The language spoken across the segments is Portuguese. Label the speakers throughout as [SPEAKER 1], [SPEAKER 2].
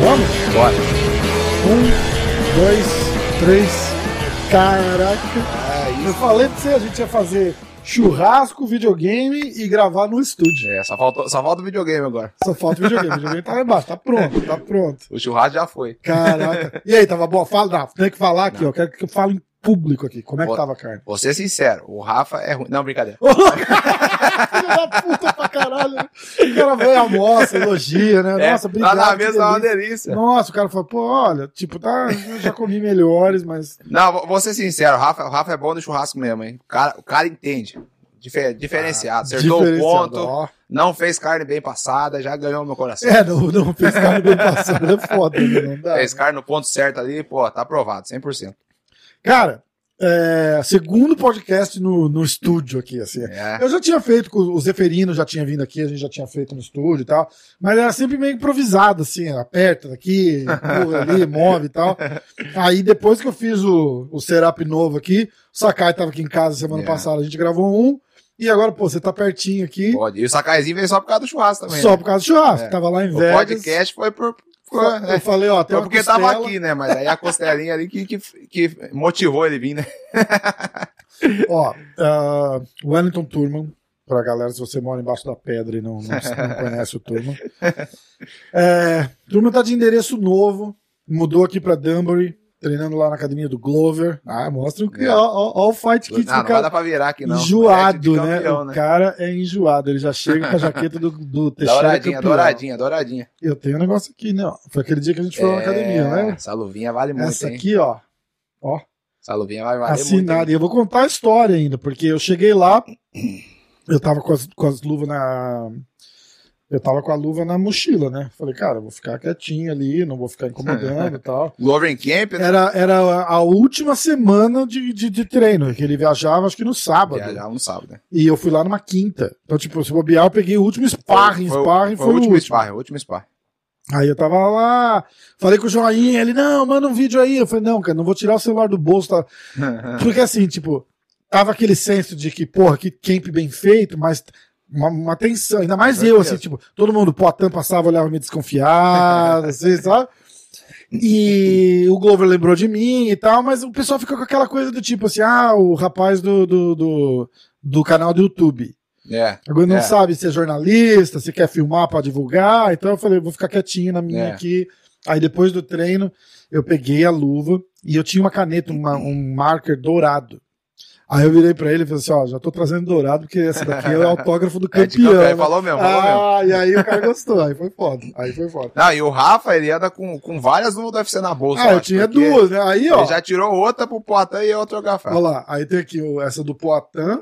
[SPEAKER 1] Vamos?
[SPEAKER 2] Bora.
[SPEAKER 1] Um, dois, três. Caraca.
[SPEAKER 2] É
[SPEAKER 1] Eu falei pra você, a gente ia fazer churrasco, videogame e gravar no estúdio.
[SPEAKER 2] É, só falta, só falta o videogeme agora.
[SPEAKER 1] Só falta o videogame. O videogame tá lá embaixo, tá pronto, tá pronto.
[SPEAKER 2] O churrasco já foi.
[SPEAKER 1] Caraca. E aí, tava bom? Fala, não, tem que falar aqui, ó. Quero que eu fale em público aqui. Como é que
[SPEAKER 2] Bora.
[SPEAKER 1] tava a carne?
[SPEAKER 2] Vou ser sincero, o Rafa é ruim. Não, brincadeira.
[SPEAKER 1] Ô, Filho da puta pra caralho. né? O cara vai almoça, elogia, né?
[SPEAKER 2] É,
[SPEAKER 1] Nossa,
[SPEAKER 2] lá
[SPEAKER 1] obrigado.
[SPEAKER 2] na
[SPEAKER 1] que
[SPEAKER 2] mesa é uma
[SPEAKER 1] delícia.
[SPEAKER 2] delícia.
[SPEAKER 1] Nossa, o cara falou, pô, olha, tipo, tá, eu já comi melhores, mas
[SPEAKER 2] Não, vou- vou ser sincero, o Rafa, o Rafa é bom no churrasco mesmo, hein? O cara, o cara entende. Dife- diferenciado, acertou o
[SPEAKER 1] Ah, diferenciado,
[SPEAKER 2] ponto,
[SPEAKER 1] ó.
[SPEAKER 2] não fez carne bem passada, já ganhou meu coração.
[SPEAKER 1] É, não, não fez carne bem passada, é foda, né? Não dá.
[SPEAKER 2] Fez carne no ponto certo ali, pô, tá aprovado, 100%.
[SPEAKER 1] Cara, é, segundo podcast no, no estúdio aqui, assim.
[SPEAKER 2] É.
[SPEAKER 1] Eu já tinha feito com o Zeferino, já tinha vindo aqui, a gente já tinha feito no estúdio e tal, mas era sempre meio improvisado, assim, aperta daqui, empurra ali, move e tal. Aí depois que eu fiz o, o setup novo aqui, o Sakai tava aqui em casa semana
[SPEAKER 2] Yeah.
[SPEAKER 1] passada, a gente gravou um, e agora, pô, você tá pertinho aqui.
[SPEAKER 2] Pode. E o Sakaizinho veio só por causa do churrasco também.
[SPEAKER 1] Só
[SPEAKER 2] né?
[SPEAKER 1] por causa do churrasco.
[SPEAKER 2] É.
[SPEAKER 1] Tava lá em
[SPEAKER 2] O
[SPEAKER 1] Vegas.
[SPEAKER 2] podcast foi por. por- é,
[SPEAKER 1] Eu falei, ó, tem
[SPEAKER 2] Foi
[SPEAKER 1] uma
[SPEAKER 2] porque
[SPEAKER 1] costela.
[SPEAKER 2] tava aqui, né? Mas aí a costelinha ali que, que, que motivou ele vir, né?
[SPEAKER 1] Ó, ah, Wellington Turman, pra galera, se você mora embaixo da pedra e não, não, não conhece o Turman. É, Turman tá de endereço novo, mudou aqui pra Dunbury, treinando lá na academia do Glover. Ah, mostra o que.
[SPEAKER 2] É.
[SPEAKER 1] Ó, ó, ó o fight kit do
[SPEAKER 2] Ah, não vai
[SPEAKER 1] cara.
[SPEAKER 2] dar pra virar aqui, não.
[SPEAKER 1] enjoado,
[SPEAKER 2] É de
[SPEAKER 1] né?
[SPEAKER 2] campeão,
[SPEAKER 1] O cara é enjoado, ele já chega com a jaqueta do, do Teixeira.
[SPEAKER 2] Douradinha,
[SPEAKER 1] campeão.
[SPEAKER 2] douradinha, douradinha.
[SPEAKER 1] Eu tenho um negócio aqui, né? ó. Foi aquele dia que a gente foi na academia, né?
[SPEAKER 2] É, Essa luvinha vale muito,
[SPEAKER 1] Essa
[SPEAKER 2] hein?
[SPEAKER 1] aqui, ó. Ó,
[SPEAKER 2] Essa luvinha vai valer muito.
[SPEAKER 1] assinada. E eu vou contar a história ainda, porque eu cheguei lá, eu tava com as, com as luvas na. Eu tava com a luva na mochila, né? Falei, cara, eu vou ficar quietinho ali, não vou ficar incomodando e tal.
[SPEAKER 2] hein? Glover Camp, né?
[SPEAKER 1] Era, era a última semana de, de, de treino, que ele viajava, acho que no sábado.
[SPEAKER 2] Já, já, um sábado, né?
[SPEAKER 1] E eu fui lá numa quinta. Então, tipo, se bobear, eu peguei o último sparring,
[SPEAKER 2] Foi- foi-
[SPEAKER 1] sparring,
[SPEAKER 2] foi o último sparring, o último sparring.
[SPEAKER 1] Aí eu tava lá, falei com o Joinha, ele, não, manda um vídeo aí. Eu falei, não, cara, não vou tirar o celular do bolso, tá?
[SPEAKER 2] É.
[SPEAKER 1] Porque assim, tipo, tava aquele senso de que, porra, que camp bem feito, mas uma, uma tensão, ainda mais
[SPEAKER 2] Com
[SPEAKER 1] eu,
[SPEAKER 2] certeza.
[SPEAKER 1] assim, tipo, todo mundo, pô, a tampa passava, olhava meio desconfiado, assim, sabe? E o Glover lembrou de mim e tal, mas o pessoal ficou com aquela coisa do tipo assim, ah, o rapaz do, do, do, do canal do YouTube.
[SPEAKER 2] é.
[SPEAKER 1] Agora não
[SPEAKER 2] É.
[SPEAKER 1] sabe se é jornalista, se quer filmar pra divulgar, então eu falei, vou ficar quietinho na minha
[SPEAKER 2] É.
[SPEAKER 1] aqui. Aí depois do treino, eu peguei a luva e eu tinha uma caneta, uma- um marker dourado. Aí eu virei pra ele e falei assim, ó, já tô trazendo dourado, porque essa daqui é o autógrafo do
[SPEAKER 2] É de
[SPEAKER 1] campeão.
[SPEAKER 2] campeão, ele
[SPEAKER 1] né?
[SPEAKER 2] falou mesmo, falou mesmo.
[SPEAKER 1] Ah, e aí o cara gostou, aí foi foda, aí foi foda.
[SPEAKER 2] Não, e o Rafa, ele anda com, com várias luvas do UFC na bolsa.
[SPEAKER 1] Ah, eu
[SPEAKER 2] acho,
[SPEAKER 1] tinha
[SPEAKER 2] porque
[SPEAKER 1] duas, né? Aí, ó,
[SPEAKER 2] Ele já tirou outra pro Poitin e outra
[SPEAKER 1] olha
[SPEAKER 2] autografada.
[SPEAKER 1] lá, aí tem aqui o- essa do Poitin,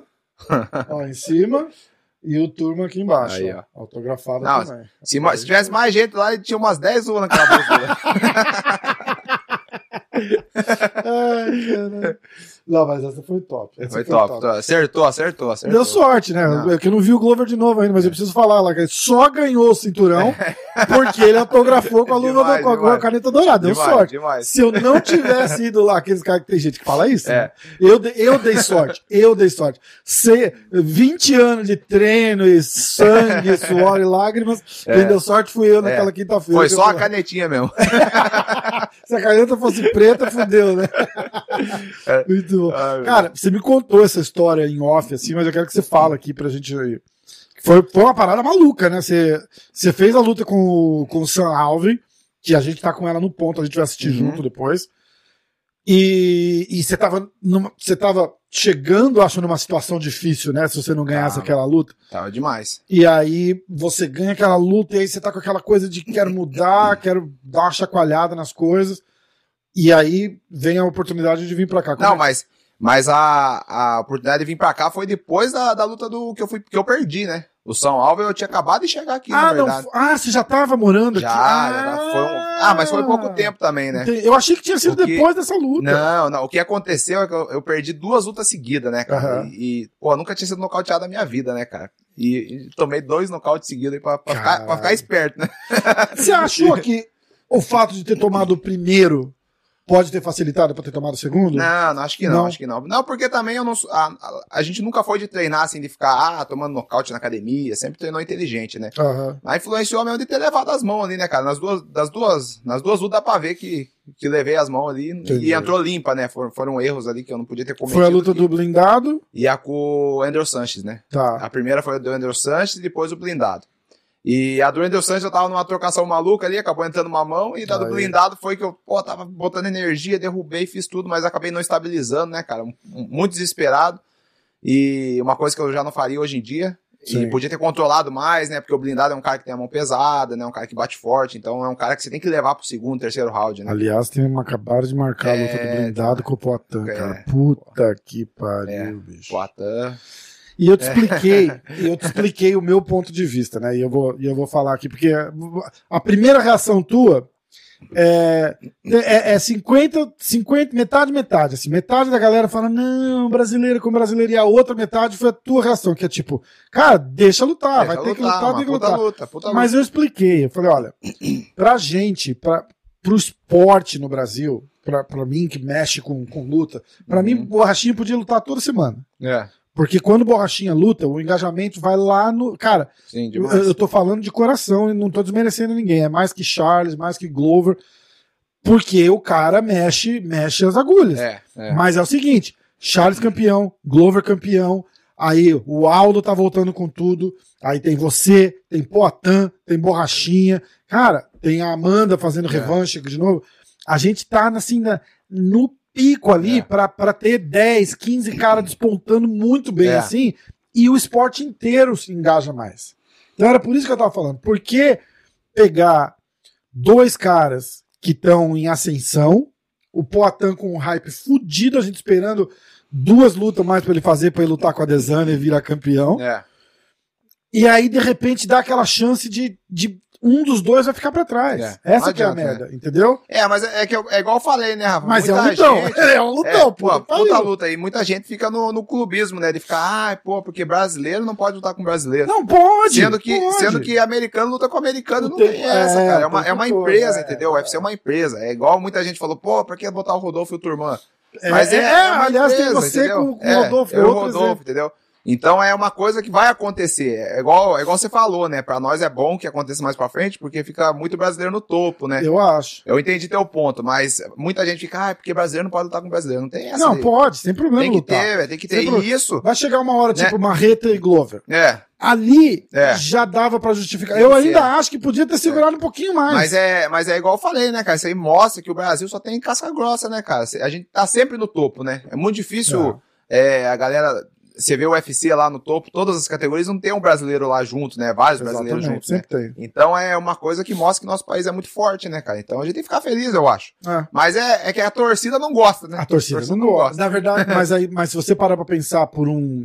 [SPEAKER 1] ó, em cima, e o Turma aqui embaixo,
[SPEAKER 2] Aí,
[SPEAKER 1] ó, autografada
[SPEAKER 2] Não,
[SPEAKER 1] também.
[SPEAKER 2] Se, ma- se tivesse mais gente lá, ele tinha umas 10 luvas naquela bolsa. né?
[SPEAKER 1] Ai, caralho. Não, mas essa foi top. Essa
[SPEAKER 2] Foi top, top. Acertou, acertou, acertou.
[SPEAKER 1] Deu sorte, né?
[SPEAKER 2] Não. É.
[SPEAKER 1] É que eu não vi o Glover de novo ainda, mas eu preciso falar lá que ele só ganhou o cinturão porque ele autografou com a luva
[SPEAKER 2] Demais,
[SPEAKER 1] do, com a- com a
[SPEAKER 2] demais.
[SPEAKER 1] caneta dourada. Deu
[SPEAKER 2] Demais,
[SPEAKER 1] sorte.
[SPEAKER 2] demais.
[SPEAKER 1] Se eu não tivesse ido lá, aqueles caras que tem gente que fala isso,
[SPEAKER 2] É.
[SPEAKER 1] né? eu, de- eu dei sorte. Eu dei sorte. Se, 20 anos de treino e sangue, suor e lágrimas,
[SPEAKER 2] É.
[SPEAKER 1] quem deu sorte fui eu naquela
[SPEAKER 2] É.
[SPEAKER 1] quinta-feira.
[SPEAKER 2] Foi
[SPEAKER 1] que eu
[SPEAKER 2] só a
[SPEAKER 1] falei,
[SPEAKER 2] canetinha mesmo.
[SPEAKER 1] Se a caneta fosse preta, fudeu, né?
[SPEAKER 2] É.
[SPEAKER 1] Muito bom.
[SPEAKER 2] Ai, meu
[SPEAKER 1] Cara, você me contou essa história em off, assim, mas eu quero que você fale aqui pra gente. Foi, foi uma parada maluca, né? Você, você fez a luta com, o- com o Sam Alvin, que a gente tá com ela no ponto, a gente vai assistir
[SPEAKER 2] Uhum.
[SPEAKER 1] junto depois. E, e você tava numa- você tava chegando, acho, numa situação difícil, né? Se você não ganhasse
[SPEAKER 2] Tava.
[SPEAKER 1] aquela luta.
[SPEAKER 2] Tava demais.
[SPEAKER 1] E aí você ganha aquela luta e aí você tá com aquela coisa de quero mudar, quero dar uma chacoalhada nas coisas. E aí vem a oportunidade de vir pra cá. Como
[SPEAKER 2] Não,
[SPEAKER 1] é-
[SPEAKER 2] mas, Mas a, a oportunidade de vir pra cá foi depois da, da luta do que eu, fui, que eu perdi, né? O São Alves eu tinha acabado de chegar aqui,
[SPEAKER 1] ah,
[SPEAKER 2] na
[SPEAKER 1] não.
[SPEAKER 2] verdade.
[SPEAKER 1] Ah, você já tava morando
[SPEAKER 2] Já,
[SPEAKER 1] aqui?
[SPEAKER 2] já foi um- Ah, mas foi pouco tempo também, né?
[SPEAKER 1] Entendi. Eu achei que tinha sido
[SPEAKER 2] O que-
[SPEAKER 1] depois dessa luta.
[SPEAKER 2] Não, não. O que aconteceu é que eu, eu perdi duas lutas seguidas, né, cara?
[SPEAKER 1] Aham.
[SPEAKER 2] E, e, pô, eu nunca tinha sido nocauteado na minha vida, né, cara? E, e tomei dois nocautes seguidos aí pra, pra, ficar, pra ficar
[SPEAKER 1] Caralho.
[SPEAKER 2] esperto, né?
[SPEAKER 1] Você achou que o fato de ter tomado o primeiro pode ter facilitado pra ter tomado o segundo?
[SPEAKER 2] Não, não, acho que não,
[SPEAKER 1] Não.
[SPEAKER 2] acho que não. Não, porque também eu não. sou- A, a, a gente nunca foi de treinar assim, de ficar, ah, tomando nocaute na academia, sempre treinou inteligente, né?
[SPEAKER 1] Aham.
[SPEAKER 2] Mas influenciou mesmo de ter levado as mãos ali, né, cara? Nas duas, das duas, nas duas lutas dá pra ver que, que levei as mãos ali
[SPEAKER 1] Entendi.
[SPEAKER 2] e entrou limpa, né? Foram, foram erros ali que eu não podia ter cometido.
[SPEAKER 1] Foi a luta
[SPEAKER 2] que-
[SPEAKER 1] do blindado?
[SPEAKER 2] E a com o Andrew Sanches, né?
[SPEAKER 1] Tá.
[SPEAKER 2] A primeira foi a do Andrew Sanches e depois o blindado. E a do Andrew Sanches eu tava numa trocação maluca ali, acabou entrando uma mão, e da do
[SPEAKER 1] Aí.
[SPEAKER 2] blindado foi que eu, pô, tava botando energia, derrubei, fiz tudo, mas acabei não estabilizando, né, cara? Um- um- Muito desesperado. E uma coisa que eu já não faria hoje em dia.
[SPEAKER 1] Sim.
[SPEAKER 2] E podia ter controlado mais, né? Porque o blindado é um cara que tem a mão pesada, né? Um cara que bate forte, então é um cara que você tem que levar pro segundo, terceiro round, né?
[SPEAKER 1] Aliás, tem uma, acabaram de marcar a luta do
[SPEAKER 2] É,
[SPEAKER 1] blindado com o Poitin,
[SPEAKER 2] É.
[SPEAKER 1] cara. Puta que pariu, bicho.
[SPEAKER 2] Poatan.
[SPEAKER 1] E eu te expliquei, eu te expliquei o meu ponto de vista, né? E eu vou, e eu vou falar aqui, porque a primeira reação tua é, é, é 50, 50, metade, metade. Assim, metade da galera fala, não, brasileiro com brasileiro, e a outra metade foi a tua reação, que é tipo, cara, deixa lutar, Ah, vai
[SPEAKER 2] Deixa
[SPEAKER 1] ter que lutar,
[SPEAKER 2] uma
[SPEAKER 1] tem que
[SPEAKER 2] é puta
[SPEAKER 1] lutar.
[SPEAKER 2] luta, puta
[SPEAKER 1] Mas eu expliquei, eu falei, olha, pra gente, pra, pro esporte no Brasil, pra, pra mim que mexe com, com luta, pra
[SPEAKER 2] Uhum.
[SPEAKER 1] mim, borrachinha podia lutar toda semana.
[SPEAKER 2] luta. É,
[SPEAKER 1] Porque quando borrachinha luta, o engajamento vai lá no. Cara,
[SPEAKER 2] sim,
[SPEAKER 1] eu,
[SPEAKER 2] demais.
[SPEAKER 1] eu tô falando de coração e não tô desmerecendo ninguém. É mais que Charles, mais que Glover. Porque o cara mexe, mexe as agulhas.
[SPEAKER 2] É, é.
[SPEAKER 1] Mas é o seguinte: Charles campeão, Glover campeão, aí o Aldo tá voltando com tudo, aí tem você, tem Poatan, tem Borrachinha, cara, tem a Amanda fazendo
[SPEAKER 2] É.
[SPEAKER 1] revanche de novo. A gente tá assim na- no pico ali
[SPEAKER 2] É.
[SPEAKER 1] pra para ter 10, 15 caras despontando muito bem
[SPEAKER 2] É.
[SPEAKER 1] assim, e o esporte inteiro se engaja mais. Então era por isso que eu tava falando, porque pegar dois caras que estão em ascensão, o Poatan com um hype fudido, a gente esperando duas lutas mais pra ele fazer, pra ele lutar com a Desana e virar campeão.
[SPEAKER 2] É.
[SPEAKER 1] E aí, de repente, dá aquela chance de, de um dos dois vai ficar pra trás.
[SPEAKER 2] É.
[SPEAKER 1] Essa
[SPEAKER 2] Não
[SPEAKER 1] que é a
[SPEAKER 2] adianta,
[SPEAKER 1] merda, entendeu?
[SPEAKER 2] É, mas é, é que eu- é igual eu falei, né, Rafa?
[SPEAKER 1] Mas é um
[SPEAKER 2] Muita
[SPEAKER 1] lutão.
[SPEAKER 2] gente-
[SPEAKER 1] É um lutão,
[SPEAKER 2] é, pô, puta,
[SPEAKER 1] pariu.
[SPEAKER 2] luta aí. Muita gente fica no, no clubismo, né? De ficar, ah, pô, porque brasileiro não pode lutar com brasileiro.
[SPEAKER 1] Não pode.
[SPEAKER 2] sendo, que,
[SPEAKER 1] pode.
[SPEAKER 2] sendo que americano luta com americano,
[SPEAKER 1] O
[SPEAKER 2] não
[SPEAKER 1] tempo-
[SPEAKER 2] tem essa,
[SPEAKER 1] é,
[SPEAKER 2] cara. É
[SPEAKER 1] o
[SPEAKER 2] uma,
[SPEAKER 1] tempo
[SPEAKER 2] é uma
[SPEAKER 1] todo,
[SPEAKER 2] empresa,
[SPEAKER 1] é,
[SPEAKER 2] entendeu? O UFC é uma empresa. É igual muita gente falou, pô, por que botar o Rodolfo e o Turman?
[SPEAKER 1] É,
[SPEAKER 2] Mas é,
[SPEAKER 1] é,
[SPEAKER 2] é uma
[SPEAKER 1] aliás, tem
[SPEAKER 2] empresa,
[SPEAKER 1] você
[SPEAKER 2] entendeu?
[SPEAKER 1] com, com
[SPEAKER 2] É,
[SPEAKER 1] o Rodolfo.
[SPEAKER 2] eu e o
[SPEAKER 1] outro exemplo.
[SPEAKER 2] Rodolfo, entendeu? Então é uma coisa que vai acontecer. É igual, é igual você falou, né? Pra nós é bom que aconteça mais pra frente, porque fica muito brasileiro no topo, né?
[SPEAKER 1] Eu acho.
[SPEAKER 2] Eu entendi teu ponto, mas muita gente fica, ah, é porque brasileiro não pode lutar com brasileiro. Não tem essa.
[SPEAKER 1] Não,
[SPEAKER 2] aí.
[SPEAKER 1] pode, sem problema
[SPEAKER 2] Tem que
[SPEAKER 1] lutar.
[SPEAKER 2] ter, velho, tem que ter.
[SPEAKER 1] Sem problema.
[SPEAKER 2] E isso.
[SPEAKER 1] Vai chegar uma hora,
[SPEAKER 2] Né?
[SPEAKER 1] tipo, Marreta e Glover.
[SPEAKER 2] É.
[SPEAKER 1] Ali
[SPEAKER 2] É.
[SPEAKER 1] já dava pra justificar.
[SPEAKER 2] Tem
[SPEAKER 1] Eu
[SPEAKER 2] que
[SPEAKER 1] ainda
[SPEAKER 2] ser.
[SPEAKER 1] acho que podia ter segurado um pouquinho mais.
[SPEAKER 2] Mas é, mas é igual eu falei, né, cara? Isso aí mostra que o Brasil só tem casca grossa, né, cara? A gente tá sempre no topo, né? É muito difícil é, a galera. Você vê o UFC lá no topo, todas as categorias não tem um brasileiro lá junto, né? Vários brasileiros juntos, né?
[SPEAKER 1] sempre tem.
[SPEAKER 2] Então é uma coisa que mostra que nosso país é muito forte, né, cara? Então a gente tem que ficar feliz, eu acho.
[SPEAKER 1] É.
[SPEAKER 2] Mas é, é que a torcida não gosta, né?
[SPEAKER 1] A torcida não gosta. Na verdade, mas, aí, mas se você parar pra pensar por um,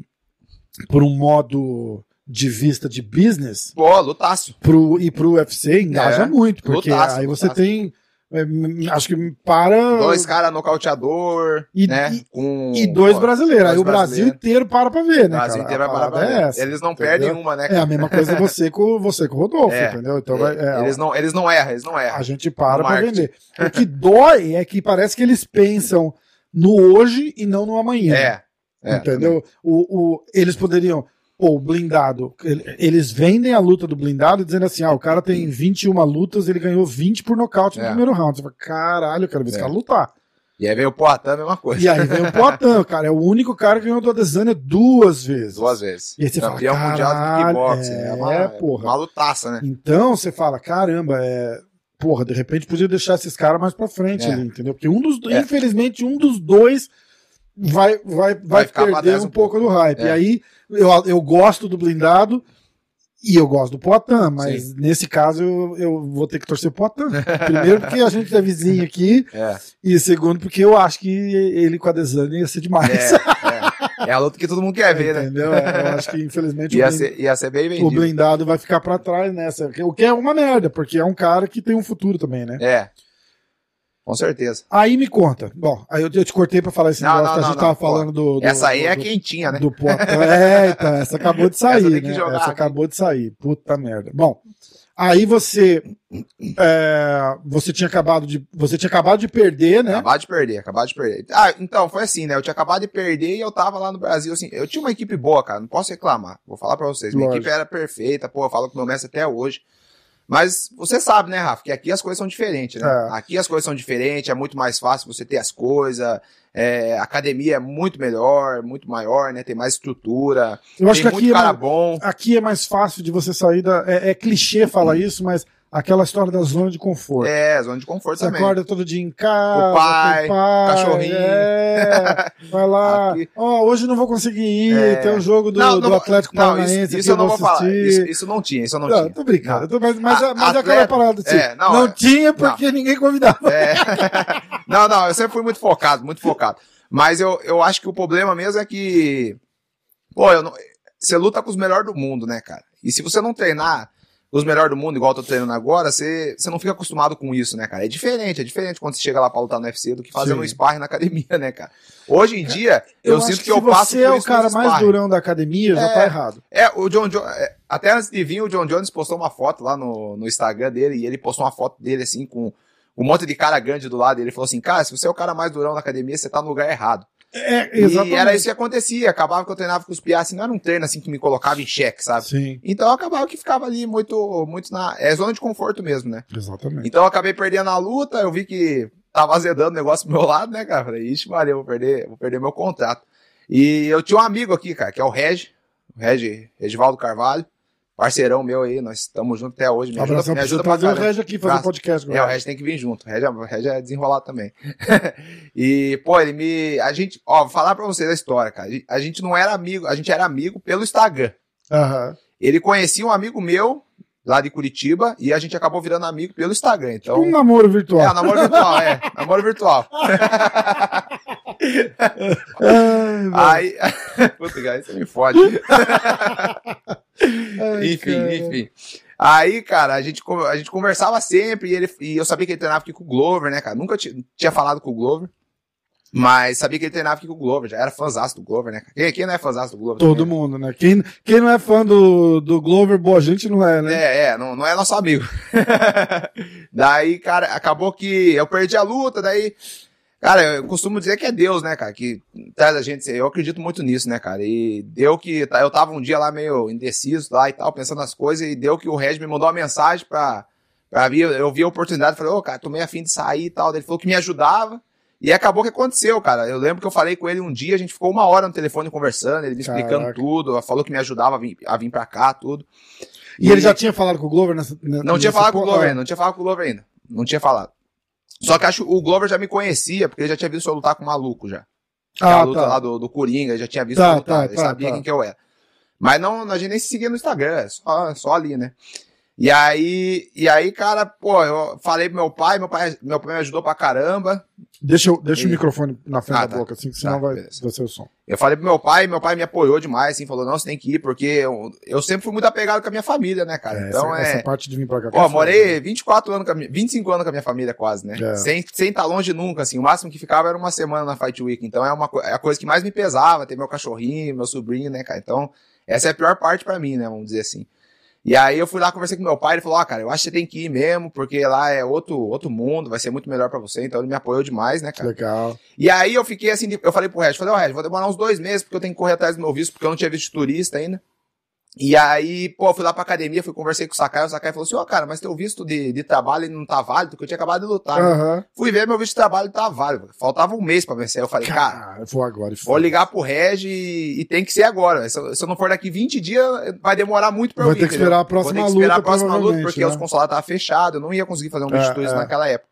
[SPEAKER 1] por um modo de vista de business
[SPEAKER 2] Pô, lutaço.
[SPEAKER 1] pro, e pro UFC, engaja
[SPEAKER 2] É.
[SPEAKER 1] muito, porque
[SPEAKER 2] Lutaço,
[SPEAKER 1] aí você
[SPEAKER 2] lutaço.
[SPEAKER 1] tem. é, m- acho que para.
[SPEAKER 2] Dois caras nocauteador,
[SPEAKER 1] E-
[SPEAKER 2] né?
[SPEAKER 1] e-
[SPEAKER 2] com,
[SPEAKER 1] e dois brasileiros. Aí
[SPEAKER 2] dois
[SPEAKER 1] o Brasil
[SPEAKER 2] brasileiros.
[SPEAKER 1] inteiro para pra ver,
[SPEAKER 2] O
[SPEAKER 1] né?
[SPEAKER 2] Brasil
[SPEAKER 1] cara?
[SPEAKER 2] inteiro
[SPEAKER 1] A
[SPEAKER 2] vai parar
[SPEAKER 1] parada
[SPEAKER 2] pra
[SPEAKER 1] é
[SPEAKER 2] ver.
[SPEAKER 1] essa.
[SPEAKER 2] Eles não
[SPEAKER 1] entendeu?
[SPEAKER 2] perdem uma, né?
[SPEAKER 1] É a mesma coisa você com você com o Rodolfo,
[SPEAKER 2] É.
[SPEAKER 1] entendeu? Então vai- é,
[SPEAKER 2] eles, não, eles não erram, eles não erram.
[SPEAKER 1] a gente para
[SPEAKER 2] É, tipo, No
[SPEAKER 1] pra
[SPEAKER 2] marketing.
[SPEAKER 1] vender. O que dói é que parece que eles pensam no hoje e não no amanhã.
[SPEAKER 2] É. é,
[SPEAKER 1] entendeu? O, o, eles poderiam. Pô, o blindado. ele- Eles vendem a luta do blindado dizendo assim: ah, o cara tem 21 lutas, ele ganhou 20 por nocaute no
[SPEAKER 2] É.
[SPEAKER 1] primeiro round. Você fala, caralho, eu quero ver esse
[SPEAKER 2] É.
[SPEAKER 1] cara lutar.
[SPEAKER 2] E aí veio o Poitin, a mesma coisa.
[SPEAKER 1] E aí vem o Poitin, cara. É o único cara que ganhou do Adesanya duas vezes.
[SPEAKER 2] Duas vezes.
[SPEAKER 1] E aí você fala,
[SPEAKER 2] Campeão um mundial do
[SPEAKER 1] "Caralho,
[SPEAKER 2] kickbox.
[SPEAKER 1] é,
[SPEAKER 2] né? É, uma,
[SPEAKER 1] porra."
[SPEAKER 2] uma lutaça, né?
[SPEAKER 1] Então você fala: caramba, é. Porra, de repente podia deixar esses caras mais pra frente
[SPEAKER 2] É.
[SPEAKER 1] ali, entendeu? Porque um dos.
[SPEAKER 2] É.
[SPEAKER 1] Infelizmente, um dos dois. Vai, vai, vai,
[SPEAKER 2] Vai ficar pra
[SPEAKER 1] perder
[SPEAKER 2] trás
[SPEAKER 1] um
[SPEAKER 2] um
[SPEAKER 1] pouco do hype.
[SPEAKER 2] É.
[SPEAKER 1] E aí, eu, eu gosto do blindado, E eu gosto do Poitin, mas nesse caso eu, eu vou ter que torcer pro Poitin. Primeiro porque a gente é vizinho aqui,
[SPEAKER 2] É,
[SPEAKER 1] e segundo porque eu acho que ele com a Desane ia ser demais.
[SPEAKER 2] é, é. É a luta que todo mundo quer ver, né?
[SPEAKER 1] Entendeu? É, Eu acho que infelizmente o,
[SPEAKER 2] Ia
[SPEAKER 1] blin-
[SPEAKER 2] ser, ia ser bem
[SPEAKER 1] o
[SPEAKER 2] vendido.
[SPEAKER 1] blindado vai ficar pra trás nessa. O que é uma merda, porque é um cara que tem um futuro também, né?
[SPEAKER 2] É. Com certeza.
[SPEAKER 1] Aí me conta. Bom, aí eu, eu te cortei pra falar esse
[SPEAKER 2] Não,
[SPEAKER 1] negócio
[SPEAKER 2] não,
[SPEAKER 1] que a
[SPEAKER 2] não,
[SPEAKER 1] gente
[SPEAKER 2] não,
[SPEAKER 1] tava
[SPEAKER 2] pô.
[SPEAKER 1] falando do, do-
[SPEAKER 2] Essa aí
[SPEAKER 1] do-
[SPEAKER 2] é
[SPEAKER 1] do-
[SPEAKER 2] quentinha, né?
[SPEAKER 1] Do Poitin. É, então, essa acabou de sair.
[SPEAKER 2] Essa tem que
[SPEAKER 1] né?
[SPEAKER 2] jogar,
[SPEAKER 1] Essa
[SPEAKER 2] né?
[SPEAKER 1] acabou de sair. Puta merda. Bom, aí você. é, você tinha acabado de. Você tinha acabado de perder, né?
[SPEAKER 2] Acabar de perder, acabar de perder. Ah, então, foi assim, né? Eu tinha acabado de perder e eu tava lá no Brasil, assim. Eu tinha uma equipe boa, cara, não posso reclamar. Vou falar pra vocês. Minha
[SPEAKER 1] Lógico.
[SPEAKER 2] equipe era perfeita, pô, eu falo com meu mestre até hoje. Mas você sabe, né, Rafa, que aqui as coisas são diferentes, né?
[SPEAKER 1] É.
[SPEAKER 2] Aqui as coisas são diferentes, é muito mais fácil você ter as coisas, é, a academia é muito melhor, muito maior, né? Tem mais estrutura,
[SPEAKER 1] Eu acho que
[SPEAKER 2] tem
[SPEAKER 1] aqui
[SPEAKER 2] muito
[SPEAKER 1] é,
[SPEAKER 2] cara
[SPEAKER 1] mais,
[SPEAKER 2] bom.
[SPEAKER 1] aqui é mais fácil de você sair da. É, é clichê falar isso, mas aquela história da zona de conforto.
[SPEAKER 2] É, zona de conforto
[SPEAKER 1] Você
[SPEAKER 2] também.
[SPEAKER 1] acorda todo dia em casa,
[SPEAKER 2] O pai,
[SPEAKER 1] tem pai,
[SPEAKER 2] cachorrinho.
[SPEAKER 1] é, vai lá.
[SPEAKER 2] Aqui.
[SPEAKER 1] Ó, hoje não vou conseguir ir,
[SPEAKER 2] É.
[SPEAKER 1] tem o jogo do,
[SPEAKER 2] Não, não
[SPEAKER 1] do
[SPEAKER 2] vou-
[SPEAKER 1] Atlético
[SPEAKER 2] Não,
[SPEAKER 1] Paranaense
[SPEAKER 2] isso,
[SPEAKER 1] aqui,
[SPEAKER 2] isso eu não vou falar.
[SPEAKER 1] assistir.
[SPEAKER 2] Isso, isso não tinha, isso eu não,
[SPEAKER 1] Não,
[SPEAKER 2] tinha.
[SPEAKER 1] tô brincando. eu tô- mas mas,
[SPEAKER 2] A-
[SPEAKER 1] mas é aquela
[SPEAKER 2] atleta-
[SPEAKER 1] parada assim.
[SPEAKER 2] é,
[SPEAKER 1] não
[SPEAKER 2] não, é.
[SPEAKER 1] tinha porque ninguém convidava.
[SPEAKER 2] É. não, não, eu sempre fui muito focado, muito focado. Mas eu, eu acho que o problema mesmo é que. Pô, eu não- você luta com os melhores do mundo, né, cara? E se você não treinar os melhores do mundo, igual eu tô treinando agora, você, você não fica acostumado com isso, né, cara? É diferente, é diferente quando você chega lá pra lutar no UFC do que fazer
[SPEAKER 1] Sim. É,
[SPEAKER 2] um sparring na academia, né, cara? Hoje em dia, eu, sinto que,
[SPEAKER 1] se
[SPEAKER 2] eu passo
[SPEAKER 1] você é
[SPEAKER 2] por
[SPEAKER 1] o
[SPEAKER 2] isso nos
[SPEAKER 1] cara mais
[SPEAKER 2] sparring.
[SPEAKER 1] durão da academia, já
[SPEAKER 2] É.
[SPEAKER 1] tá errado.
[SPEAKER 2] É, o John Jones. Até antes de vir, o John Jones postou uma foto lá no, no Instagram dele e ele postou uma foto dele assim com um monte de cara grande do lado. E ele falou assim: Cara, se você é o cara mais durão na academia, você tá no lugar errado.
[SPEAKER 1] É,
[SPEAKER 2] E era isso que acontecia. Acabava que eu treinava com os piá, assim, não era um treino assim que me colocava em xeque, sabe?
[SPEAKER 1] Sim,
[SPEAKER 2] Então eu acabava que ficava ali muito, muito na. É zona de conforto mesmo, né?
[SPEAKER 1] exatamente.
[SPEAKER 2] Então eu acabei perdendo a luta, eu vi que tava azedando o negócio do meu lado, né, cara? Falei, ixi, Maria, eu vou perder, vou perder meu contrato. E eu tinha um amigo aqui, cara, que é o Reg, o Reg, Regivaldo Carvalho, parceirão meu aí, nós estamos juntos até hoje. Me ajuda,
[SPEAKER 1] Abração
[SPEAKER 2] me
[SPEAKER 1] pra você
[SPEAKER 2] ajuda pra
[SPEAKER 1] trazer o
[SPEAKER 2] caramba.
[SPEAKER 1] Regi aqui, fazer um
[SPEAKER 2] Graças-
[SPEAKER 1] podcast
[SPEAKER 2] É, o
[SPEAKER 1] agora.
[SPEAKER 2] Reg tem que vir junto, o Reg, é- o Reg é desenrolado também. e, pô, ele me. A gente, ó, vou falar pra vocês a história, cara. A gente não era amigo, a gente era amigo pelo Instagram.
[SPEAKER 1] Aham.
[SPEAKER 2] Ele conhecia um amigo meu, lá de Curitiba, e a gente acabou virando amigo pelo Instagram. Então,
[SPEAKER 1] Um namoro virtual.
[SPEAKER 2] é, namoro virtual, é. Namoro virtual. É.
[SPEAKER 1] Ai, velho.
[SPEAKER 2] Aí. Puta, cara, isso me fode.
[SPEAKER 1] Ai,
[SPEAKER 2] enfim,
[SPEAKER 1] cara.
[SPEAKER 2] enfim. Aí, cara, a gente, con- a gente conversava sempre e, ele, e eu sabia que ele treinava aqui com o Glover, né, cara? Nunca ti- tinha falado com o Glover. Mas sabia que ele treinava aqui com o Glover, já era fãzaço do Glover, né? cara? Quem, quem não é fãzaço do Glover?
[SPEAKER 1] Todo mundo, né? Quem, quem não é fã do, do Glover, boa gente não é, né?
[SPEAKER 2] É, é, não, não é nosso amigo. daí, cara, acabou que eu perdi a luta, daí. Cara, eu costumo dizer que é Deus, né, cara, que traz a gente. Eu acredito muito nisso, né, cara? E deu que. Eu tava um dia lá meio indeciso lá e tal, pensando nas coisas, e deu que o Regis me mandou uma mensagem pra. pra vir, eu vi a oportunidade, falei, ô, cara, tô meio afim de sair e tal. Daí Ele falou que me ajudava. E acabou que aconteceu, cara. Eu lembro que eu falei com ele um dia, a gente ficou uma hora no telefone conversando, ele me explicando
[SPEAKER 1] Caraca.
[SPEAKER 2] tudo, falou que me ajudava a vir, a vir pra cá, tudo.
[SPEAKER 1] E ele já tinha falado com o Glover nessa.
[SPEAKER 2] Não tinha falado com o
[SPEAKER 1] é.
[SPEAKER 2] Glover ainda, não tinha falado com o Glover ainda. Não tinha falado. Só que acho que o Glover já me conhecia, porque ele já tinha visto eu lutar com o maluco já. Ah,
[SPEAKER 1] Ah,
[SPEAKER 2] luta lá
[SPEAKER 1] tá.
[SPEAKER 2] do, do Coringa, ele já tinha visto
[SPEAKER 1] Tá,
[SPEAKER 2] eu lutar,
[SPEAKER 1] tá,
[SPEAKER 2] ele
[SPEAKER 1] tá,
[SPEAKER 2] sabia
[SPEAKER 1] tá.
[SPEAKER 2] quem que eu era. Mas não, a gente nem se seguia no Instagram, é só, só ali, né? E aí, e aí, cara, pô, eu falei pro meu pai, meu pai, meu pai me ajudou pra caramba.
[SPEAKER 1] Deixa, eu, deixa o
[SPEAKER 2] Ei.
[SPEAKER 1] microfone na frente
[SPEAKER 2] Ah,
[SPEAKER 1] da
[SPEAKER 2] tá.
[SPEAKER 1] boca, assim, que senão
[SPEAKER 2] Tá,
[SPEAKER 1] vai,
[SPEAKER 2] beleza.
[SPEAKER 1] vai ser o som.
[SPEAKER 2] Eu falei pro meu pai, meu pai me apoiou demais, assim, falou, não, você tem que ir, porque eu, eu sempre fui muito apegado com a minha família, né, cara?
[SPEAKER 1] É,
[SPEAKER 2] então
[SPEAKER 1] essa,
[SPEAKER 2] é...
[SPEAKER 1] essa parte de vir pra cá. que é
[SPEAKER 2] Pô,
[SPEAKER 1] foda.
[SPEAKER 2] morei 24 anos, com a minha, 25 anos com a minha família quase, né?
[SPEAKER 1] É.
[SPEAKER 2] Sem estar tá longe nunca, assim. O máximo que ficava era uma semana na Fight Week. Então é, uma, co- é a coisa que mais me pesava, ter meu cachorrinho, meu sobrinho, né, cara? Então essa é a pior parte pra mim, né, vamos dizer assim. E aí eu fui lá, conversei com meu pai, ele falou, ó, cara, eu acho que você tem que ir mesmo, porque lá é outro, outro mundo, vai ser muito melhor pra você. Então ele me apoiou demais, né, cara?
[SPEAKER 1] Legal.
[SPEAKER 2] E aí eu fiquei assim, de- eu falei pro Regis, falei, ó, Regis, vou demorar uns dois meses, porque eu tenho que correr atrás do meu visto, porque eu não tinha visto turista ainda. E aí, pô, eu fui lá pra academia, fui conversei com o Sakai, o Sakai falou assim, ó, cara, mas teu visto de, de trabalho ele não tá válido, porque eu tinha acabado de lutar. né?
[SPEAKER 1] Aham.
[SPEAKER 2] Fui ver, meu visto de trabalho tá válido. Faltava um mês pra vencer. Eu falei, cara,
[SPEAKER 1] Cara, Ah, eu vou agora. e
[SPEAKER 2] vou
[SPEAKER 1] foda.
[SPEAKER 2] ligar pro Regis e, e tem que ser agora. Se eu, se eu não for daqui 20 dias, vai demorar muito pra
[SPEAKER 1] Vai
[SPEAKER 2] eu ir.
[SPEAKER 1] ter que
[SPEAKER 2] entendeu?
[SPEAKER 1] esperar a próxima
[SPEAKER 2] Vou ter que esperar
[SPEAKER 1] luta,
[SPEAKER 2] a próxima luta,
[SPEAKER 1] provavelmente,
[SPEAKER 2] porque
[SPEAKER 1] né?
[SPEAKER 2] os consulados estavam fechados, eu não ia conseguir fazer um
[SPEAKER 1] É,
[SPEAKER 2] visto de turista
[SPEAKER 1] é.
[SPEAKER 2] naquela época.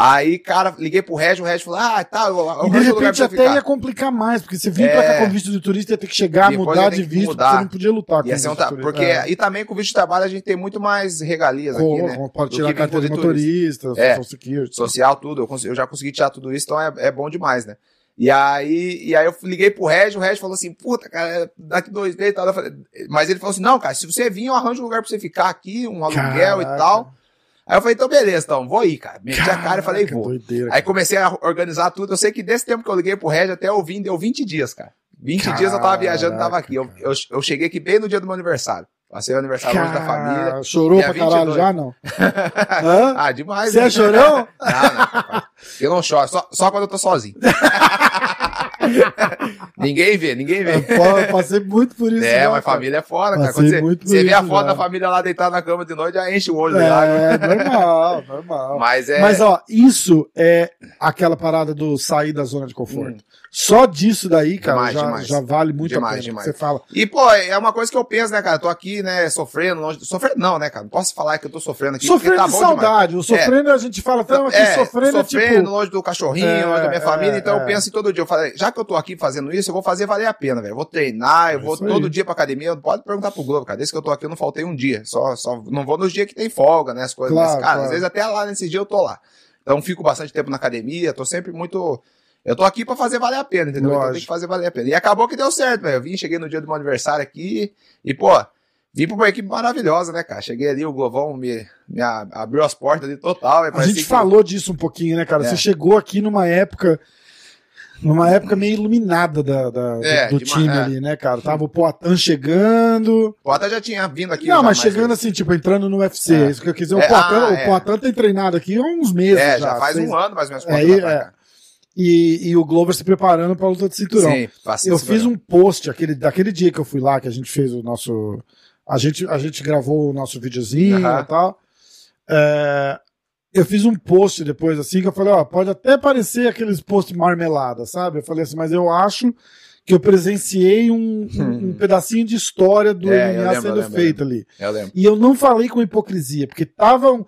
[SPEAKER 2] Aí, cara, liguei pro Regis, o Regis falou, ah, tá, eu, eu
[SPEAKER 1] E de
[SPEAKER 2] arranjo lugar pra
[SPEAKER 1] repente
[SPEAKER 2] você
[SPEAKER 1] até ia complicar mais, porque se vir
[SPEAKER 2] É.
[SPEAKER 1] pra cá com visto de turista, ia ter que chegar,
[SPEAKER 2] Depois ia
[SPEAKER 1] mudar
[SPEAKER 2] ter
[SPEAKER 1] de
[SPEAKER 2] que
[SPEAKER 1] visto,
[SPEAKER 2] mudar.
[SPEAKER 1] porque você não podia lutar com
[SPEAKER 2] Ia ser
[SPEAKER 1] visto
[SPEAKER 2] um
[SPEAKER 1] de
[SPEAKER 2] tra-
[SPEAKER 1] turista. É.
[SPEAKER 2] porque, E também com o vídeo de trabalho a gente tem muito mais regalias aqui,
[SPEAKER 1] Pô,
[SPEAKER 2] né?
[SPEAKER 1] Pode
[SPEAKER 2] do
[SPEAKER 1] tirar
[SPEAKER 2] que
[SPEAKER 1] a carteira de
[SPEAKER 2] vem com o
[SPEAKER 1] motorista,
[SPEAKER 2] É.
[SPEAKER 1] social security.
[SPEAKER 2] social, tudo. Eu, cons- eu já consegui tirar tudo isso, então é, é bom demais, né? E aí, e aí eu liguei pro Regis, o Regis falou assim, puta, cara, daqui dois dias e tal. Eu falei- Mas ele falou assim, não, cara, se você vir, eu arranjo um lugar pra você ficar aqui, um aluguel
[SPEAKER 1] Caraca.
[SPEAKER 2] e tal. Aí eu falei, então beleza, então, vou ir, cara. Meti a cara e falei,
[SPEAKER 1] Caraca,
[SPEAKER 2] vou.
[SPEAKER 1] Doideira.
[SPEAKER 2] Aí comecei a organizar tudo. Eu sei que desse tempo que eu liguei pro Regis até eu vim, deu 20 dias, cara. 20 dias eu tava viajando, tava aqui. Eu, eu, eu cheguei aqui bem no dia do meu aniversário. Passei o aniversário hoje da família.
[SPEAKER 1] Cara, Ah, Chorou
[SPEAKER 2] Dia
[SPEAKER 1] pra caralho
[SPEAKER 2] 22.
[SPEAKER 1] já, não? Hã?
[SPEAKER 2] Ah, demais.
[SPEAKER 1] Você
[SPEAKER 2] né?
[SPEAKER 1] é chorão?
[SPEAKER 2] Não, não, rapaz. Eu não choro, só, só quando eu tô sozinho. ninguém vê, ninguém
[SPEAKER 1] É,
[SPEAKER 2] vê.
[SPEAKER 1] pô, eu passei muito por isso.
[SPEAKER 2] É,
[SPEAKER 1] já,
[SPEAKER 2] mas
[SPEAKER 1] cara.
[SPEAKER 2] família é foda, cara.
[SPEAKER 1] Passei
[SPEAKER 2] Quando você,
[SPEAKER 1] muito
[SPEAKER 2] você vê a
[SPEAKER 1] isso
[SPEAKER 2] foto
[SPEAKER 1] já.
[SPEAKER 2] da família lá deitada na cama de noite, já enche o olho. lá.
[SPEAKER 1] É, normal, normal.
[SPEAKER 2] tá Mas é.
[SPEAKER 1] Mas, ó, isso é aquela parada do sair da zona de conforto. Só disso daí, cara,
[SPEAKER 2] Hum. Demais,
[SPEAKER 1] já,
[SPEAKER 2] demais.
[SPEAKER 1] já vale muito
[SPEAKER 2] Demais,
[SPEAKER 1] a pena.
[SPEAKER 2] demais.
[SPEAKER 1] Você fala,
[SPEAKER 2] E, pô, é uma coisa que eu penso, né, cara? Tô aqui, né, sofrendo, longe. Sofrendo não, né, cara? Não posso falar que eu tô sofrendo aqui. porque
[SPEAKER 1] sofrendo
[SPEAKER 2] tá
[SPEAKER 1] de
[SPEAKER 2] bom demais.
[SPEAKER 1] saudade. O sofrendo, a gente fala, então, aqui
[SPEAKER 2] É,
[SPEAKER 1] sofrendo, é tipo...
[SPEAKER 2] longe do cachorrinho,
[SPEAKER 1] É,
[SPEAKER 2] longe da minha família.
[SPEAKER 1] é,
[SPEAKER 2] então
[SPEAKER 1] é.
[SPEAKER 2] eu penso em todo dia. Eu falei, já que eu tô aqui fazendo isso, eu vou fazer valer a pena, velho. Eu Vou treinar, eu
[SPEAKER 1] É
[SPEAKER 2] vou
[SPEAKER 1] isso
[SPEAKER 2] todo
[SPEAKER 1] aí.
[SPEAKER 2] dia pra academia. Pode perguntar pro Globo, cara. Desde que eu tô aqui, eu não faltei um dia. Só, só não vou nos dias que tem folga, né? As coisas.
[SPEAKER 1] Claro,
[SPEAKER 2] mas, cara,
[SPEAKER 1] claro.
[SPEAKER 2] às vezes até lá nesse dia eu tô lá. Então fico bastante tempo na academia, tô sempre muito. Eu tô aqui pra fazer valer a pena, entendeu? Então tem
[SPEAKER 1] Lógico.
[SPEAKER 2] que fazer valer a pena. E acabou que deu certo, velho. Eu vim, cheguei no dia do meu aniversário aqui e, pô, vim pra uma equipe maravilhosa, né, cara? Cheguei ali, o Globão me, me a- abriu as portas ali total.
[SPEAKER 1] A gente falou disso um pouquinho, né, cara?
[SPEAKER 2] É.
[SPEAKER 1] Você chegou aqui numa época. Numa época meio iluminada da, da-
[SPEAKER 2] É,
[SPEAKER 1] do, do
[SPEAKER 2] de uma-
[SPEAKER 1] time
[SPEAKER 2] é.
[SPEAKER 1] ali, né, cara? Tava o Poatan chegando.
[SPEAKER 2] O Poatan já tinha vindo aqui.
[SPEAKER 1] não,
[SPEAKER 2] já,
[SPEAKER 1] mas chegando assim, tipo, entrando no UFC.
[SPEAKER 2] É.
[SPEAKER 1] É. Isso que eu quis dizer.
[SPEAKER 2] É,
[SPEAKER 1] o Poatan,
[SPEAKER 2] ah,
[SPEAKER 1] o
[SPEAKER 2] é.
[SPEAKER 1] Poatan tem treinado aqui há uns meses.
[SPEAKER 2] É, já faz
[SPEAKER 1] seis-
[SPEAKER 2] um ano mais ou menos.
[SPEAKER 1] Aí,
[SPEAKER 2] Poatan pra
[SPEAKER 1] assim, é,
[SPEAKER 2] cá.
[SPEAKER 1] E, e o Glover se preparando pra luta de cinturão.
[SPEAKER 2] Sim, né? passei
[SPEAKER 1] eu
[SPEAKER 2] esse
[SPEAKER 1] fiz
[SPEAKER 2] programa.
[SPEAKER 1] um post aquele, daquele dia que eu fui lá, que a gente fez o nosso. A gente, a gente gravou o nosso videozinho
[SPEAKER 2] Aham.
[SPEAKER 1] e tal. É, eu fiz um post depois, assim, que eu falei, ó, pode até parecer aqueles posts marmelada, sabe? Eu falei assim, mas eu acho que eu presenciei um, um- um pedacinho de história do
[SPEAKER 2] É, eu
[SPEAKER 1] MMA
[SPEAKER 2] lembro, eu
[SPEAKER 1] sendo
[SPEAKER 2] lembro, eu
[SPEAKER 1] feito ali.
[SPEAKER 2] Eu lembro.
[SPEAKER 1] E eu não falei com hipocrisia, porque tava um,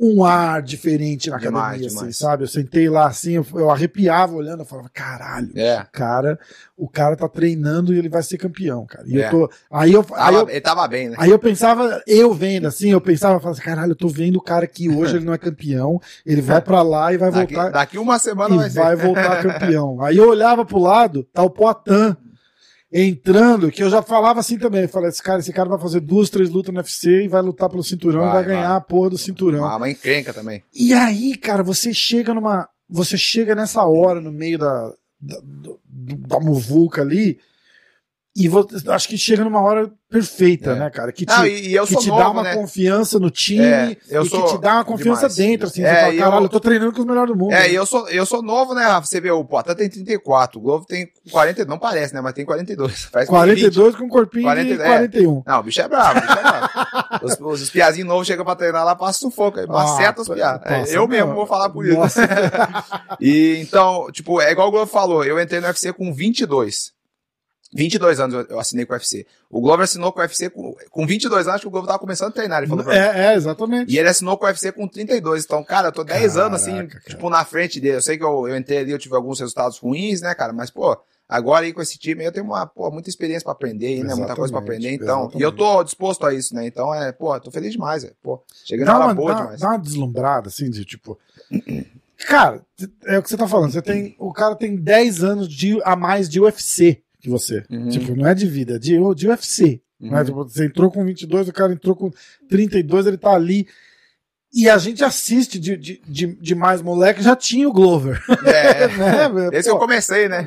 [SPEAKER 1] um ar diferente na
[SPEAKER 2] Demais,
[SPEAKER 1] academia, assim,
[SPEAKER 2] demais.
[SPEAKER 1] sabe? Eu sentei lá assim, eu, eu arrepiava olhando, eu falava, caralho,
[SPEAKER 2] É.
[SPEAKER 1] cara, o cara tá treinando e ele vai ser campeão, cara. E
[SPEAKER 2] É.
[SPEAKER 1] eu tô. Aí eu, aí
[SPEAKER 2] Tava-
[SPEAKER 1] eu,
[SPEAKER 2] Ele tava bem, né?
[SPEAKER 1] aí eu pensava, eu vendo assim, eu pensava, eu falava assim, caralho, eu tô vendo o cara que hoje ele não é campeão, ele vai pra lá e vai
[SPEAKER 2] Daqui,
[SPEAKER 1] voltar
[SPEAKER 2] daqui uma semana vai
[SPEAKER 1] e
[SPEAKER 2] ser.
[SPEAKER 1] vai voltar campeão. Aí eu olhava pro lado, tá o Poitin entrando, que eu já falava assim também. Eu falei, esse cara, esse cara vai fazer duas, três lutas no UFC e vai lutar pelo cinturão e
[SPEAKER 2] Vai,
[SPEAKER 1] vai ganhar
[SPEAKER 2] vai.
[SPEAKER 1] a porra do cinturão.
[SPEAKER 2] Uma, uma encrenca também.
[SPEAKER 1] E aí, cara, você chega numa. Você chega nessa hora no meio da, da, do- da muvuca ali. E você, acho que chega numa hora perfeita,
[SPEAKER 2] É.
[SPEAKER 1] né, cara? Que te,
[SPEAKER 2] Não, e, e eu
[SPEAKER 1] que
[SPEAKER 2] sou
[SPEAKER 1] te
[SPEAKER 2] novo,
[SPEAKER 1] dá uma
[SPEAKER 2] né?
[SPEAKER 1] confiança no time
[SPEAKER 2] É, eu
[SPEAKER 1] e
[SPEAKER 2] sou
[SPEAKER 1] que te dá uma confiança
[SPEAKER 2] demais.
[SPEAKER 1] dentro, assim.
[SPEAKER 2] É,
[SPEAKER 1] você fala,
[SPEAKER 2] e eu-
[SPEAKER 1] caralho, eu... tô treinando com os melhores do mundo.
[SPEAKER 2] É,
[SPEAKER 1] né?
[SPEAKER 2] e eu sou, eu sou novo, né, Rafa? Você vê, o Poitin tem 34, o Globo tem 40, não parece, né? Mas tem 42. Faz 20.
[SPEAKER 1] 42 com um corpinho
[SPEAKER 2] 40,
[SPEAKER 1] de
[SPEAKER 2] é.
[SPEAKER 1] 41.
[SPEAKER 2] Não, o bicho é bravo, o bicho é bravo. os, os, piazinhos novos chegam pra treinar lá, passa sufoco, aí maceta os
[SPEAKER 1] Ah,
[SPEAKER 2] piá. É,
[SPEAKER 1] nossa,
[SPEAKER 2] eu mesmo
[SPEAKER 1] não.
[SPEAKER 2] vou falar por isso.
[SPEAKER 1] Nossa,
[SPEAKER 2] E então, tipo, é igual o Glover falou, eu entrei no UFC com 22. 22 anos eu- eu assinei com o UFC. O Glover assinou com o UFC com, com 22 anos, acho que o Glover tava começando a treinar, ele falou pra mim.
[SPEAKER 1] é, é, exatamente.
[SPEAKER 2] E ele assinou com o UFC com 32. Então, cara, eu tô 10 anos assim,
[SPEAKER 1] Caraca, cara.
[SPEAKER 2] tipo, na frente dele. Eu sei que eu, eu entrei ali, eu tive alguns resultados ruins, né, cara? Mas, pô, agora aí com esse time aí eu tenho uma, pô, muita experiência pra aprender, aí, né? Muita coisa pra
[SPEAKER 1] Exatamente,
[SPEAKER 2] aprender, então. E eu tô disposto a isso, né? Então, é, pô, eu tô feliz demais, velho. Pô, chegando
[SPEAKER 1] Dá
[SPEAKER 2] na hora
[SPEAKER 1] uma,
[SPEAKER 2] boa
[SPEAKER 1] dá-
[SPEAKER 2] demais.
[SPEAKER 1] dá uma deslumbrada, assim, de tipo. Cara, é o que você tá falando. Você tem, o cara tem 10 anos de, a mais de UFC que você.
[SPEAKER 2] Uhum.
[SPEAKER 1] Tipo, não é de vida, é de, de UFC. né?
[SPEAKER 2] Uhum.
[SPEAKER 1] Tipo, você entrou com 22, o cara entrou com 32, ele tá ali. E a gente assiste de, de, de, de mais moleque, já tinha o Glover.
[SPEAKER 2] É, é.
[SPEAKER 1] Né? velho?
[SPEAKER 2] Esse
[SPEAKER 1] Pô,
[SPEAKER 2] eu comecei, né?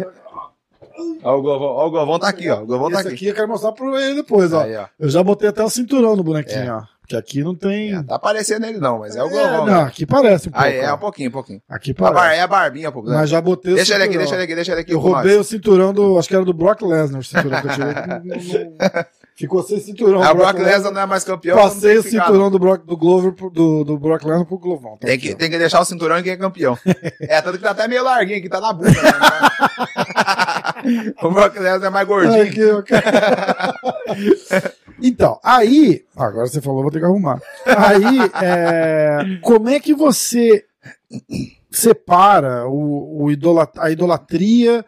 [SPEAKER 2] Ó, o Govão, ó, o Govão tá aqui, ó. O Govão tá
[SPEAKER 1] esse
[SPEAKER 2] aqui.
[SPEAKER 1] aqui eu quero mostrar pro ele depois, ó.
[SPEAKER 2] Aí, ó.
[SPEAKER 1] Eu já botei até o cinturão no bonequinho,
[SPEAKER 2] É.
[SPEAKER 1] ó. Porque aqui não tem.
[SPEAKER 2] É, tá aparecendo ele não, mas é o
[SPEAKER 1] É,
[SPEAKER 2] Govão.
[SPEAKER 1] não, aqui parece um pouco.
[SPEAKER 2] Aí, é,
[SPEAKER 1] ó.
[SPEAKER 2] um pouquinho, um pouquinho.
[SPEAKER 1] Aqui
[SPEAKER 2] A bar-
[SPEAKER 1] parece.
[SPEAKER 2] é a barbinha, pô.
[SPEAKER 1] Mas já botei
[SPEAKER 2] Deixa
[SPEAKER 1] o
[SPEAKER 2] ele aqui,
[SPEAKER 1] cinturão.
[SPEAKER 2] deixa ele aqui, deixa ele aqui.
[SPEAKER 1] Eu
[SPEAKER 2] com
[SPEAKER 1] roubei
[SPEAKER 2] nós.
[SPEAKER 1] o cinturão do. Acho que era do Brock Lesnar, o cinturão que eu tirei. Não- não- Ficou sem cinturão.
[SPEAKER 2] Ah, o Brock Lesnar não é mais campeão. então
[SPEAKER 1] Passei
[SPEAKER 2] não
[SPEAKER 1] o
[SPEAKER 2] tem que ficar,
[SPEAKER 1] cinturão do, Brock, do Glover pro, do, do Brock Lesnar pro Glovão.
[SPEAKER 2] não.
[SPEAKER 1] Tá
[SPEAKER 2] Tem
[SPEAKER 1] aqui,
[SPEAKER 2] que,
[SPEAKER 1] ó.
[SPEAKER 2] tem que deixar o cinturão quem é campeão. É, tanto que tá até meio larguinho aqui, tá na bunda. Né? o Brock Lesnar é mais
[SPEAKER 1] Tá
[SPEAKER 2] gordinho.
[SPEAKER 1] aqui, ó, cara. Então, aí. Agora você falou, vou ter que arrumar. Aí, é, como é que você separa o, o idolat a idolatria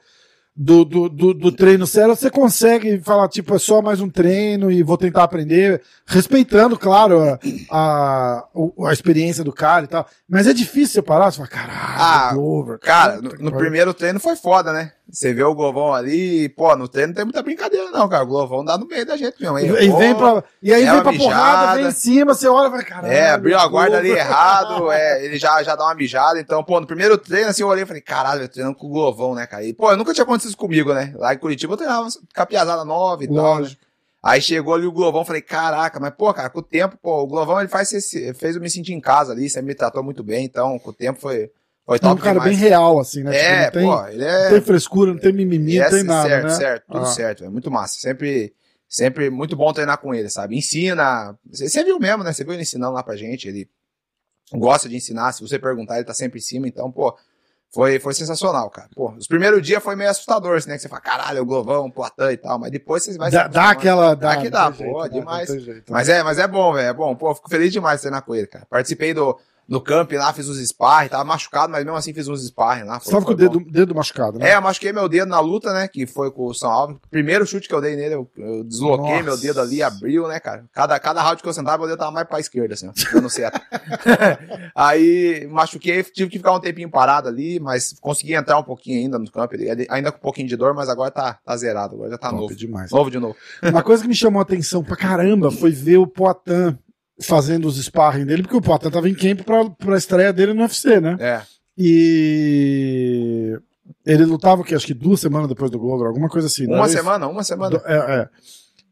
[SPEAKER 1] do, do, do, do treino sério, você consegue falar, tipo, é só mais um treino e vou tentar aprender, respeitando, claro, a, a, o- a experiência do cara e tal. Mas é difícil separar, você fala,
[SPEAKER 2] Ah,
[SPEAKER 1] caralho, over,
[SPEAKER 2] Cara, no, no primeiro treino foi foda, né? Você vê o Glovão ali, e, pô, no treino não tem muita brincadeira, não, cara. O Glovão dá no meio da gente mesmo.
[SPEAKER 1] E, e vem pra, e aí
[SPEAKER 2] é
[SPEAKER 1] vem
[SPEAKER 2] uma
[SPEAKER 1] pra porrada,
[SPEAKER 2] mijada.
[SPEAKER 1] vem em cima, você olha e fala, caralho.
[SPEAKER 2] É, abriu a guarda ali
[SPEAKER 1] over.
[SPEAKER 2] errado, é, ele já, já dá uma mijada. Então, pô, no primeiro treino, assim, eu olhei e falei, caralho, eu treinando com o Glovão, né, cara? E, pô, nunca tinha acontecido isso comigo, né? Lá em Curitiba eu treinava com a piazada nova e tal. né?
[SPEAKER 1] Lógico.
[SPEAKER 2] Aí chegou ali o Glovão, falei, caraca, mas, pô, cara, com o tempo, pô, o Glovão, ele faz, esse- fez eu me sentir em casa ali, você me tratou muito bem, então, com o tempo foi, foi
[SPEAKER 1] É um
[SPEAKER 2] top
[SPEAKER 1] cara bem
[SPEAKER 2] demais.
[SPEAKER 1] real, assim, né?
[SPEAKER 2] É,
[SPEAKER 1] Tipo, não, tem,
[SPEAKER 2] pô, ele é...
[SPEAKER 1] não tem frescura, não tem mimimi,
[SPEAKER 2] Yes,
[SPEAKER 1] não tem nada,
[SPEAKER 2] certo,
[SPEAKER 1] né?
[SPEAKER 2] certo, tudo
[SPEAKER 1] Ah.
[SPEAKER 2] certo, é muito massa. Sempre, sempre muito bom treinar com ele, sabe? Ensina. Você você viu mesmo, né? Você viu ele ensinando lá pra gente, ele gosta de ensinar, se você perguntar, ele tá sempre em cima, então, pô, foi, foi sensacional, cara. Pô, os primeiros dias foi meio assustador, assim, né? Que você fala, caralho, o Glovão, Platã e tal, mas depois você vai se
[SPEAKER 1] Dá, dá
[SPEAKER 2] acostumando.
[SPEAKER 1] aquela... Dá,
[SPEAKER 2] Aqui dá,
[SPEAKER 1] não tem
[SPEAKER 2] pô,
[SPEAKER 1] jeito, não,
[SPEAKER 2] demais.
[SPEAKER 1] não tem jeito. né?
[SPEAKER 2] Mas é, mas é bom, velho. É bom. Pô, fico feliz demais de treinar com ele, cara. Participei do, do camping lá, fiz uns sparring, tava machucado, mas mesmo assim fiz uns sparring lá.
[SPEAKER 1] Você tava com o
[SPEAKER 2] tá bom.
[SPEAKER 1] dedo, dedo machucado, né?
[SPEAKER 2] É, eu machuquei meu dedo na luta, né? Que foi com o São Alves. Primeiro chute que eu dei nele, eu, eu desloquei
[SPEAKER 1] Nossa.
[SPEAKER 2] meu dedo ali, abriu, né, cara? Cada, cada round que eu sentava, meu dedo tava mais pra esquerda, assim, ó, dando certo. Aí machuquei, tive que ficar um tempinho parado ali, mas consegui entrar um pouquinho ainda no campo. ele- ele- Ainda com um pouquinho de dor, mas agora tá, tá zerado, agora já tá
[SPEAKER 1] Top
[SPEAKER 2] novo.
[SPEAKER 1] demais.
[SPEAKER 2] Novo de novo.
[SPEAKER 1] Uma coisa que me chamou a atenção pra caramba foi ver o Poitin fazendo os sparring dele, porque o Poitin tava em camp pra, pra estreia dele no UFC, né?
[SPEAKER 2] É.
[SPEAKER 1] E ele lutava, o quê? Acho que duas semanas depois do Glover, alguma coisa assim. né?
[SPEAKER 2] Uma
[SPEAKER 1] Isso.
[SPEAKER 2] semana, uma semana.
[SPEAKER 1] Do- É, é.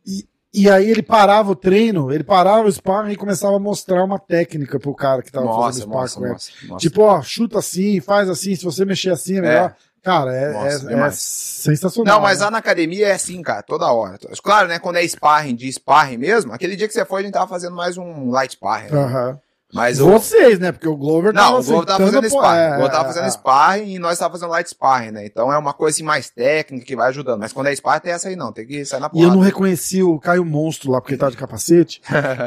[SPEAKER 1] E, e aí ele parava o treino, ele parava o sparring e começava a mostrar uma técnica pro cara que tava
[SPEAKER 2] Nossa,
[SPEAKER 1] fazendo sparring
[SPEAKER 2] nossa,
[SPEAKER 1] com ele.
[SPEAKER 2] nossa, nossa.
[SPEAKER 1] Tipo, ó, chuta assim, faz assim, se você mexer assim é melhor. Cara, é,
[SPEAKER 2] Nossa,
[SPEAKER 1] é-
[SPEAKER 2] demais.
[SPEAKER 1] é sensacional.
[SPEAKER 2] Não, mas
[SPEAKER 1] né?
[SPEAKER 2] lá na academia é assim, cara, toda hora. Claro, né? Quando é sparring de sparring mesmo, aquele dia que você foi, a gente tava fazendo mais um light sparring. né?
[SPEAKER 1] Aham.
[SPEAKER 2] Mas o.
[SPEAKER 1] Vocês, né? Porque o Glover
[SPEAKER 2] Não, o Globo tava
[SPEAKER 1] aceitando,
[SPEAKER 2] fazendo
[SPEAKER 1] pô,
[SPEAKER 2] sparring.
[SPEAKER 1] é,
[SPEAKER 2] o Globo tava
[SPEAKER 1] é,
[SPEAKER 2] fazendo
[SPEAKER 1] é.
[SPEAKER 2] sparring e nós tava fazendo light sparring, né? Então é uma coisa assim mais técnica que vai ajudando. Mas quando é sparring, tem essa aí não. Tem que sair na
[SPEAKER 1] E eu não
[SPEAKER 2] porrada.
[SPEAKER 1] reconheci o Caio Monstro lá, porque ele tava de capacete.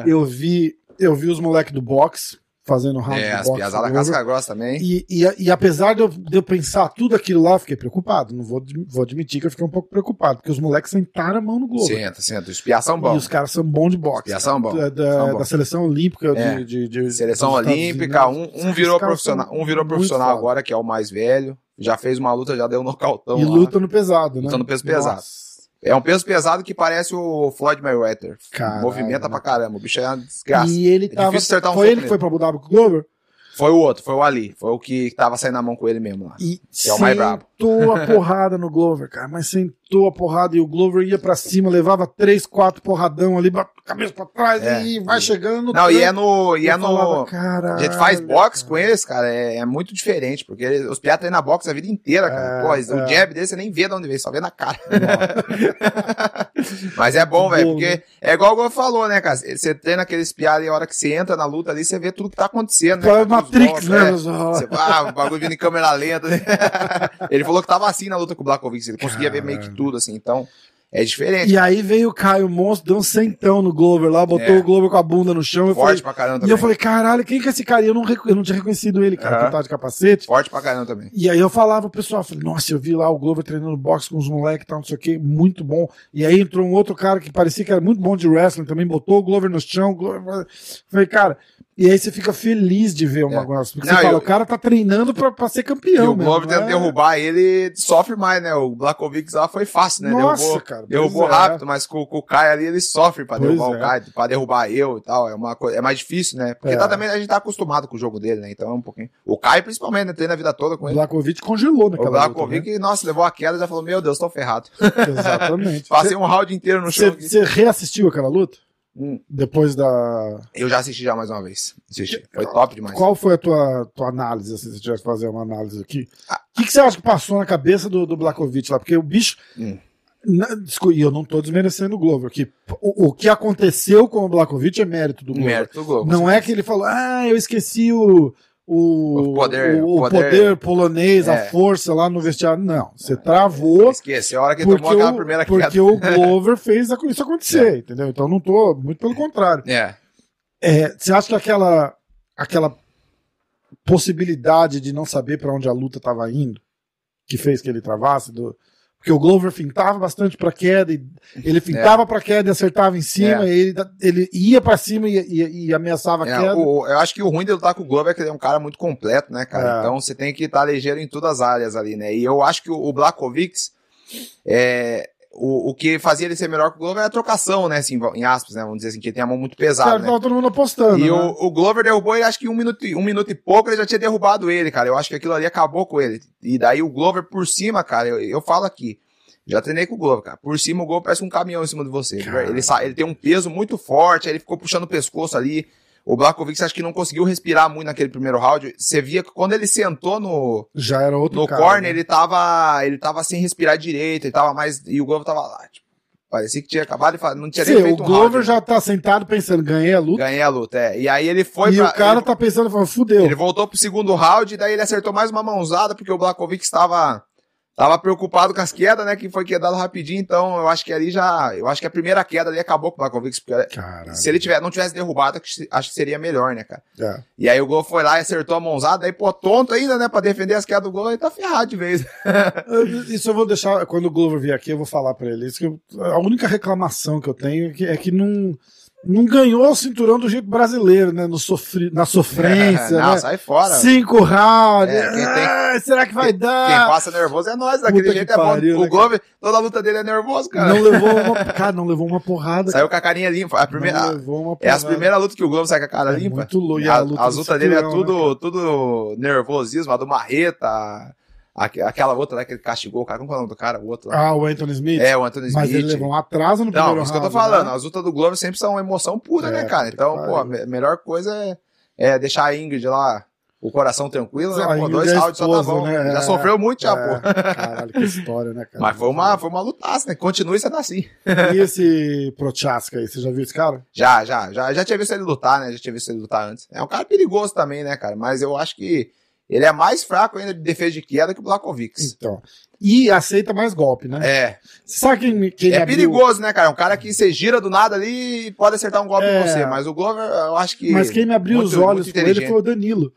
[SPEAKER 1] eu vi eu vi os moleques do box fazendo round
[SPEAKER 2] é,
[SPEAKER 1] do
[SPEAKER 2] as
[SPEAKER 1] boxe
[SPEAKER 2] piazadas
[SPEAKER 1] do Glover.
[SPEAKER 2] casca grossa também.
[SPEAKER 1] E, e- e apesar de eu, de eu pensar tudo aquilo lá, eu fiquei preocupado. Não vou, admi- vou admitir que eu fiquei um pouco preocupado, porque os moleques sentaram a mão no Globo.
[SPEAKER 2] Senta, senta. Os piás são
[SPEAKER 1] E
[SPEAKER 2] bons.
[SPEAKER 1] os caras são bons de boxe.
[SPEAKER 2] Os piás são bons.
[SPEAKER 1] Da, da-
[SPEAKER 2] São bons.
[SPEAKER 1] da seleção olímpica de-
[SPEAKER 2] É.
[SPEAKER 1] de, de-
[SPEAKER 2] Seleção
[SPEAKER 1] dos Estados
[SPEAKER 2] olímpica,
[SPEAKER 1] Unidos.
[SPEAKER 2] um, um virou
[SPEAKER 1] Os caras
[SPEAKER 2] profissional,
[SPEAKER 1] são
[SPEAKER 2] um virou
[SPEAKER 1] muito
[SPEAKER 2] profissional
[SPEAKER 1] foda.
[SPEAKER 2] agora, que é o mais velho. Já fez uma luta, já deu um nocautão.
[SPEAKER 1] E
[SPEAKER 2] lá.
[SPEAKER 1] luta no pesado, né?
[SPEAKER 2] Luta no peso
[SPEAKER 1] Nossa.
[SPEAKER 2] pesado. É um peso pesado que parece o Floyd Mayweather.
[SPEAKER 1] Caralho,
[SPEAKER 2] Movimenta
[SPEAKER 1] né?
[SPEAKER 2] pra caramba. O bicho é uma desgraça.
[SPEAKER 1] E ele
[SPEAKER 2] É
[SPEAKER 1] tava.
[SPEAKER 2] difícil acertar um
[SPEAKER 1] foi
[SPEAKER 2] soco
[SPEAKER 1] ele que
[SPEAKER 2] nele.
[SPEAKER 1] foi pra Abu Dhabi com o Glover?
[SPEAKER 2] Foi o outro, foi o Ali. Foi o que tava saindo na mão com ele mesmo lá.
[SPEAKER 1] E
[SPEAKER 2] É o mais brabo.
[SPEAKER 1] sentou a porrada no Glover, cara. Mas sentou a porrada e o Glover ia pra cima, levava três, quatro porradão ali, bate- cabeça pra trás
[SPEAKER 2] É.
[SPEAKER 1] e vai
[SPEAKER 2] E-
[SPEAKER 1] chegando.
[SPEAKER 2] Não, e é
[SPEAKER 1] tanto.
[SPEAKER 2] no. E é
[SPEAKER 1] Eu falava,
[SPEAKER 2] no...
[SPEAKER 1] "Caralho,
[SPEAKER 2] A gente faz boxe com
[SPEAKER 1] cara."
[SPEAKER 2] eles, cara, é, é muito diferente, porque eles- os piatas treinam boxe a vida inteira, cara.
[SPEAKER 1] É,
[SPEAKER 2] Pô, eles- o
[SPEAKER 1] é.
[SPEAKER 2] jab dele você nem vê de onde vem, só vê na cara. Mas é bom, velho,
[SPEAKER 1] Bom, né?
[SPEAKER 2] porque é igual o Gol falou, né, cara? Você treina aqueles piadas e a hora que você entra na luta ali, você vê tudo que tá acontecendo, né?
[SPEAKER 1] Foi
[SPEAKER 2] cara?
[SPEAKER 1] a
[SPEAKER 2] Todos os
[SPEAKER 1] Matrix,
[SPEAKER 2] golpes,
[SPEAKER 1] né?
[SPEAKER 2] é.
[SPEAKER 1] meus-
[SPEAKER 2] Você, ah, o bagulho vindo em câmera lenta. né? ele falou que tava assim na luta com o Blakovic, ele conseguia ver meio que tudo, assim, então é diferente.
[SPEAKER 1] E aí veio o Caio Monstro, deu um centão no Glover lá, botou
[SPEAKER 2] É.
[SPEAKER 1] o Glover com a bunda no chão. Eu falei,
[SPEAKER 2] Forte pra caramba
[SPEAKER 1] e eu
[SPEAKER 2] também.
[SPEAKER 1] falei, caralho, quem que é esse cara? E eu não, recu- eu não tinha reconhecido ele, cara,
[SPEAKER 2] Aham.
[SPEAKER 1] que ele tava de capacete.
[SPEAKER 2] Forte pra caramba também.
[SPEAKER 1] E aí eu falava pro pessoal, eu falei, nossa, eu vi lá o Glover treinando boxe com os moleques e tal, não sei o que, muito bom. E aí entrou um outro cara que parecia que era muito bom de wrestling também, botou o Glover no chão. o Glover... Falei, cara, e aí você fica feliz de ver uma
[SPEAKER 2] É.
[SPEAKER 1] coisa. Porque
[SPEAKER 2] Não,
[SPEAKER 1] você
[SPEAKER 2] eu-
[SPEAKER 1] fala, o cara tá treinando pra, pra ser campeão.
[SPEAKER 2] E o
[SPEAKER 1] mesmo,
[SPEAKER 2] Glover né?
[SPEAKER 1] não
[SPEAKER 2] tentando
[SPEAKER 1] é-
[SPEAKER 2] derrubar ele, sofre mais, né? O Blakovic lá foi fácil, né?
[SPEAKER 1] Nossa,
[SPEAKER 2] derrubou
[SPEAKER 1] cara, pois
[SPEAKER 2] derrubou
[SPEAKER 1] é.
[SPEAKER 2] rápido, mas com, com o Kai ali ele sofre pra
[SPEAKER 1] Pois
[SPEAKER 2] derrubar o
[SPEAKER 1] é.
[SPEAKER 2] Kai, pra derrubar eu e tal. É, uma coisa, é mais difícil, né? Porque
[SPEAKER 1] É.
[SPEAKER 2] tá, também a gente tá acostumado com o jogo dele, né? Então é um pouquinho. O Kai, principalmente, né? Treina a vida toda com
[SPEAKER 1] O
[SPEAKER 2] ele.
[SPEAKER 1] Blakovic congelou naquela
[SPEAKER 2] O
[SPEAKER 1] luta,
[SPEAKER 2] Blakovic, nossa, levou a queda e já falou: Meu Deus, tô ferrado.
[SPEAKER 1] né? Exatamente.
[SPEAKER 2] Passei um round inteiro no show.
[SPEAKER 1] Você reassistiu aquela luta?
[SPEAKER 2] Hum.
[SPEAKER 1] Depois da.
[SPEAKER 2] Eu já assisti já mais uma vez. Assisti. Foi top demais.
[SPEAKER 1] Qual foi a tua, tua análise? assim, Se você tivesse que fazer uma análise aqui. O
[SPEAKER 2] Ah.
[SPEAKER 1] que, que você acha que passou na cabeça do, do Blakovic lá? Porque o bicho.
[SPEAKER 2] Hum.
[SPEAKER 1] Na- desculpa, e eu não tô desmerecendo o Glover. Que o, o que aconteceu com o Blakovic é mérito do Glover.
[SPEAKER 2] Mérito do Globo.
[SPEAKER 1] Não é que ele falou, ah, eu esqueci o. O,
[SPEAKER 2] O poder-
[SPEAKER 1] o- o
[SPEAKER 2] poder-
[SPEAKER 1] poder, polonês,
[SPEAKER 2] É.
[SPEAKER 1] a força lá no vestiário. Não, você travou
[SPEAKER 2] Esqueci, é a hora que
[SPEAKER 1] porque,
[SPEAKER 2] tomou aquela
[SPEAKER 1] o,
[SPEAKER 2] primeira queda. É.
[SPEAKER 1] porque o Glover fez a- isso acontecer, entendeu? Então não tô, muito pelo contrário.
[SPEAKER 2] É.
[SPEAKER 1] É, você acha que aquela, aquela possibilidade de não saber para onde a luta estava indo, que fez que ele travasse, do, porque o Glover fintava bastante para queda, e ele fintava pra para queda e acertava em cima,
[SPEAKER 2] É.
[SPEAKER 1] e ele, ele ia para cima e, e- e ameaçava a
[SPEAKER 2] É,
[SPEAKER 1] queda.
[SPEAKER 2] o- eu acho que o ruim de lutar com o Glover é que ele é um cara muito completo, né, cara?
[SPEAKER 1] É.
[SPEAKER 2] Então você tem que estar ligeiro em todas as áreas ali, né? E eu acho que o, o Blackovics, é, o, o que fazia ele ser melhor que o Glover é a trocação, né? Assim, em aspas, né? Vamos dizer assim, que ele tem a mão muito pesada,
[SPEAKER 1] Cara,
[SPEAKER 2] né?
[SPEAKER 1] tava todo mundo apostando.
[SPEAKER 2] E
[SPEAKER 1] né?
[SPEAKER 2] o, o Glover derrubou ele, acho que um minuto, e- um minuto e pouco ele já tinha derrubado ele, cara. Eu acho que aquilo ali acabou com ele. E daí o Glover por cima, cara, eu, eu falo aqui. Já treinei com o Glover, cara. Por cima o Glover parece um caminhão em cima de você.
[SPEAKER 1] Cara.
[SPEAKER 2] Ele, sa- ele tem um peso muito forte, aí ele ficou puxando o pescoço ali. O Blakovic acho que não conseguiu respirar muito naquele primeiro round. Você via que quando ele sentou no,
[SPEAKER 1] Já era outro
[SPEAKER 2] no
[SPEAKER 1] cara.
[SPEAKER 2] corner,
[SPEAKER 1] né?
[SPEAKER 2] ele tava. Ele tava sem respirar direito, ele tava mais. E o Glover tava lá, tipo, parecia que tinha acabado de fazer. Não tinha
[SPEAKER 1] Sim,
[SPEAKER 2] nem
[SPEAKER 1] o
[SPEAKER 2] feito um
[SPEAKER 1] Glover
[SPEAKER 2] round, né?
[SPEAKER 1] já tá sentado pensando, ganhei a luta.
[SPEAKER 2] Ganhei a luta, é. E aí ele foi
[SPEAKER 1] e
[SPEAKER 2] pra-
[SPEAKER 1] o cara
[SPEAKER 2] ele-
[SPEAKER 1] tá pensando, falando, fudeu.
[SPEAKER 2] Ele voltou pro segundo round e daí ele acertou mais uma mãozada porque o Blakovic estava estava preocupado com as quedas, né, que foi quedado rapidinho, então eu acho que ali já, eu acho que a primeira queda ali acabou com o Blakovic, porque
[SPEAKER 1] Caralho.
[SPEAKER 2] se ele tiver, não tivesse derrubado, acho que se- acho que seria melhor, né, cara.
[SPEAKER 1] É.
[SPEAKER 2] E aí o gol foi lá e acertou a mãozada, aí pô, tonto ainda, né, pra defender as quedas do gol, ele tá ferrado de vez.
[SPEAKER 1] Eu- É, Isso eu vou deixar, quando o Glover vier aqui, eu vou falar pra ele. Isso que eu- a única reclamação que eu tenho é que, é que não, não ganhou o cinturão do jeito brasileiro, né? No sofri, na sofrência,
[SPEAKER 2] não,
[SPEAKER 1] né?
[SPEAKER 2] sai fora.
[SPEAKER 1] Cinco rounds.
[SPEAKER 2] É, quem tem-
[SPEAKER 1] Ah, será que vai
[SPEAKER 2] Quem
[SPEAKER 1] dar?
[SPEAKER 2] passa nervoso é nós, daquele
[SPEAKER 1] Puta
[SPEAKER 2] jeito
[SPEAKER 1] que
[SPEAKER 2] é bom.
[SPEAKER 1] pariu,
[SPEAKER 2] o
[SPEAKER 1] né,
[SPEAKER 2] Glover, toda a luta dele é nervoso, cara.
[SPEAKER 1] Não levou uma, cara, não levou uma porrada.
[SPEAKER 2] Saiu com a carinha limpa. A
[SPEAKER 1] cara.
[SPEAKER 2] primeira,
[SPEAKER 1] Não levou uma
[SPEAKER 2] É as
[SPEAKER 1] porrada.
[SPEAKER 2] primeiras lutas que o Globo sai com a cara
[SPEAKER 1] É
[SPEAKER 2] limpa.
[SPEAKER 1] muito louco. E
[SPEAKER 2] A,
[SPEAKER 1] a
[SPEAKER 2] a
[SPEAKER 1] luta
[SPEAKER 2] luta,
[SPEAKER 1] do
[SPEAKER 2] dele é
[SPEAKER 1] cinturão, né,
[SPEAKER 2] tudo, tudo nervosismo, a do Marreta, a- aque- aquela outra lá que ele castigou o cara. Como que é o nome do cara? O outro lá.
[SPEAKER 1] Ah, o Anthony Smith.
[SPEAKER 2] é, o Anthony Smith.
[SPEAKER 1] Mas ele levou um atraso no
[SPEAKER 2] Não,
[SPEAKER 1] primeiro
[SPEAKER 2] é isso que eu tô
[SPEAKER 1] round,
[SPEAKER 2] falando.
[SPEAKER 1] né?
[SPEAKER 2] As lutas do Globo sempre são emoção pura,
[SPEAKER 1] É,
[SPEAKER 2] né, cara?
[SPEAKER 1] puta que
[SPEAKER 2] Então, pô,
[SPEAKER 1] pariu.
[SPEAKER 2] a me- melhor coisa é, é deixar a Ingrid lá, o coração tranquilo, né?
[SPEAKER 1] A
[SPEAKER 2] Pô,
[SPEAKER 1] Ingrid
[SPEAKER 2] dois
[SPEAKER 1] é
[SPEAKER 2] rounds só tá
[SPEAKER 1] esposa,
[SPEAKER 2] bom.
[SPEAKER 1] né?
[SPEAKER 2] Já
[SPEAKER 1] É,
[SPEAKER 2] sofreu muito, já, pô.
[SPEAKER 1] É, caralho, que história, né, cara?
[SPEAKER 2] Mas foi uma, foi uma lutaça, né? Continue sendo assim.
[SPEAKER 1] E esse Prochaska aí, você já viu esse cara?
[SPEAKER 2] Já, já, já, já tinha visto ele lutar, né? Já tinha visto ele lutar antes. É um cara perigoso também, né, cara? Mas eu acho que ele é mais fraco ainda de defesa de queda que o Blakovic.
[SPEAKER 1] Então. E aceita mais golpe, né?
[SPEAKER 2] É,
[SPEAKER 1] Sabe quem, quem
[SPEAKER 2] é
[SPEAKER 1] abriu-
[SPEAKER 2] perigoso, né, cara? É um cara que você gira do nada ali e pode acertar um golpe
[SPEAKER 1] É.
[SPEAKER 2] em você. Mas o Glover, eu acho que.
[SPEAKER 1] Mas quem me abriu
[SPEAKER 2] muito-
[SPEAKER 1] os olhos
[SPEAKER 2] muito
[SPEAKER 1] com ele
[SPEAKER 2] inteligente.
[SPEAKER 1] foi o Danilo.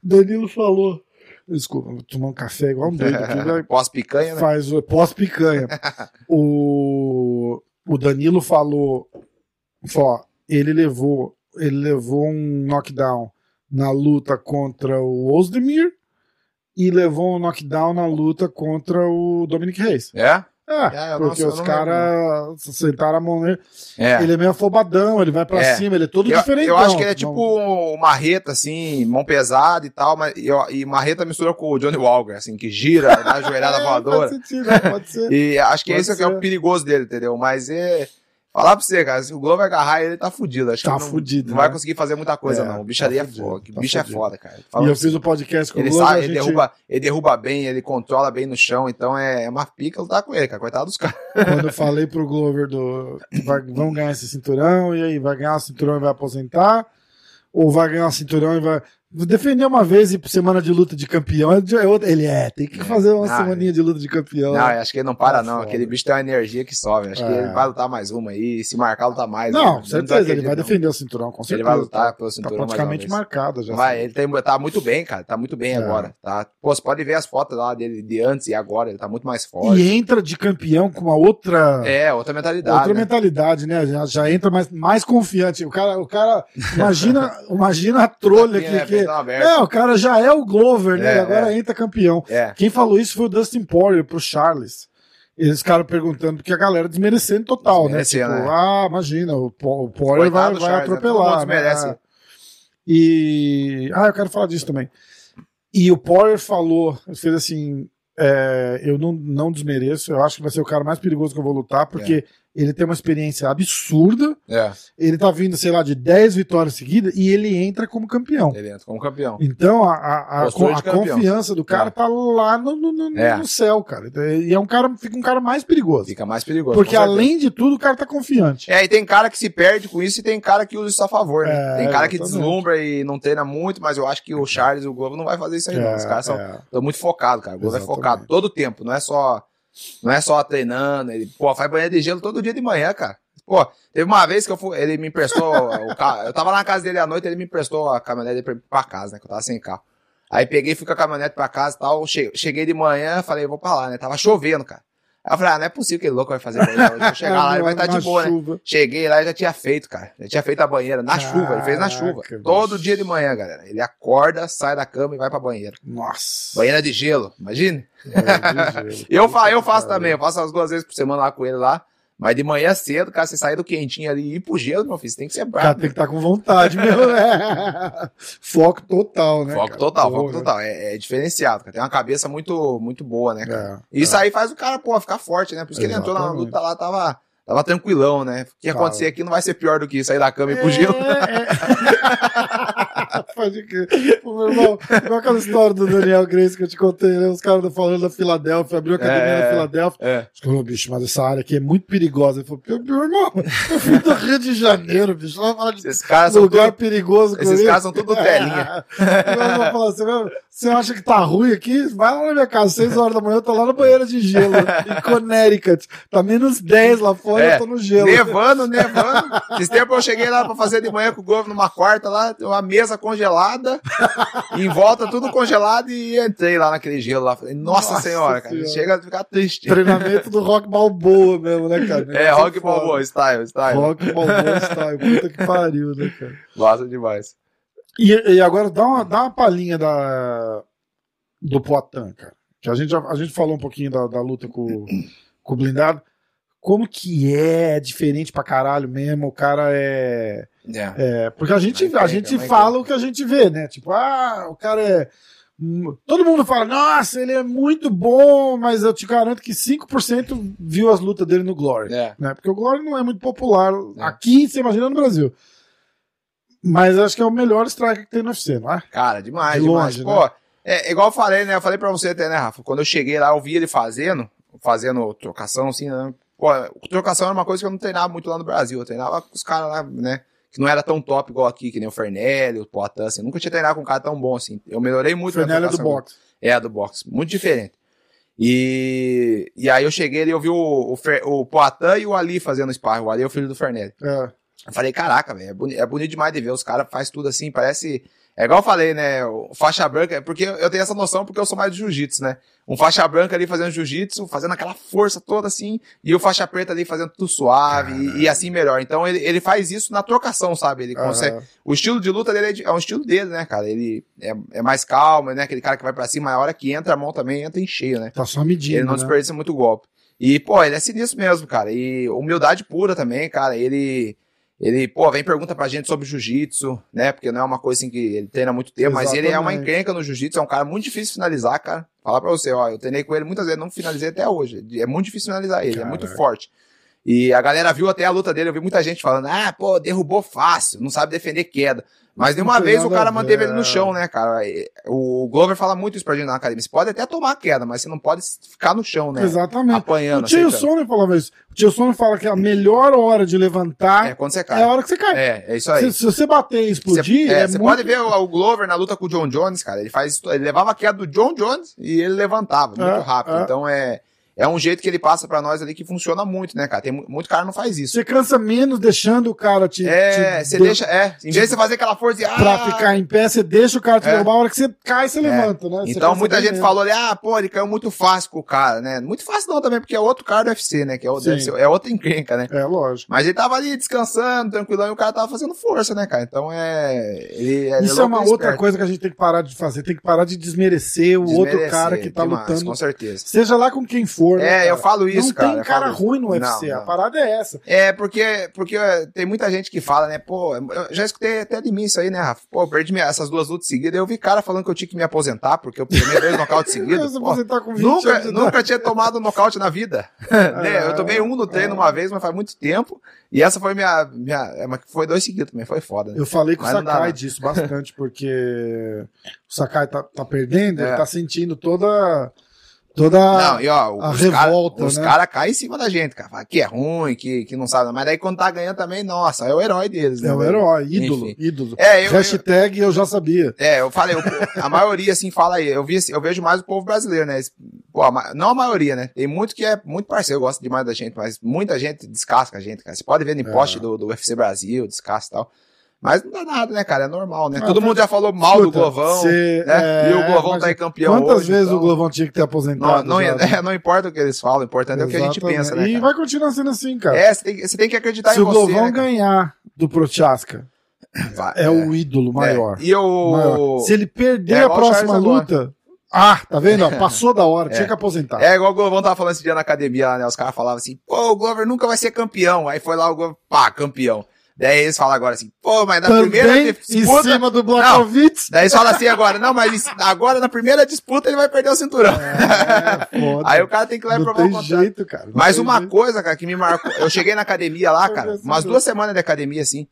[SPEAKER 1] Danilo falou. Desculpa, vou tomar um café igual um doido aqui, vai-
[SPEAKER 2] Pós-picanha, né?
[SPEAKER 1] faz o pós-picanha. o, o Danilo falou, falou, ó, ele levou, ele levou um knockdown na luta contra o Ozdemir e levou um knockdown na luta contra o Dominic Reis.
[SPEAKER 2] É?
[SPEAKER 1] É,
[SPEAKER 2] É, eu não-
[SPEAKER 1] porque
[SPEAKER 2] eu
[SPEAKER 1] os
[SPEAKER 2] não
[SPEAKER 1] caras sentaram a mão nele.
[SPEAKER 2] É.
[SPEAKER 1] Ele é meio afobadão, ele vai pra
[SPEAKER 2] É.
[SPEAKER 1] cima, ele é todo
[SPEAKER 2] Eu,
[SPEAKER 1] diferente.
[SPEAKER 2] eu acho que ele é tipo um marreta, assim, mão pesada e tal, mas, e, ó, e marreta mistura com o Johnny Walker, assim, que gira, dá a joelhada voadora.
[SPEAKER 1] É, Pode ser.
[SPEAKER 2] E acho que
[SPEAKER 1] Pode
[SPEAKER 2] esse é que é
[SPEAKER 1] ser.
[SPEAKER 2] o perigoso dele, entendeu? Mas é. Falar pra você, cara, se o Glover agarrar ele, tá fudido. Acho
[SPEAKER 1] Tá
[SPEAKER 2] que não,
[SPEAKER 1] fudido,
[SPEAKER 2] não vai
[SPEAKER 1] né?
[SPEAKER 2] conseguir fazer muita coisa,
[SPEAKER 1] É,
[SPEAKER 2] não. O bicho
[SPEAKER 1] tá
[SPEAKER 2] ali é
[SPEAKER 1] fudido,
[SPEAKER 2] foda. que
[SPEAKER 1] tá
[SPEAKER 2] bicho
[SPEAKER 1] fudido.
[SPEAKER 2] é foda, cara.
[SPEAKER 1] E
[SPEAKER 2] Fala
[SPEAKER 1] eu
[SPEAKER 2] pra você.
[SPEAKER 1] fiz o podcast com
[SPEAKER 2] ele
[SPEAKER 1] o Globo,
[SPEAKER 2] sai,
[SPEAKER 1] a
[SPEAKER 2] ele,
[SPEAKER 1] gente-
[SPEAKER 2] derruba, ele derruba bem, ele controla bem no chão, então é uma pica lutar com ele, cara. Coitado dos caras.
[SPEAKER 1] Quando eu falei pro Glover do que vai, vão ganhar esse cinturão, e aí vai ganhar o cinturão e vai aposentar, ou vai ganhar o cinturão e vai. Defender uma vez e por semana de luta de campeão. é de- é outra- Ele é, tem que fazer uma
[SPEAKER 2] Ah,
[SPEAKER 1] semaninha de luta de campeão.
[SPEAKER 2] Não, é, acho que ele não para,
[SPEAKER 1] tá
[SPEAKER 2] não.
[SPEAKER 1] foda.
[SPEAKER 2] Aquele bicho tem uma energia que sobe. Acho que
[SPEAKER 1] É.
[SPEAKER 2] ele vai lutar mais uma aí. Se marcar, lutar mais. né?
[SPEAKER 1] não,
[SPEAKER 2] Eu
[SPEAKER 1] certeza, ele
[SPEAKER 2] acredito,
[SPEAKER 1] vai
[SPEAKER 2] não.
[SPEAKER 1] defender o cinturão, com certeza.
[SPEAKER 2] Ele vai lutar pelo
[SPEAKER 1] Tá
[SPEAKER 2] cinturão mais uma
[SPEAKER 1] praticamente
[SPEAKER 2] vez.
[SPEAKER 1] marcado já.
[SPEAKER 2] Vai,
[SPEAKER 1] assim.
[SPEAKER 2] ele tem, tá muito bem, cara. Tá muito bem
[SPEAKER 1] É.
[SPEAKER 2] agora. Tá. Pô, você pode ver as fotos lá dele de antes e agora. Ele tá muito mais
[SPEAKER 1] E
[SPEAKER 2] forte.
[SPEAKER 1] entra de campeão com uma outra.
[SPEAKER 2] É, outra mentalidade.
[SPEAKER 1] Outra
[SPEAKER 2] né?
[SPEAKER 1] mentalidade, né? Já, já entra mais, mais confiante. O cara, o cara imagina, imagina a trolha
[SPEAKER 2] Tapinha,
[SPEAKER 1] que,
[SPEAKER 2] né,
[SPEAKER 1] que.
[SPEAKER 2] peitão aberto.
[SPEAKER 1] É, o cara já é o Glover, né?
[SPEAKER 2] É,
[SPEAKER 1] Ele agora entra campeão.
[SPEAKER 2] É.
[SPEAKER 1] Quem falou isso foi o Dustin Poirier pro Charles. Eles ficaram perguntando, porque a galera desmerecendo total, né? Tipo,
[SPEAKER 2] Desmerecendo, né?
[SPEAKER 1] ah, imagina, o, Po- o Poirier vai,
[SPEAKER 2] Coitado do
[SPEAKER 1] vai
[SPEAKER 2] Charles, né? Todo
[SPEAKER 1] atropelar.
[SPEAKER 2] mundo
[SPEAKER 1] Né?
[SPEAKER 2] desmerece.
[SPEAKER 1] E. Ah, eu quero falar disso também. E o Poirier falou, ele fez assim. é, eu não, não desmereço, eu acho que vai ser o cara mais perigoso que eu vou lutar, porque ele tem uma experiência absurda,
[SPEAKER 2] É,
[SPEAKER 1] ele tá vindo, sei lá, de 10 vitórias seguidas e ele entra como campeão.
[SPEAKER 2] ele entra como campeão.
[SPEAKER 1] Então a, a- a-
[SPEAKER 2] Postura
[SPEAKER 1] a
[SPEAKER 2] de campeão.
[SPEAKER 1] confiança do cara
[SPEAKER 2] É.
[SPEAKER 1] tá lá no, no- no-
[SPEAKER 2] É.
[SPEAKER 1] no céu, cara. E é um cara, fica um cara mais perigoso.
[SPEAKER 2] Fica mais perigoso.
[SPEAKER 1] Porque
[SPEAKER 2] com certeza.
[SPEAKER 1] além de tudo, o cara tá confiante.
[SPEAKER 2] É, e tem cara que se perde com isso e tem cara que usa isso a favor, né?
[SPEAKER 1] É,
[SPEAKER 2] tem cara que
[SPEAKER 1] exatamente.
[SPEAKER 2] deslumbra e não treina muito, mas eu acho que o Charles e o Globo não vai fazer isso aí, não. Os caras são
[SPEAKER 1] é.
[SPEAKER 2] tão muito focados, cara. O Globo é
[SPEAKER 1] Exatamente.
[SPEAKER 2] focado todo o tempo, não é só. Não é só treinando, ele, pô, faz banho de gelo todo dia de manhã, cara. Pô, teve uma vez que eu fui, ele me emprestou o carro. Eu tava lá na casa dele à noite, ele me emprestou a caminhonete pra, pra casa, né? Que eu tava sem carro. Aí peguei, fui com a caminhonete pra casa e tal. che- Cheguei de manhã, falei, vou pra lá, né? Tava chovendo, cara. Aí eu falei, ah, não é possível que ele louco vai fazer banheira hoje. Vou chegar lá, ele vai
[SPEAKER 1] É,
[SPEAKER 2] estar de boa, né? Cheguei lá e já tinha feito, cara. Já tinha feito a banheira na chuva, ele fez na chuva.
[SPEAKER 1] Caraca,
[SPEAKER 2] Todo
[SPEAKER 1] bicho.
[SPEAKER 2] dia de manhã, galera. Ele acorda, sai da cama e vai pra banheira.
[SPEAKER 1] Nossa.
[SPEAKER 2] Banheira de gelo, imagine.
[SPEAKER 1] É, de gelo.
[SPEAKER 2] Eu, fa eu faço
[SPEAKER 1] Puta
[SPEAKER 2] também, eu faço as duas vezes por semana lá com ele lá. Mas de manhã cedo, cara, você sair do quentinho ali e ir pro gelo, meu filho, você tem que ser
[SPEAKER 1] O cara
[SPEAKER 2] brabo.
[SPEAKER 1] tem que estar com vontade, meu. né? Foco total, né?
[SPEAKER 2] Foco
[SPEAKER 1] cara?
[SPEAKER 2] total, foco
[SPEAKER 1] Porra.
[SPEAKER 2] total. É, é diferenciado, cara. Tem uma cabeça muito, muito boa, né, cara?
[SPEAKER 1] É,
[SPEAKER 2] Isso
[SPEAKER 1] é.
[SPEAKER 2] aí faz o cara, pô, ficar forte, né? Por isso que ele entrou na
[SPEAKER 1] Exatamente.
[SPEAKER 2] luta lá, tava, tava tranquilão, né? O que ia
[SPEAKER 1] Tava.
[SPEAKER 2] acontecer aqui não vai ser pior do que sair da cama e ir pro gelo. né?
[SPEAKER 1] É, é. Pode crer. Pô, meu irmão, igual aquela história do Daniel Grace que eu te contei, né? Os caras falando da Filadélfia, abriu a academia
[SPEAKER 2] É.
[SPEAKER 1] na Filadélfia.
[SPEAKER 2] É.
[SPEAKER 1] Os caras, "Ô, bicho, mas essa área aqui é muito perigosa. Ele falou, meu meu irmão, eu fui do Rio de Janeiro, bicho. Lá falar de
[SPEAKER 2] Esses caras são
[SPEAKER 1] lugar
[SPEAKER 2] tudo-
[SPEAKER 1] perigoso.
[SPEAKER 2] esses caras são tudo telinha.
[SPEAKER 1] Eu vou falar assim, É. meu, você acha que tá ruim aqui? Vai lá na minha casa, 6 horas da manhã, eu tô lá na banheira de gelo, em Connecticut. Tá menos 10 lá fora,
[SPEAKER 2] É,
[SPEAKER 1] eu tô no gelo.
[SPEAKER 2] Nevando, nevando. Esses tempos eu cheguei lá pra fazer de manhã com o Govo numa quarta lá, uma mesa congelada, em volta tudo congelado e entrei lá naquele gelo lá. Falei, Nossa,
[SPEAKER 1] Nossa
[SPEAKER 2] senhora, cara,
[SPEAKER 1] Senhora.
[SPEAKER 2] chega a ficar triste.
[SPEAKER 1] Treinamento do Rock Balboa mesmo, né, cara?
[SPEAKER 2] É, rock
[SPEAKER 1] Foda.
[SPEAKER 2] balboa, style, style.
[SPEAKER 1] Rock Balboa style, puta que pariu, né, cara?
[SPEAKER 2] Gosta demais.
[SPEAKER 1] E, e agora dá uma, dá uma palhinha da, do Poitin, cara. Que a gente, já- a gente falou um pouquinho da, da luta com, com o blindado. Como que é diferente pra caralho mesmo? O cara é.
[SPEAKER 2] É.
[SPEAKER 1] É, porque a gente,
[SPEAKER 2] Mas
[SPEAKER 1] a
[SPEAKER 2] tem,
[SPEAKER 1] gente
[SPEAKER 2] também
[SPEAKER 1] fala
[SPEAKER 2] tem.
[SPEAKER 1] o que a gente vê, né? Tipo, ah, o cara é. hum, Todo mundo fala, nossa, ele é muito bom, mas eu te garanto que 5% viu as lutas dele no Glory.
[SPEAKER 2] É.
[SPEAKER 1] Né? Porque o Glory não é muito popular
[SPEAKER 2] É.
[SPEAKER 1] aqui, você imagina no Brasil. Mas acho que é o melhor striker que tem no UFC, não é?
[SPEAKER 2] Cara, demais,
[SPEAKER 1] De
[SPEAKER 2] demais.
[SPEAKER 1] longe, né?
[SPEAKER 2] Pô, é igual eu falei, né? Eu falei pra você até, né, Rafa? Quando eu cheguei lá, eu vi ele fazendo, fazendo trocação, assim, né? Pô, trocação era uma coisa que eu não treinava muito lá no Brasil. Eu treinava com os caras lá, né? Que não era tão top igual aqui, que nem o Fernelli, o Poitin, assim. Nunca tinha treinado com um cara tão bom, assim. Eu melhorei
[SPEAKER 1] O
[SPEAKER 2] muito na
[SPEAKER 1] Fernelli é do
[SPEAKER 2] trocação.
[SPEAKER 1] boxe.
[SPEAKER 2] É, a do boxe. Muito diferente. E, e aí eu cheguei ali, eu vi o, o, Fer- o Poitin e o Ali fazendo sparring. O Ali é o filho do Fernelli.
[SPEAKER 1] É.
[SPEAKER 2] Eu falei, caraca, velho, é, boni- é bonito demais de ver. Os caras faz tudo assim, parece. É igual eu falei, né? O faixa branca, porque eu tenho essa noção porque eu sou mais do jiu-jitsu, né? Um faixa branca ali fazendo jiu-jitsu, fazendo aquela força toda assim, e o faixa preta ali fazendo tudo suave, e, e assim melhor. Então ele, ele faz isso na trocação, sabe? Ele consegue.
[SPEAKER 1] Aham.
[SPEAKER 2] O estilo de luta dele é, de- é um estilo dele, né, cara? Ele é, é mais calmo, né? Aquele cara que vai pra cima, a hora que entra a mão também entra em cheio, né?
[SPEAKER 1] Tá só medindo.
[SPEAKER 2] Ele não
[SPEAKER 1] né?
[SPEAKER 2] desperdiça muito golpe. E, pô, ele é sinistro mesmo, cara. E humildade pura também, cara. Ele, ele pô, vem e pergunta pra gente sobre jiu-jitsu, né? Porque não é uma coisa assim que ele treina há muito tempo, mas ele é uma
[SPEAKER 1] Exatamente.
[SPEAKER 2] encrenca no jiu-jitsu. É um cara muito difícil de finalizar, cara. Falar pra você, ó, eu treinei com ele muitas vezes, não finalizei até hoje. É muito difícil finalizar ele, é muito
[SPEAKER 1] Caraca.
[SPEAKER 2] forte. E a galera viu até a luta dele, eu vi muita gente falando, ah, pô, derrubou fácil, não sabe defender queda. Mas de
[SPEAKER 1] Não
[SPEAKER 2] uma
[SPEAKER 1] tem
[SPEAKER 2] vez o
[SPEAKER 1] nada
[SPEAKER 2] cara
[SPEAKER 1] a ver,
[SPEAKER 2] manteve ele
[SPEAKER 1] é.
[SPEAKER 2] no chão, né, cara? E O Glover fala muito isso pra gente na academia. Você pode até tomar queda, mas você não pode ficar no chão, né?
[SPEAKER 1] Exatamente. O
[SPEAKER 2] Apanhando,
[SPEAKER 1] Tio
[SPEAKER 2] aceitando.
[SPEAKER 1] Sonnen falava isso. O Tio Sonnen fala que a melhor hora de levantar
[SPEAKER 2] É, quando você
[SPEAKER 1] é a
[SPEAKER 2] cai.
[SPEAKER 1] hora que você cai.
[SPEAKER 2] É, é isso aí.
[SPEAKER 1] Se, se você bater e explodir,
[SPEAKER 2] Cê- é,
[SPEAKER 1] é,
[SPEAKER 2] cê
[SPEAKER 1] muito...
[SPEAKER 2] pode ver o, o Glover na luta com o John Jones, cara. Ele faz, ele levava a queda do John Jones e ele levantava muito
[SPEAKER 1] É,
[SPEAKER 2] rápido.
[SPEAKER 1] é.
[SPEAKER 2] Então é, é um jeito que ele passa pra nós ali que funciona muito, né, cara? Tem mu- muito cara não faz isso.
[SPEAKER 1] Você cansa menos deixando o cara te.
[SPEAKER 2] é,
[SPEAKER 1] te
[SPEAKER 2] você
[SPEAKER 1] do-
[SPEAKER 2] deixa, é, em vez de você fazer aquela força e ah,
[SPEAKER 1] Pra ficar em pé, você deixa o cara te
[SPEAKER 2] É.
[SPEAKER 1] derrubar, a hora que você cai, você levanta, né? Você
[SPEAKER 2] Então
[SPEAKER 1] cansa
[SPEAKER 2] muita
[SPEAKER 1] bem
[SPEAKER 2] gente
[SPEAKER 1] mesmo.
[SPEAKER 2] falou ali, ah, pô, ele caiu muito fácil com o cara, né? Muito fácil não também, porque é outro cara do UFC, né? Que é, o-
[SPEAKER 1] Sim.
[SPEAKER 2] deve ser- é outra encrenca, né?
[SPEAKER 1] É, lógico.
[SPEAKER 2] Mas ele tava ali descansando, tranquilão, e o cara tava fazendo força, né, cara? Então é. Ele, ele
[SPEAKER 1] Isso é
[SPEAKER 2] louco
[SPEAKER 1] uma
[SPEAKER 2] e
[SPEAKER 1] outra
[SPEAKER 2] esperto.
[SPEAKER 1] coisa que a gente tem que parar de fazer. Tem que parar de desmerecer o outro
[SPEAKER 2] Desmerecer
[SPEAKER 1] cara que tá
[SPEAKER 2] demais,
[SPEAKER 1] lutando.
[SPEAKER 2] Com certeza.
[SPEAKER 1] Seja lá com quem for. né,
[SPEAKER 2] É,
[SPEAKER 1] cara?
[SPEAKER 2] eu falo isso,
[SPEAKER 1] Não
[SPEAKER 2] cara.
[SPEAKER 1] tem
[SPEAKER 2] eu
[SPEAKER 1] cara
[SPEAKER 2] falo isso.
[SPEAKER 1] ruim no
[SPEAKER 2] Não,
[SPEAKER 1] UFC.
[SPEAKER 2] não.
[SPEAKER 1] A parada é essa.
[SPEAKER 2] É, porque, porque é, tem muita gente que fala, né? Pô, eu já escutei até de mim isso aí, né, Rafa? Pô, eu perdi minha- essas duas lutas seguidas. Eu vi cara falando que eu tinha que me aposentar, porque eu tomei dois nocautes seguidos.
[SPEAKER 1] Se
[SPEAKER 2] Pô,
[SPEAKER 1] você tá com 20
[SPEAKER 2] Nunca,
[SPEAKER 1] anos de idade- Ah,
[SPEAKER 2] nunca tinha tomado nocaute na vida. né? Eu tomei
[SPEAKER 1] é.
[SPEAKER 2] um no treino uma vez, mas faz muito tempo. E essa foi minha. minha é, mas foi dois seguidos também, foi foda, né?
[SPEAKER 1] Eu falei com o
[SPEAKER 2] Mas não dá,
[SPEAKER 1] Sakai
[SPEAKER 2] né?
[SPEAKER 1] disso bastante, porque o Sakai tá, tá perdendo,
[SPEAKER 2] É.
[SPEAKER 1] ele tá sentindo toda Toda
[SPEAKER 2] Não, e ó,
[SPEAKER 1] a
[SPEAKER 2] os caras
[SPEAKER 1] revolta, né?
[SPEAKER 2] cara caem em cima da gente, cara. Fala que é ruim, que, que não sabe. Mas daí quando tá ganhando também, nossa, é o herói deles, né?
[SPEAKER 1] é o
[SPEAKER 2] velho?
[SPEAKER 1] herói, ídolo,
[SPEAKER 2] Enfim.
[SPEAKER 1] ídolo.
[SPEAKER 2] É, eu, eu,
[SPEAKER 1] Hashtag eu já sabia.
[SPEAKER 2] é, eu falei, o- a maioria, assim, fala aí. Eu, vi, assim, eu vejo mais o povo brasileiro, né? Esse- Pô, a ma- não a maioria, né? Tem muito que é muito parceiro, gosta demais da gente, mas muita gente descasca a gente, cara. Você pode ver no
[SPEAKER 1] É.
[SPEAKER 2] post do, do UFC Brasil, descasca e tal. Mas não dá nada, né, cara? É normal, né?
[SPEAKER 1] Ah,
[SPEAKER 2] Todo
[SPEAKER 1] mas-
[SPEAKER 2] mundo já falou mal do
[SPEAKER 1] Escuta,
[SPEAKER 2] Glovão,
[SPEAKER 1] cê-
[SPEAKER 2] né?
[SPEAKER 1] é,
[SPEAKER 2] e o Glovão
[SPEAKER 1] mas
[SPEAKER 2] tá aí campeão
[SPEAKER 1] Quantas
[SPEAKER 2] hoje,
[SPEAKER 1] vezes
[SPEAKER 2] então-
[SPEAKER 1] o Glovão tinha que ter aposentado?
[SPEAKER 2] não, não,
[SPEAKER 1] já, né?
[SPEAKER 2] é, não importa o que eles falam, o importante é o que a gente
[SPEAKER 1] Exatamente.
[SPEAKER 2] pensa, né?
[SPEAKER 1] E
[SPEAKER 2] Cara?
[SPEAKER 1] vai continuar sendo assim, cara.
[SPEAKER 2] É, você tem, que- você tem que acreditar
[SPEAKER 1] Se
[SPEAKER 2] em
[SPEAKER 1] o
[SPEAKER 2] você.
[SPEAKER 1] Glovão
[SPEAKER 2] né, cara?
[SPEAKER 1] ganhar do Prochaska,
[SPEAKER 2] Vai,
[SPEAKER 1] é, o ídolo maior.
[SPEAKER 2] É. E
[SPEAKER 1] Maior.
[SPEAKER 2] o.
[SPEAKER 1] Se ele perder
[SPEAKER 2] É
[SPEAKER 1] a
[SPEAKER 2] igual o
[SPEAKER 1] próxima
[SPEAKER 2] Charles agora.
[SPEAKER 1] luta. Ah, tá vendo? ó? Passou da hora, tinha que aposentar.
[SPEAKER 2] É igual o Glovão tava falando esse dia na academia lá, né? Os caras falavam assim, pô, o Glover nunca vai ser campeão. Aí foi lá o Glover, pá, campeão. Daí eles falam agora assim, pô, mas na
[SPEAKER 1] Também
[SPEAKER 2] primeira
[SPEAKER 1] em
[SPEAKER 2] disputa.
[SPEAKER 1] cima do Blakovic.
[SPEAKER 2] Daí eles falam assim agora, não, mas agora na primeira disputa ele vai perder o cinturão.
[SPEAKER 1] É, foda.
[SPEAKER 2] Aí o cara tem que ir lá e
[SPEAKER 1] não
[SPEAKER 2] provar o
[SPEAKER 1] tem
[SPEAKER 2] contrário.
[SPEAKER 1] jeito, cara. não
[SPEAKER 2] Mas
[SPEAKER 1] tem
[SPEAKER 2] uma
[SPEAKER 1] jeito.
[SPEAKER 2] coisa, cara, que me marcou. Eu cheguei na academia lá, cara, umas duas semanas de academia, assim.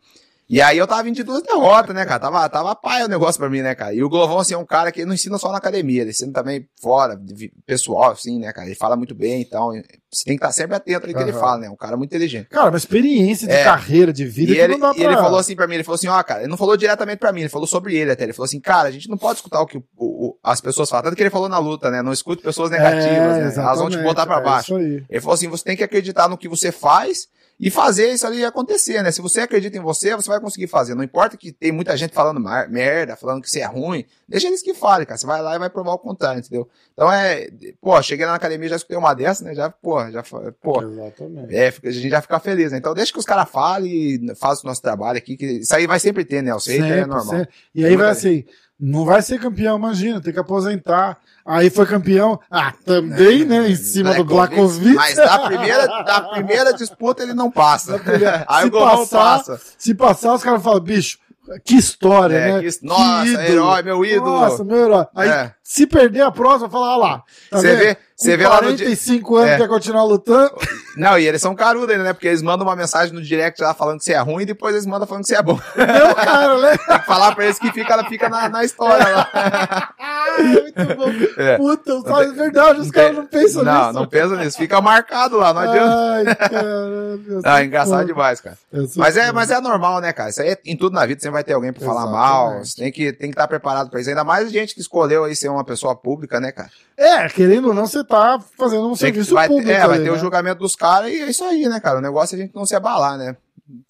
[SPEAKER 2] E aí eu tava 22 derrotas, né, cara? Tava, tava paia o negócio pra mim, né, cara? E o Glovão, assim, é um cara que ele não ensina só na academia, ele ensina também fora, de vi- pessoal, assim, né, cara? Ele fala muito bem, então você tem que estar sempre atento ao que ele
[SPEAKER 1] Aham.
[SPEAKER 2] fala, né? Um cara muito inteligente.
[SPEAKER 1] Cara, uma experiência de
[SPEAKER 2] É.
[SPEAKER 1] carreira, de
[SPEAKER 2] E
[SPEAKER 1] vida, que
[SPEAKER 2] ele,
[SPEAKER 1] não dá
[SPEAKER 2] e
[SPEAKER 1] pra...
[SPEAKER 2] ele falou assim pra mim, ele falou assim, ó, cara, ele não falou diretamente pra mim, ele falou sobre ele até, ele falou assim, cara, a gente não pode escutar o que o- o- as pessoas falam, tanto que ele falou na luta, né, não escute pessoas negativas, né, elas vão te
[SPEAKER 1] É, exatamente,
[SPEAKER 2] botar pra
[SPEAKER 1] é Isso
[SPEAKER 2] baixo.
[SPEAKER 1] aí.
[SPEAKER 2] Ele falou assim: você tem que acreditar no que você faz e fazer isso ali acontecer, né? Se você acredita em você, você vai conseguir fazer. Não importa que tem muita gente falando mar- merda, falando que você é ruim, deixa eles que falem, cara. Você vai lá e vai provar o contrário, entendeu? Então é. Pô, cheguei lá na academia, já escutei uma dessa, né? Já, pô, já. fa- Pô.
[SPEAKER 1] Exatamente.
[SPEAKER 2] É, fica- a gente já fica feliz, né? Então deixa que os caras falem e façam o nosso trabalho aqui, que isso aí vai sempre ter, né? O sempre, é
[SPEAKER 1] Sempre,
[SPEAKER 2] normal.
[SPEAKER 1] sempre. E aí
[SPEAKER 2] Muita
[SPEAKER 1] vai assim, não vai ser campeão, imagina, tem que aposentar. Aí foi campeão, ah,
[SPEAKER 2] É,
[SPEAKER 1] também, né, em cima do Blakovic.
[SPEAKER 2] Mas na primeira, na primeira disputa ele não passa.
[SPEAKER 1] primeira-
[SPEAKER 2] Aí
[SPEAKER 1] se
[SPEAKER 2] o Gol
[SPEAKER 1] passar,
[SPEAKER 2] passa.
[SPEAKER 1] Se passar, os caras falam, bicho, que história,
[SPEAKER 2] É,
[SPEAKER 1] né?
[SPEAKER 2] que- nossa,
[SPEAKER 1] ídolo.
[SPEAKER 2] herói, meu ídolo.
[SPEAKER 1] Nossa, meu herói. Aí,
[SPEAKER 2] É.
[SPEAKER 1] se perder a próxima, fala, ah lá. tá
[SPEAKER 2] Você
[SPEAKER 1] vendo?
[SPEAKER 2] vê, você
[SPEAKER 1] Com
[SPEAKER 2] vê lá no di-
[SPEAKER 1] 45 anos
[SPEAKER 2] É.
[SPEAKER 1] quer continuar lutando.
[SPEAKER 2] Não, e eles são carudos ainda, né? Porque eles mandam uma mensagem no direct lá falando que você é ruim e depois eles mandam falando que você é bom.
[SPEAKER 1] Meu cara, né?
[SPEAKER 2] Tem que falar pra eles que fica, fica na, na história lá.
[SPEAKER 1] Ah, muito bom.
[SPEAKER 2] É.
[SPEAKER 1] Puta, os caras, é verdade, os caras não pensam
[SPEAKER 2] não,
[SPEAKER 1] nisso. Ah,
[SPEAKER 2] Não, pensa nisso. Fica marcado lá, não adianta.
[SPEAKER 1] Ai, caralho.
[SPEAKER 2] Ah, é engraçado demais, cara. Mas é,
[SPEAKER 1] mas
[SPEAKER 2] mas é normal, né, cara? Isso aí é- em tudo na vida sempre vai ter alguém pra falar
[SPEAKER 1] Exatamente.
[SPEAKER 2] mal. Você tem que, tem que estar preparado pra isso. Ainda mais gente que escolheu aí ser uma pessoa pública, né, cara?
[SPEAKER 1] É, querendo ou não, você tá fazendo um
[SPEAKER 2] Tem que-
[SPEAKER 1] serviço
[SPEAKER 2] vai,
[SPEAKER 1] público.
[SPEAKER 2] É, vai
[SPEAKER 1] ali,
[SPEAKER 2] ter o
[SPEAKER 1] né?
[SPEAKER 2] julgamento dos caras e é isso aí, né, cara? O negócio é a gente não se abalar, né?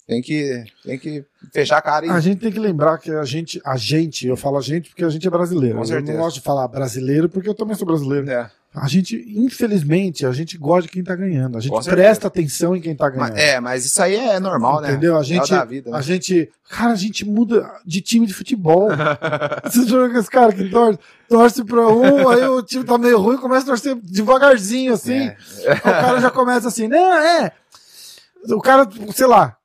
[SPEAKER 2] Tem que, tem que fechar a cara e.
[SPEAKER 1] A gente tem que lembrar que a gente, a gente, eu falo a gente porque a gente é brasileiro.
[SPEAKER 2] Com
[SPEAKER 1] eu
[SPEAKER 2] certeza.
[SPEAKER 1] não gosto de falar brasileiro porque eu também sou brasileiro.
[SPEAKER 2] É.
[SPEAKER 1] A gente, infelizmente, a gente gosta de quem tá ganhando. A gente
[SPEAKER 2] Com certeza.
[SPEAKER 1] presta atenção em quem tá
[SPEAKER 2] Mas-
[SPEAKER 1] ganhando.
[SPEAKER 2] é, mas isso aí é normal, né?
[SPEAKER 1] Entendeu? A
[SPEAKER 2] É o
[SPEAKER 1] gente-
[SPEAKER 2] da vida, né?
[SPEAKER 1] A gente, cara, a gente muda de time de futebol. Você joga com esse cara que torce, torce pra um, aí o time tá meio ruim, começa a torcer devagarzinho assim.
[SPEAKER 2] É.
[SPEAKER 1] Aí o cara já começa assim, não, é. O cara, sei lá,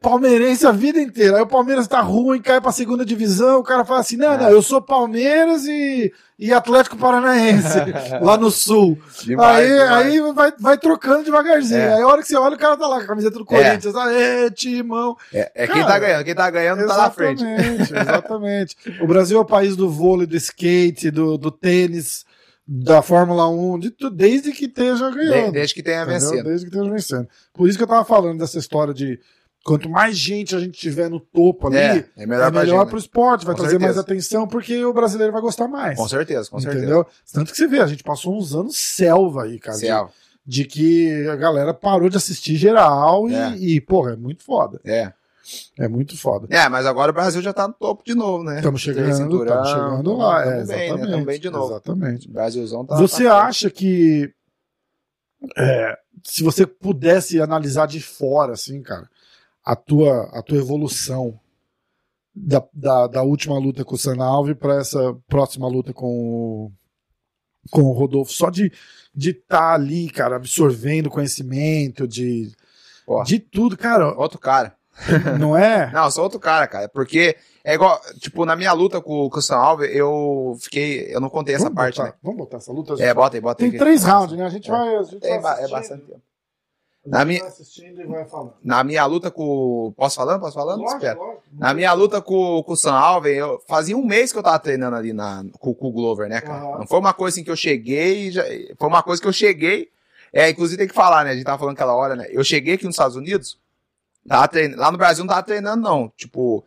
[SPEAKER 1] palmeirense a vida inteira. Aí o Palmeiras tá ruim, cai pra segunda divisão. O cara fala assim: não,
[SPEAKER 2] É.
[SPEAKER 1] não, eu sou Palmeiras e, e Atlético Paranaense, lá no sul.
[SPEAKER 2] Demais,
[SPEAKER 1] aí
[SPEAKER 2] demais.
[SPEAKER 1] aí vai, vai trocando devagarzinho.
[SPEAKER 2] É.
[SPEAKER 1] Aí a hora que você olha, o cara tá lá com a camiseta do Corinthians. Aê, timão.
[SPEAKER 2] É, é quem tá
[SPEAKER 1] Cara,
[SPEAKER 2] ganhando, quem tá ganhando tá na frente.
[SPEAKER 1] Exatamente, exatamente. O Brasil é o país do vôlei, do skate, do, do tênis, da Fórmula 1, de tudo, desde que esteja
[SPEAKER 2] De-
[SPEAKER 1] ganhando.
[SPEAKER 2] Desde que tenha
[SPEAKER 1] Entendeu?
[SPEAKER 2] vencido.
[SPEAKER 1] Desde que esteja vencendo. Por isso que eu tava falando dessa história de quanto mais gente a gente tiver no topo ali,
[SPEAKER 2] É,
[SPEAKER 1] é,
[SPEAKER 2] é melhor pra
[SPEAKER 1] melhor
[SPEAKER 2] gente,
[SPEAKER 1] pro esporte, vai
[SPEAKER 2] Com
[SPEAKER 1] trazer mais
[SPEAKER 2] certeza.
[SPEAKER 1] atenção, porque o brasileiro vai gostar mais.
[SPEAKER 2] Com certeza, com certeza.
[SPEAKER 1] entendeu? Tanto que você vê, a gente passou uns anos selva aí, cara. de-
[SPEAKER 2] Céu,
[SPEAKER 1] De, que a galera parou de assistir geral e,
[SPEAKER 2] É.
[SPEAKER 1] e, porra, é muito foda.
[SPEAKER 2] É.
[SPEAKER 1] É muito foda.
[SPEAKER 2] é, mas agora o Brasil já tá no topo de novo, né?
[SPEAKER 1] Estamos
[SPEAKER 2] Tem
[SPEAKER 1] chegando,
[SPEAKER 2] cinturão,
[SPEAKER 1] estamos chegando lá.
[SPEAKER 2] tamo
[SPEAKER 1] é,
[SPEAKER 2] bem, né?
[SPEAKER 1] exatamente.
[SPEAKER 2] Tamo bem de novo.
[SPEAKER 1] Exatamente.
[SPEAKER 2] O Brasilzão tá.
[SPEAKER 1] Você
[SPEAKER 2] tá-
[SPEAKER 1] acha que é, se você pudesse analisar de fora, assim, cara, a tua, a tua evolução da, da, da última luta com o San Alves para essa próxima luta com o, com o Rodolfo, só de estar ali, cara, absorvendo conhecimento, de,
[SPEAKER 2] Ó.
[SPEAKER 1] de tudo, cara,
[SPEAKER 2] Outro cara.
[SPEAKER 1] não é?
[SPEAKER 2] Não, eu sou outro cara, cara. Porque é igual, tipo, na minha luta com, com o São Alves, eu fiquei. Eu não contei essa
[SPEAKER 1] Vamos
[SPEAKER 2] parte,
[SPEAKER 1] botar, Vamos botar essa luta?
[SPEAKER 2] né? É, bota aí, bota
[SPEAKER 1] Tem
[SPEAKER 2] aí. que-
[SPEAKER 1] três rounds, né? A gente
[SPEAKER 2] É.
[SPEAKER 1] vai. A gente
[SPEAKER 2] É,
[SPEAKER 1] vai
[SPEAKER 2] ba- é
[SPEAKER 1] assistir.
[SPEAKER 2] bastante tempo. Na minha,
[SPEAKER 1] Vai assistindo e vai falando.
[SPEAKER 2] na minha luta com. o- Posso falando? Posso falando?
[SPEAKER 1] Lógico,
[SPEAKER 2] Espera.
[SPEAKER 1] lógico.
[SPEAKER 2] Na minha luta com, com o San Alvin, eu fazia um mês que eu tava treinando ali na, com, com o Glover, né, cara?
[SPEAKER 1] Aham.
[SPEAKER 2] Não foi uma coisa assim que eu cheguei. e Já, foi uma coisa que eu cheguei. É, inclusive tem que falar, né? A gente tava falando aquela hora, né? Eu cheguei aqui nos Estados Unidos, tava treinando, lá no Brasil não tava treinando, não. Tipo,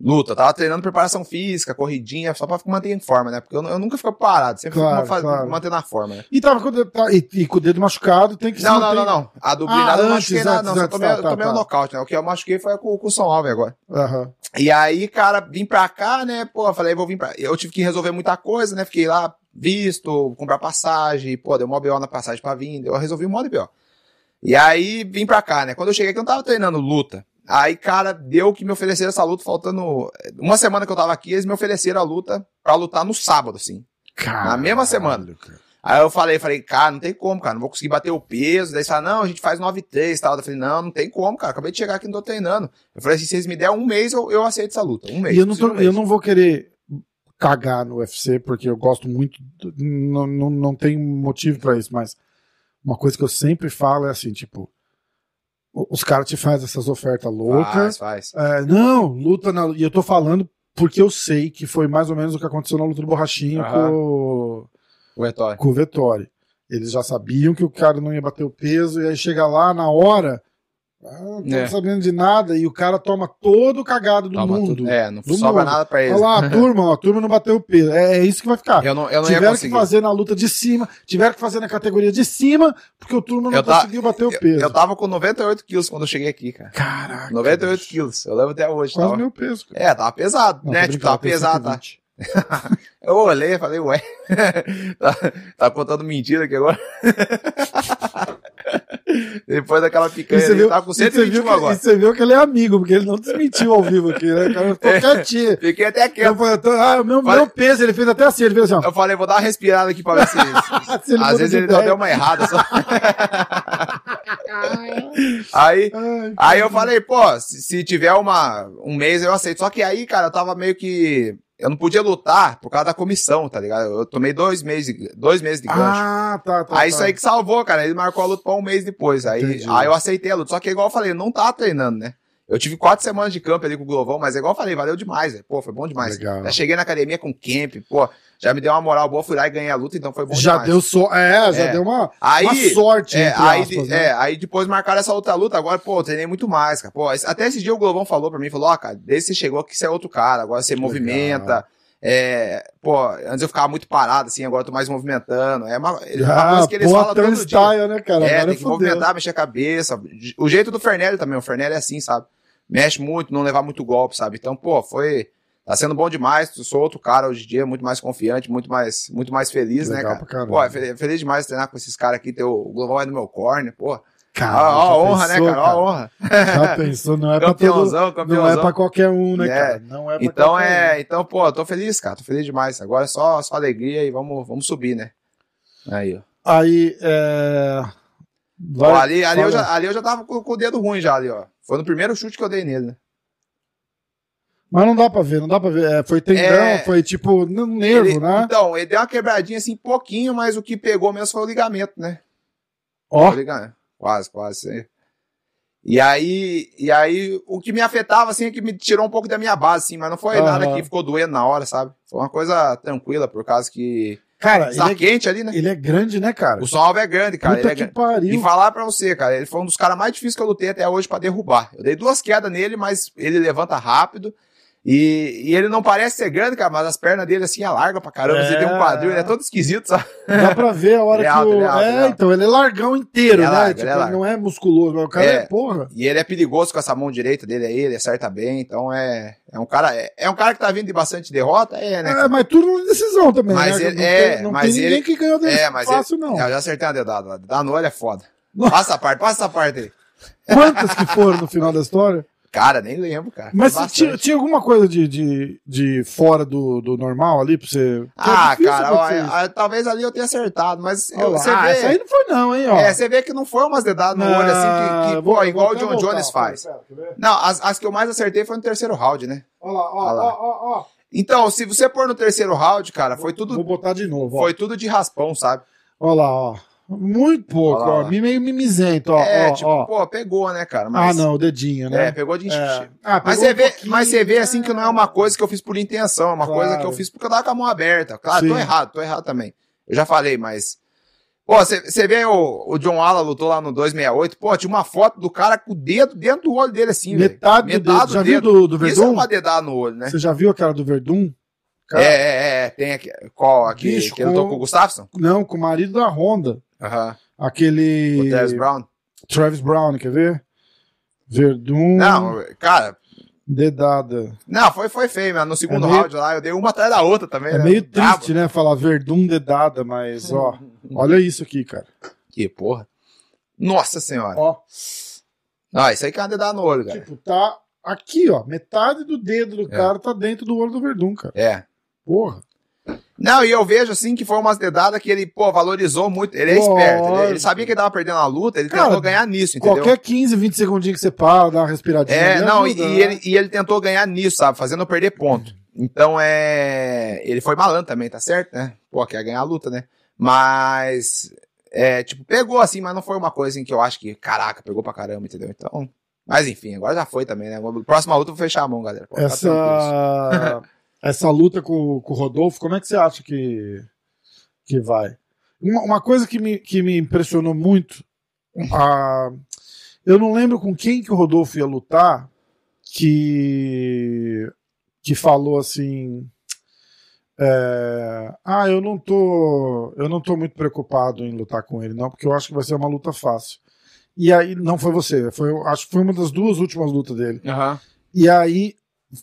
[SPEAKER 2] luta, tava treinando preparação física, corridinha, só pra manter em forma, né? Porque eu, eu nunca fico parado, sempre
[SPEAKER 1] Claro,
[SPEAKER 2] fico fa-
[SPEAKER 1] claro.
[SPEAKER 2] mantendo a forma, né?
[SPEAKER 1] E tava com o dedo, tá- e, e com o dedo machucado, tem que se
[SPEAKER 2] Não, não,
[SPEAKER 1] manter-
[SPEAKER 2] não, não. A do
[SPEAKER 1] Ah,
[SPEAKER 2] blindado eu não
[SPEAKER 1] antes,
[SPEAKER 2] machuquei nada,
[SPEAKER 1] antes,
[SPEAKER 2] não. Só
[SPEAKER 1] antes,
[SPEAKER 2] tomei,
[SPEAKER 1] tá, tá,
[SPEAKER 2] tomei
[SPEAKER 1] tá.
[SPEAKER 2] um nocaute, né? O que eu machuquei foi com, com o São Alves agora.
[SPEAKER 1] Aham.
[SPEAKER 2] E aí, cara, vim pra cá, né? Pô, eu falei, vou vir pra. Eu tive que resolver muita coisa, né? Fiquei lá, visto, comprar passagem, pô, deu mó BO na passagem pra vir, eu resolvi um monte de BO. E aí, vim pra cá, né? Quando eu cheguei aqui, eu não tava treinando luta. Aí, cara, deu que me ofereceram essa luta, faltando eh, uma semana que eu tava aqui, eles me ofereceram a luta pra lutar no sábado, assim.
[SPEAKER 1] Caralho,
[SPEAKER 2] mesma semana.
[SPEAKER 1] cara.
[SPEAKER 2] Aí eu falei, falei, cara, não tem como, cara, não vou conseguir bater o peso. Daí eles falaram, não, a gente faz 9-3 e tal. Eu falei, não, não tem como, cara, acabei de chegar aqui, não tô treinando. Eu falei assim, se vocês me der um mês, eu, eu aceito essa luta. Um mês.
[SPEAKER 1] E eu não, tô-
[SPEAKER 2] preciso de um
[SPEAKER 1] eu
[SPEAKER 2] mês.
[SPEAKER 1] não vou querer cagar no UFC, porque eu gosto muito. do- Não, não, não tem motivo pra isso, mas uma coisa que eu sempre falo é assim: tipo, o- os caras te fazem essas ofertas loucas.
[SPEAKER 2] Faz, faz.
[SPEAKER 1] É, não, luta na. E eu tô falando porque eu sei que foi mais ou menos o que aconteceu na luta do Borrachinho
[SPEAKER 2] Aham.
[SPEAKER 1] com,
[SPEAKER 2] O Ettore.
[SPEAKER 1] com o Vettori. Eles já sabiam que o cara não ia bater o peso, e aí chega lá na hora, ah, não tô
[SPEAKER 2] É.
[SPEAKER 1] sabendo de nada, e o cara toma todo o cagado do
[SPEAKER 2] Toma
[SPEAKER 1] mundo.
[SPEAKER 2] tudo. É, não
[SPEAKER 1] Do
[SPEAKER 2] sobra
[SPEAKER 1] mundo.
[SPEAKER 2] nada pra
[SPEAKER 1] Olha
[SPEAKER 2] eles.
[SPEAKER 1] lá, a turma, ó, a turma não bateu o peso. É, é isso que vai ficar.
[SPEAKER 2] Eu não, eu não ia
[SPEAKER 1] tiveram que
[SPEAKER 2] conseguir.
[SPEAKER 1] fazer na luta de cima, tiveram que fazer na categoria de cima, porque o turma não
[SPEAKER 2] Eu tá-
[SPEAKER 1] conseguiu bater o
[SPEAKER 2] Eu,
[SPEAKER 1] peso.
[SPEAKER 2] eu tava com 98 quilos quando eu cheguei aqui, cara.
[SPEAKER 1] Caraca.
[SPEAKER 2] 98
[SPEAKER 1] Ah, bicho,
[SPEAKER 2] quilos, eu lembro até hoje.
[SPEAKER 1] Quase
[SPEAKER 2] Tava...
[SPEAKER 1] meu peso. cara.
[SPEAKER 2] É, tava pesado,
[SPEAKER 1] Não,
[SPEAKER 2] né?
[SPEAKER 1] tô
[SPEAKER 2] Tipo,
[SPEAKER 1] brincando,
[SPEAKER 2] tava
[SPEAKER 1] eu tenho
[SPEAKER 2] pesado, tá?
[SPEAKER 1] 120.
[SPEAKER 2] Eu olhei e falei, ué, tá, tá contando mentira aqui agora. Depois daquela
[SPEAKER 1] E
[SPEAKER 2] picanha
[SPEAKER 1] você
[SPEAKER 2] ali,
[SPEAKER 1] viu,
[SPEAKER 2] eu tava tá com
[SPEAKER 1] e você viu
[SPEAKER 2] 121
[SPEAKER 1] que,
[SPEAKER 2] agora.
[SPEAKER 1] e você viu que ele é amigo, porque ele não desmentiu ao vivo aqui, né? O cara ficou
[SPEAKER 2] É.
[SPEAKER 1] quietinho.
[SPEAKER 2] Fiquei até
[SPEAKER 1] Eu
[SPEAKER 2] quieto.
[SPEAKER 1] falei, eu tô- ah, o meu,
[SPEAKER 2] é Vai.
[SPEAKER 1] meu peso, ele fez até assim, ele fez assim, ó. Ah,
[SPEAKER 2] Eu falei, vou dar uma respirada aqui pra ver se.
[SPEAKER 1] Se ele muda
[SPEAKER 2] Às vezes
[SPEAKER 1] de
[SPEAKER 2] ele
[SPEAKER 1] ideia.
[SPEAKER 2] deu uma errada só. Aí,
[SPEAKER 1] Ai,
[SPEAKER 2] um Aí eu falei, pô, se, se tiver uma, um mês eu aceito. Só que aí, cara, eu tava meio que. Eu não podia lutar por causa da comissão, tá ligado? Eu tomei dois meses, de- dois meses de gancho.
[SPEAKER 1] Ah, tá, tá.
[SPEAKER 2] aí
[SPEAKER 1] tá.
[SPEAKER 2] isso aí que salvou, cara. Ele marcou a luta pra um mês depois. Aí,
[SPEAKER 1] Entendi.
[SPEAKER 2] aí eu aceitei a luta. Só que é igual eu falei, eu não tava treinando, né? Eu tive quatro semanas de campo ali com o Glovão, mas é igual eu falei, valeu demais, velho. Pô, foi bom demais.
[SPEAKER 1] Legal.
[SPEAKER 2] Já cheguei na academia com o Kemp, pô, já me deu uma moral boa, fui lá e ganhei a luta, então foi bom
[SPEAKER 1] Já
[SPEAKER 2] demais.
[SPEAKER 1] deu so... É, já
[SPEAKER 2] É.
[SPEAKER 1] deu uma,
[SPEAKER 2] Aí,
[SPEAKER 1] uma sorte,
[SPEAKER 2] é,
[SPEAKER 1] entre
[SPEAKER 2] aí,
[SPEAKER 1] aspas,
[SPEAKER 2] de-
[SPEAKER 1] né?
[SPEAKER 2] é, aí depois marcaram essa outra luta. Agora, pô, eu treinei muito mais, cara. Pô, esse- até esse dia o Globão falou pra mim, falou, ó, cara, desde que você chegou aqui, você é outro cara, agora você
[SPEAKER 1] Legal.
[SPEAKER 2] movimenta. É, pô, antes eu ficava muito parado, assim, agora eu tô mais movimentando. É uma, é uma
[SPEAKER 1] Ah,
[SPEAKER 2] coisa que eles falam
[SPEAKER 1] bota um
[SPEAKER 2] todo dia.
[SPEAKER 1] style, né, cara?
[SPEAKER 2] É,
[SPEAKER 1] Agora
[SPEAKER 2] tem que
[SPEAKER 1] fudeu.
[SPEAKER 2] movimentar, mexer a cabeça. O jeito do Fernelli também, o Fernelli é assim, sabe? Mexe muito, não levar muito golpe, sabe? Então, pô, foi... Tá sendo bom demais, sou outro cara hoje em dia, muito mais confiante, muito mais, muito mais feliz, né,
[SPEAKER 1] Legal
[SPEAKER 2] cara?
[SPEAKER 1] pra caramba.
[SPEAKER 2] Pô, é fe- é feliz demais treinar com esses caras aqui, ter o Global aí no meu corner, pô.
[SPEAKER 1] Cara,
[SPEAKER 2] Ó, ó, a
[SPEAKER 1] Ah, já
[SPEAKER 2] honra,
[SPEAKER 1] pensou,
[SPEAKER 2] né, cara? Ó, a honra.
[SPEAKER 1] Já pensou, não é pra todo...
[SPEAKER 2] Campeãozão,
[SPEAKER 1] Não é
[SPEAKER 2] campeãozão.
[SPEAKER 1] pra qualquer um, né,
[SPEAKER 2] É.
[SPEAKER 1] cara? Não é pra
[SPEAKER 2] Então
[SPEAKER 1] qualquer um.
[SPEAKER 2] é, então, pô, eu tô feliz, cara, tô feliz demais. Agora é só, só alegria e vamos, vamos subir, né? Aí, ó.
[SPEAKER 1] Aí, é...
[SPEAKER 2] Ó,
[SPEAKER 1] Vai,
[SPEAKER 2] ali, ali,
[SPEAKER 1] fala.
[SPEAKER 2] eu já, ali eu já tava com, com o dedo ruim já ali, ó. Foi no primeiro chute que eu dei nele, né?
[SPEAKER 1] Mas não dá pra ver, não dá pra ver. É, foi tendão,
[SPEAKER 2] É.
[SPEAKER 1] foi tipo n- nervo,
[SPEAKER 2] Ele-
[SPEAKER 1] né?
[SPEAKER 2] Então, ele deu uma quebradinha assim, pouquinho, mas o que pegou mesmo foi o ligamento, né?
[SPEAKER 1] Ó,
[SPEAKER 2] O ligamento. né? Quase, quase. né? E aí, e aí, o que me afetava, assim, é que me tirou um pouco da minha base, assim, mas não foi nada
[SPEAKER 1] Aham.
[SPEAKER 2] que ficou doendo na hora, sabe? Foi uma coisa tranquila, por causa que.
[SPEAKER 1] cara,
[SPEAKER 2] Está
[SPEAKER 1] ele
[SPEAKER 2] quente ali, né?
[SPEAKER 1] é, ele é grande, né, cara?
[SPEAKER 2] O São Alves é grande, cara. Ele
[SPEAKER 1] Puta
[SPEAKER 2] é
[SPEAKER 1] que
[SPEAKER 2] grande.
[SPEAKER 1] pariu.
[SPEAKER 2] E falar pra você, cara, ele foi um dos caras mais difíceis que eu lutei até hoje pra derrubar. Eu dei duas quedas nele, mas ele levanta rápido. E, e ele não parece ser grande, cara, mas as pernas dele assim é larga pra caramba.
[SPEAKER 1] É.
[SPEAKER 2] Você tem um quadril, ele é todo esquisito, sabe?
[SPEAKER 1] Dá pra ver a hora
[SPEAKER 2] Ele é
[SPEAKER 1] que
[SPEAKER 2] alto,
[SPEAKER 1] o.
[SPEAKER 2] ele é alto,
[SPEAKER 1] é,
[SPEAKER 2] ele é alto.
[SPEAKER 1] então, ele é largão inteiro,
[SPEAKER 2] Ele é
[SPEAKER 1] né?
[SPEAKER 2] largo,
[SPEAKER 1] tipo,
[SPEAKER 2] ele é
[SPEAKER 1] ele
[SPEAKER 2] largo.
[SPEAKER 1] não é musculoso, mas o cara é,
[SPEAKER 2] É.
[SPEAKER 1] porra.
[SPEAKER 2] E ele é perigoso com essa mão direita dele aí, ele acerta bem, então é, é um cara é, é um cara que tá vindo de bastante derrota, é, né?
[SPEAKER 1] É, mas tudo na decisão também.
[SPEAKER 2] Mas
[SPEAKER 1] né?
[SPEAKER 2] ele-
[SPEAKER 1] não
[SPEAKER 2] é,
[SPEAKER 1] tem, não
[SPEAKER 2] mas
[SPEAKER 1] tem ninguém
[SPEAKER 2] ele-
[SPEAKER 1] que ganhou desse
[SPEAKER 2] é, mas
[SPEAKER 1] fácil, não.
[SPEAKER 2] Eu já acertei uma dedada lá, dá no olho é foda.
[SPEAKER 1] Nossa.
[SPEAKER 2] Passa a parte, passa a parte aí.
[SPEAKER 1] Quantas que foram no final da história?
[SPEAKER 2] Cara, nem lembro, cara.
[SPEAKER 1] Mas
[SPEAKER 2] Bastante.
[SPEAKER 1] tinha, tinha alguma coisa de, de, de fora do, do normal ali pra você.
[SPEAKER 2] Ah,
[SPEAKER 1] Pô, é difícil
[SPEAKER 2] cara, ó,
[SPEAKER 1] acontecer isso.
[SPEAKER 2] é, é, talvez ali eu tenha acertado, mas
[SPEAKER 1] Olha
[SPEAKER 2] eu,
[SPEAKER 1] lá,
[SPEAKER 2] você
[SPEAKER 1] ah, essa aí
[SPEAKER 2] vê,
[SPEAKER 1] não foi, não, hein, ó.
[SPEAKER 2] é, você vê que não foi umas dedadas no olho assim que, que,
[SPEAKER 1] vou-
[SPEAKER 2] pô,
[SPEAKER 1] vou
[SPEAKER 2] igual o
[SPEAKER 1] até
[SPEAKER 2] John
[SPEAKER 1] voltar,
[SPEAKER 2] Jones faz.
[SPEAKER 1] pera, quer ver?
[SPEAKER 2] Não, as, as que eu mais acertei foi no terceiro round, né?
[SPEAKER 1] Olha lá, ó,
[SPEAKER 2] Olha lá.
[SPEAKER 1] ó, ó, ó.
[SPEAKER 2] Então, se você pôr no terceiro round, cara, foi
[SPEAKER 1] Vou
[SPEAKER 2] tudo
[SPEAKER 1] botar de novo, ó.
[SPEAKER 2] foi tudo de raspão, sabe?
[SPEAKER 1] Olha lá, ó. Muito pouco,
[SPEAKER 2] Olha lá,
[SPEAKER 1] ó.
[SPEAKER 2] olha lá.
[SPEAKER 1] Me meio mimizento, ó.
[SPEAKER 2] é,
[SPEAKER 1] ó,
[SPEAKER 2] tipo,
[SPEAKER 1] ó.
[SPEAKER 2] pô, pegou, né, cara?
[SPEAKER 1] Ah,
[SPEAKER 2] Mas,
[SPEAKER 1] não, o dedinho, né?
[SPEAKER 2] É, pegou de
[SPEAKER 1] É.
[SPEAKER 2] é.
[SPEAKER 1] Ah,
[SPEAKER 2] Mas
[SPEAKER 1] pegou
[SPEAKER 2] você,
[SPEAKER 1] um
[SPEAKER 2] vê,
[SPEAKER 1] pouquinho,
[SPEAKER 2] mas você vê
[SPEAKER 1] né?
[SPEAKER 2] assim que não é uma coisa que eu fiz por intenção, é uma
[SPEAKER 1] Claro.
[SPEAKER 2] coisa que eu fiz porque eu tava com a mão aberta. Claro, tô
[SPEAKER 1] Sim.
[SPEAKER 2] errado, tô errado também. Eu já falei, mas. Pô, você- você vê o, o John Allen lutou lá no 268, pô, tinha uma foto do cara com o dedo dentro do olho dele, assim, velho.
[SPEAKER 1] Metade, do dedo. Já viu do, do
[SPEAKER 2] Isso é
[SPEAKER 1] Verdun?
[SPEAKER 2] uma dedada no olho, né?
[SPEAKER 1] Você já viu aquela do Verdun? Cara,
[SPEAKER 2] É, é, é, tem aqui. Qual? Aqui,
[SPEAKER 1] Bicho,
[SPEAKER 2] que lutou
[SPEAKER 1] com-
[SPEAKER 2] com o Gustafsson?
[SPEAKER 1] Não, com o marido da Honda.
[SPEAKER 2] Aham.
[SPEAKER 1] Aquele.
[SPEAKER 2] O Terrence Brown?
[SPEAKER 1] Travis Brown, quer ver? Verdun.
[SPEAKER 2] Não, cara,
[SPEAKER 1] Dedada.
[SPEAKER 2] não, foi, foi feio, mas no segundo
[SPEAKER 1] É meio-
[SPEAKER 2] round lá eu dei uma atrás da outra também.
[SPEAKER 1] É
[SPEAKER 2] né?
[SPEAKER 1] meio
[SPEAKER 2] Brabo.
[SPEAKER 1] triste, né? Falar Verdun dedada, mas, ó. Olha isso aqui, cara.
[SPEAKER 2] Que porra. Nossa senhora.
[SPEAKER 1] Ó.
[SPEAKER 2] Ah, isso aí que é uma dedada no olho, cara.
[SPEAKER 1] Tipo, tá aqui, ó. Metade do dedo do
[SPEAKER 2] É.
[SPEAKER 1] cara tá dentro do olho do Verdun, cara.
[SPEAKER 2] É.
[SPEAKER 1] Porra.
[SPEAKER 2] Não, e eu vejo assim que foi umas dedadas que ele, pô, valorizou muito. Ele é
[SPEAKER 1] Lógico.
[SPEAKER 2] esperto. Ele, ele sabia que ele tava perdendo a luta, ele
[SPEAKER 1] Cara,
[SPEAKER 2] tentou ganhar nisso, entendeu?
[SPEAKER 1] Qualquer 15, 20 segundinhos que você para, dá uma respiradinha.
[SPEAKER 2] É,
[SPEAKER 1] ali
[SPEAKER 2] não, e,
[SPEAKER 1] ajuda,
[SPEAKER 2] e
[SPEAKER 1] né?
[SPEAKER 2] ele, e ele tentou ganhar nisso, sabe? Fazendo eu perder ponto. Então é. Ele foi malandro também, tá certo, né? Pô, quer ganhar a luta, né? Mas. É, tipo, pegou assim, mas não foi uma coisa assim que eu acho que, caraca, pegou pra caramba, entendeu? Então. Mas enfim, agora já foi também, né? Próxima luta eu vou fechar a mão, galera. Pô, tá tranquilo.
[SPEAKER 1] Essa, essa luta com, com o Rodolfo, como é que você acha que, que vai? Uma, uma coisa que me, que me impressionou muito, a, eu não lembro com quem que o Rodolfo ia lutar, que, que falou assim. é, ah, eu não tô, eu não tô muito preocupado em lutar com ele, não, porque eu acho que vai ser uma luta fácil. E aí não foi você, foi, acho que foi uma das duas últimas lutas dele.
[SPEAKER 2] Aham.
[SPEAKER 1] E aí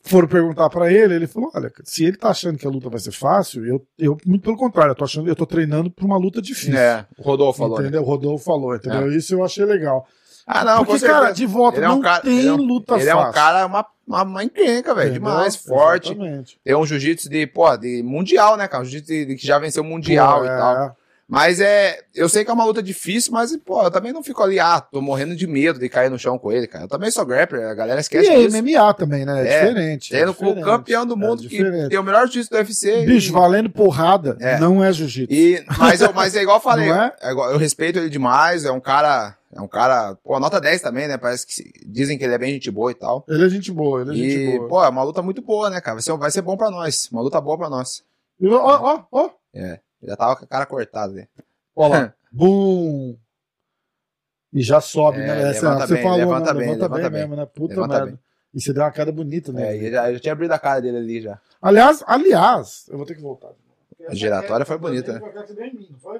[SPEAKER 1] foram perguntar pra ele, ele falou: "Olha, se ele tá achando que a luta vai ser fácil, eu, eu muito pelo contrário, eu tô achando, eu tô treinando pra uma luta difícil".
[SPEAKER 2] É, o Rodolfo falou. né?
[SPEAKER 1] entendeu? O Rodolfo falou, entendeu? Isso eu achei legal.
[SPEAKER 2] Ah, não, com
[SPEAKER 1] Porque
[SPEAKER 2] certeza.
[SPEAKER 1] cara, de volta
[SPEAKER 2] Ele é um
[SPEAKER 1] não
[SPEAKER 2] cara-
[SPEAKER 1] tem
[SPEAKER 2] ele é um-
[SPEAKER 1] luta
[SPEAKER 2] ele é
[SPEAKER 1] fácil.
[SPEAKER 2] um cara, uma, uma, uma encrenca, velho.
[SPEAKER 1] entendeu?
[SPEAKER 2] Demais, forte.
[SPEAKER 1] Exatamente.
[SPEAKER 2] Tem um jiu-jitsu de, pô, de mundial, né, cara? Um jiu-jitsu de- que já venceu mundial
[SPEAKER 1] Pô,
[SPEAKER 2] e
[SPEAKER 1] é,
[SPEAKER 2] tal. Mas é. Eu sei que é uma luta difícil, mas, pô, eu também não fico ali, ah, tô morrendo de medo de cair no chão com ele, cara. Eu também sou grappler, a
[SPEAKER 1] E
[SPEAKER 2] galera esquece
[SPEAKER 1] é
[SPEAKER 2] disso.
[SPEAKER 1] MMA também, né? É,
[SPEAKER 2] É,
[SPEAKER 1] diferente. é
[SPEAKER 2] Tendo com o
[SPEAKER 1] diferente.
[SPEAKER 2] campeão do mundo, que
[SPEAKER 1] diferente.
[SPEAKER 2] tem o melhor jiu-jitsu do UFC.
[SPEAKER 1] Bicho,
[SPEAKER 2] e-
[SPEAKER 1] valendo porrada,
[SPEAKER 2] É.
[SPEAKER 1] não é jiu-jitsu.
[SPEAKER 2] E, mas, eu, mas é igual eu falei,
[SPEAKER 1] Não é?
[SPEAKER 2] é igual- eu respeito ele demais, é um cara, é um cara, pô, nota 10 também, né? Parece que se- dizem que ele é bem gente boa e tal.
[SPEAKER 1] Ele é gente boa, ele é gente
[SPEAKER 2] E,
[SPEAKER 1] boa.
[SPEAKER 2] pô, é uma luta muito boa, né, cara? Vai ser, vai ser bom pra nós, uma luta boa pra nós.
[SPEAKER 1] E Ó, ó, ó.
[SPEAKER 2] Já tava com a cara cortada, né?
[SPEAKER 1] Ó lá. Bum! E já sobe,
[SPEAKER 2] É,
[SPEAKER 1] né? Essa,
[SPEAKER 2] levanta
[SPEAKER 1] você
[SPEAKER 2] bem,
[SPEAKER 1] falou,
[SPEAKER 2] levanta
[SPEAKER 1] né?
[SPEAKER 2] bem,
[SPEAKER 1] levanta,
[SPEAKER 2] levanta
[SPEAKER 1] bem,
[SPEAKER 2] bem.
[SPEAKER 1] mesmo, né? Puta
[SPEAKER 2] Levanta
[SPEAKER 1] merda.
[SPEAKER 2] bem.
[SPEAKER 1] E você deu uma queda bonita,
[SPEAKER 2] É,
[SPEAKER 1] né?
[SPEAKER 2] e já, já tinha abrido a cara dele ali já.
[SPEAKER 1] Aliás, aliás, eu vou ter que voltar.
[SPEAKER 2] A giratória foi bonita, né?
[SPEAKER 1] Foi aquela que deu em mim, não foi?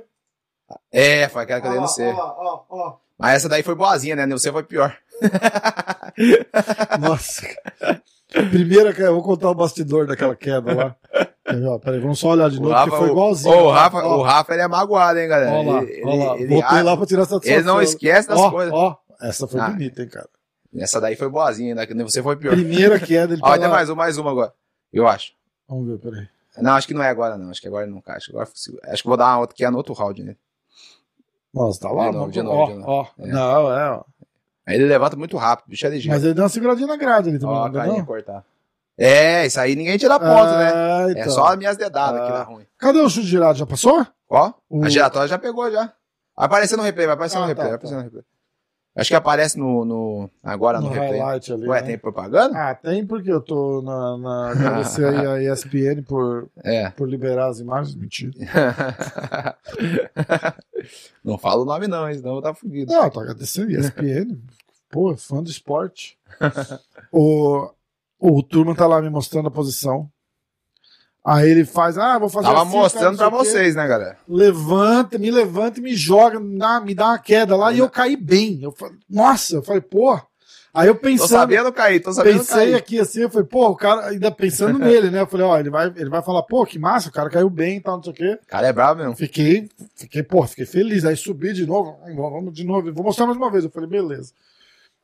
[SPEAKER 2] É, foi aquela que eu dei
[SPEAKER 1] Ó
[SPEAKER 2] no
[SPEAKER 1] lá,
[SPEAKER 2] C.
[SPEAKER 1] ó lá, ó, ó.
[SPEAKER 2] Mas essa daí foi boazinha, né? No C foi pior.
[SPEAKER 1] Nossa. Primeira, que- eu vou contar o bastidor daquela queda lá. Quer ver, ó? Peraí, vamos só olhar de novo, porque foi
[SPEAKER 2] o-
[SPEAKER 1] igualzinho. né?
[SPEAKER 2] Ô, o
[SPEAKER 1] ó,
[SPEAKER 2] Rafa,
[SPEAKER 1] ó,
[SPEAKER 2] o Rafa, ele é magoado, hein, galera?
[SPEAKER 1] ó lá,
[SPEAKER 2] ele,
[SPEAKER 1] ó lá.
[SPEAKER 2] ele- ele-
[SPEAKER 1] Voltei
[SPEAKER 2] ah,
[SPEAKER 1] lá pra tirar satisfação.
[SPEAKER 2] ele não esquece das
[SPEAKER 1] ó,
[SPEAKER 2] coisas.
[SPEAKER 1] Ó, essa foi
[SPEAKER 2] Ah.
[SPEAKER 1] bonita, hein, cara.
[SPEAKER 2] Essa daí foi boazinha, né? Que nem Você foi pior.
[SPEAKER 1] Primeira queda, ele
[SPEAKER 2] Ó,
[SPEAKER 1] tá
[SPEAKER 2] tem
[SPEAKER 1] lá.
[SPEAKER 2] mais uma, mais uma agora. Eu acho.
[SPEAKER 1] Vamos ver, peraí.
[SPEAKER 2] Não, acho que não é agora, não. Acho que agora não, cara. Acho que, agora, acho que vou dar uma outra que é no outro round, né?
[SPEAKER 1] Nossa, tá lá,
[SPEAKER 2] De novo,
[SPEAKER 1] mano.
[SPEAKER 2] de novo,
[SPEAKER 1] ó,
[SPEAKER 2] de novo.
[SPEAKER 1] ó.
[SPEAKER 2] É.
[SPEAKER 1] Não, é, ó.
[SPEAKER 2] Aí ele levanta muito rápido, bicho é ligeiro.
[SPEAKER 1] Mas ele deu uma seguradinha na grade ali também,
[SPEAKER 2] Ó, tá
[SPEAKER 1] não
[SPEAKER 2] a
[SPEAKER 1] deu,
[SPEAKER 2] carinha
[SPEAKER 1] não?
[SPEAKER 2] cortar. É, isso aí ninguém tira ponto, né?
[SPEAKER 1] Ah,
[SPEAKER 2] É
[SPEAKER 1] então.
[SPEAKER 2] só as minhas dedadas que
[SPEAKER 1] Ah.
[SPEAKER 2] dá ruim.
[SPEAKER 1] Cadê o chute girado? Já passou?
[SPEAKER 2] Ó,
[SPEAKER 1] O-
[SPEAKER 2] a giratória já pegou já. Vai aparecer no replay, vai aparecer
[SPEAKER 1] Ah,
[SPEAKER 2] no replay,
[SPEAKER 1] tá,
[SPEAKER 2] vai aparecer no replay. Acho que aparece no. no- agora no,
[SPEAKER 1] no
[SPEAKER 2] replay.
[SPEAKER 1] highlight ali.
[SPEAKER 2] Ué,
[SPEAKER 1] né?
[SPEAKER 2] tem propaganda?
[SPEAKER 1] Ah, tem porque eu tô na. na agradecer aí a ESPN por,
[SPEAKER 2] É.
[SPEAKER 1] por liberar as imagens. Mentira.
[SPEAKER 2] não fala o nome, não, hein, senão eu vou estar fudido.
[SPEAKER 1] Não, eu tô agradecendo a ESPN. Pô, fã do esporte. O, o Turma tá lá me mostrando a posição. Aí ele faz, ah, vou fazer
[SPEAKER 2] Tava
[SPEAKER 1] assim, tá, não
[SPEAKER 2] mostrando
[SPEAKER 1] sei
[SPEAKER 2] pra
[SPEAKER 1] o quê.
[SPEAKER 2] vocês, né, galera?
[SPEAKER 1] levanta, me levanta e me joga, me dá, me dá uma queda lá e eu caí bem. Eu falei, nossa, eu falei, pô. Aí eu
[SPEAKER 2] Tô
[SPEAKER 1] pensando,
[SPEAKER 2] sabendo cair, tô sabendo
[SPEAKER 1] pensei
[SPEAKER 2] cair.
[SPEAKER 1] aqui assim, eu falei, pô, o cara ainda pensando nele, né? Eu falei, ó, ele vai, ele vai falar, pô, que massa, o cara caiu bem e tal, não sei o quê.
[SPEAKER 2] O cara é brabo mesmo.
[SPEAKER 1] Fiquei, fiquei, pô, fiquei feliz. Aí subi de novo, vamos, vamos de novo, vou mostrar mais uma vez. Eu falei, beleza.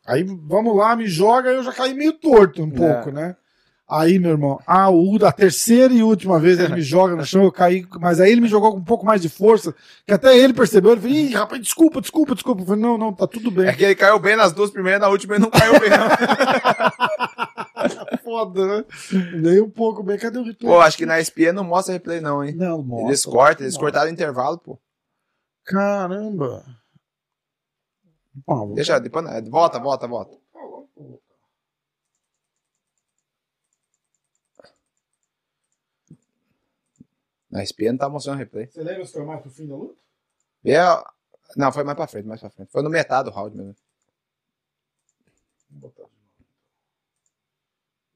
[SPEAKER 1] Aí vamos lá, me joga, aí eu já caí meio torto um
[SPEAKER 2] É.
[SPEAKER 1] pouco, né? Aí, meu irmão, a, u- a terceira e última vez ele me joga no chão, eu caí, mas aí ele me jogou com um pouco mais de força, que até ele percebeu, ele falou, Ih, rapaz, desculpa, desculpa, desculpa. Eu falei, não, não, tá tudo
[SPEAKER 2] É
[SPEAKER 1] bem.
[SPEAKER 2] que ele caiu bem nas duas primeiras, na última ele não caiu bem, não.
[SPEAKER 1] Foda, né? Nem um pouco bem, cadê o retorno?
[SPEAKER 2] Pô, acho que na ESPN não mostra replay, não, hein?
[SPEAKER 1] Não, mostra.
[SPEAKER 2] Eles cortam, eles
[SPEAKER 1] Não.
[SPEAKER 2] cortaram o intervalo, pô.
[SPEAKER 1] Caramba. Bom, vou-
[SPEAKER 2] Deixa, depois. Volta, volta, volta. Na SPN tá mostrando replay.
[SPEAKER 1] Você lembra se foi mais pro fim da luta?
[SPEAKER 2] E é... Não, foi mais pra frente, mais pra frente. Foi no metade do round mesmo.
[SPEAKER 1] Vamos botar de novo. então.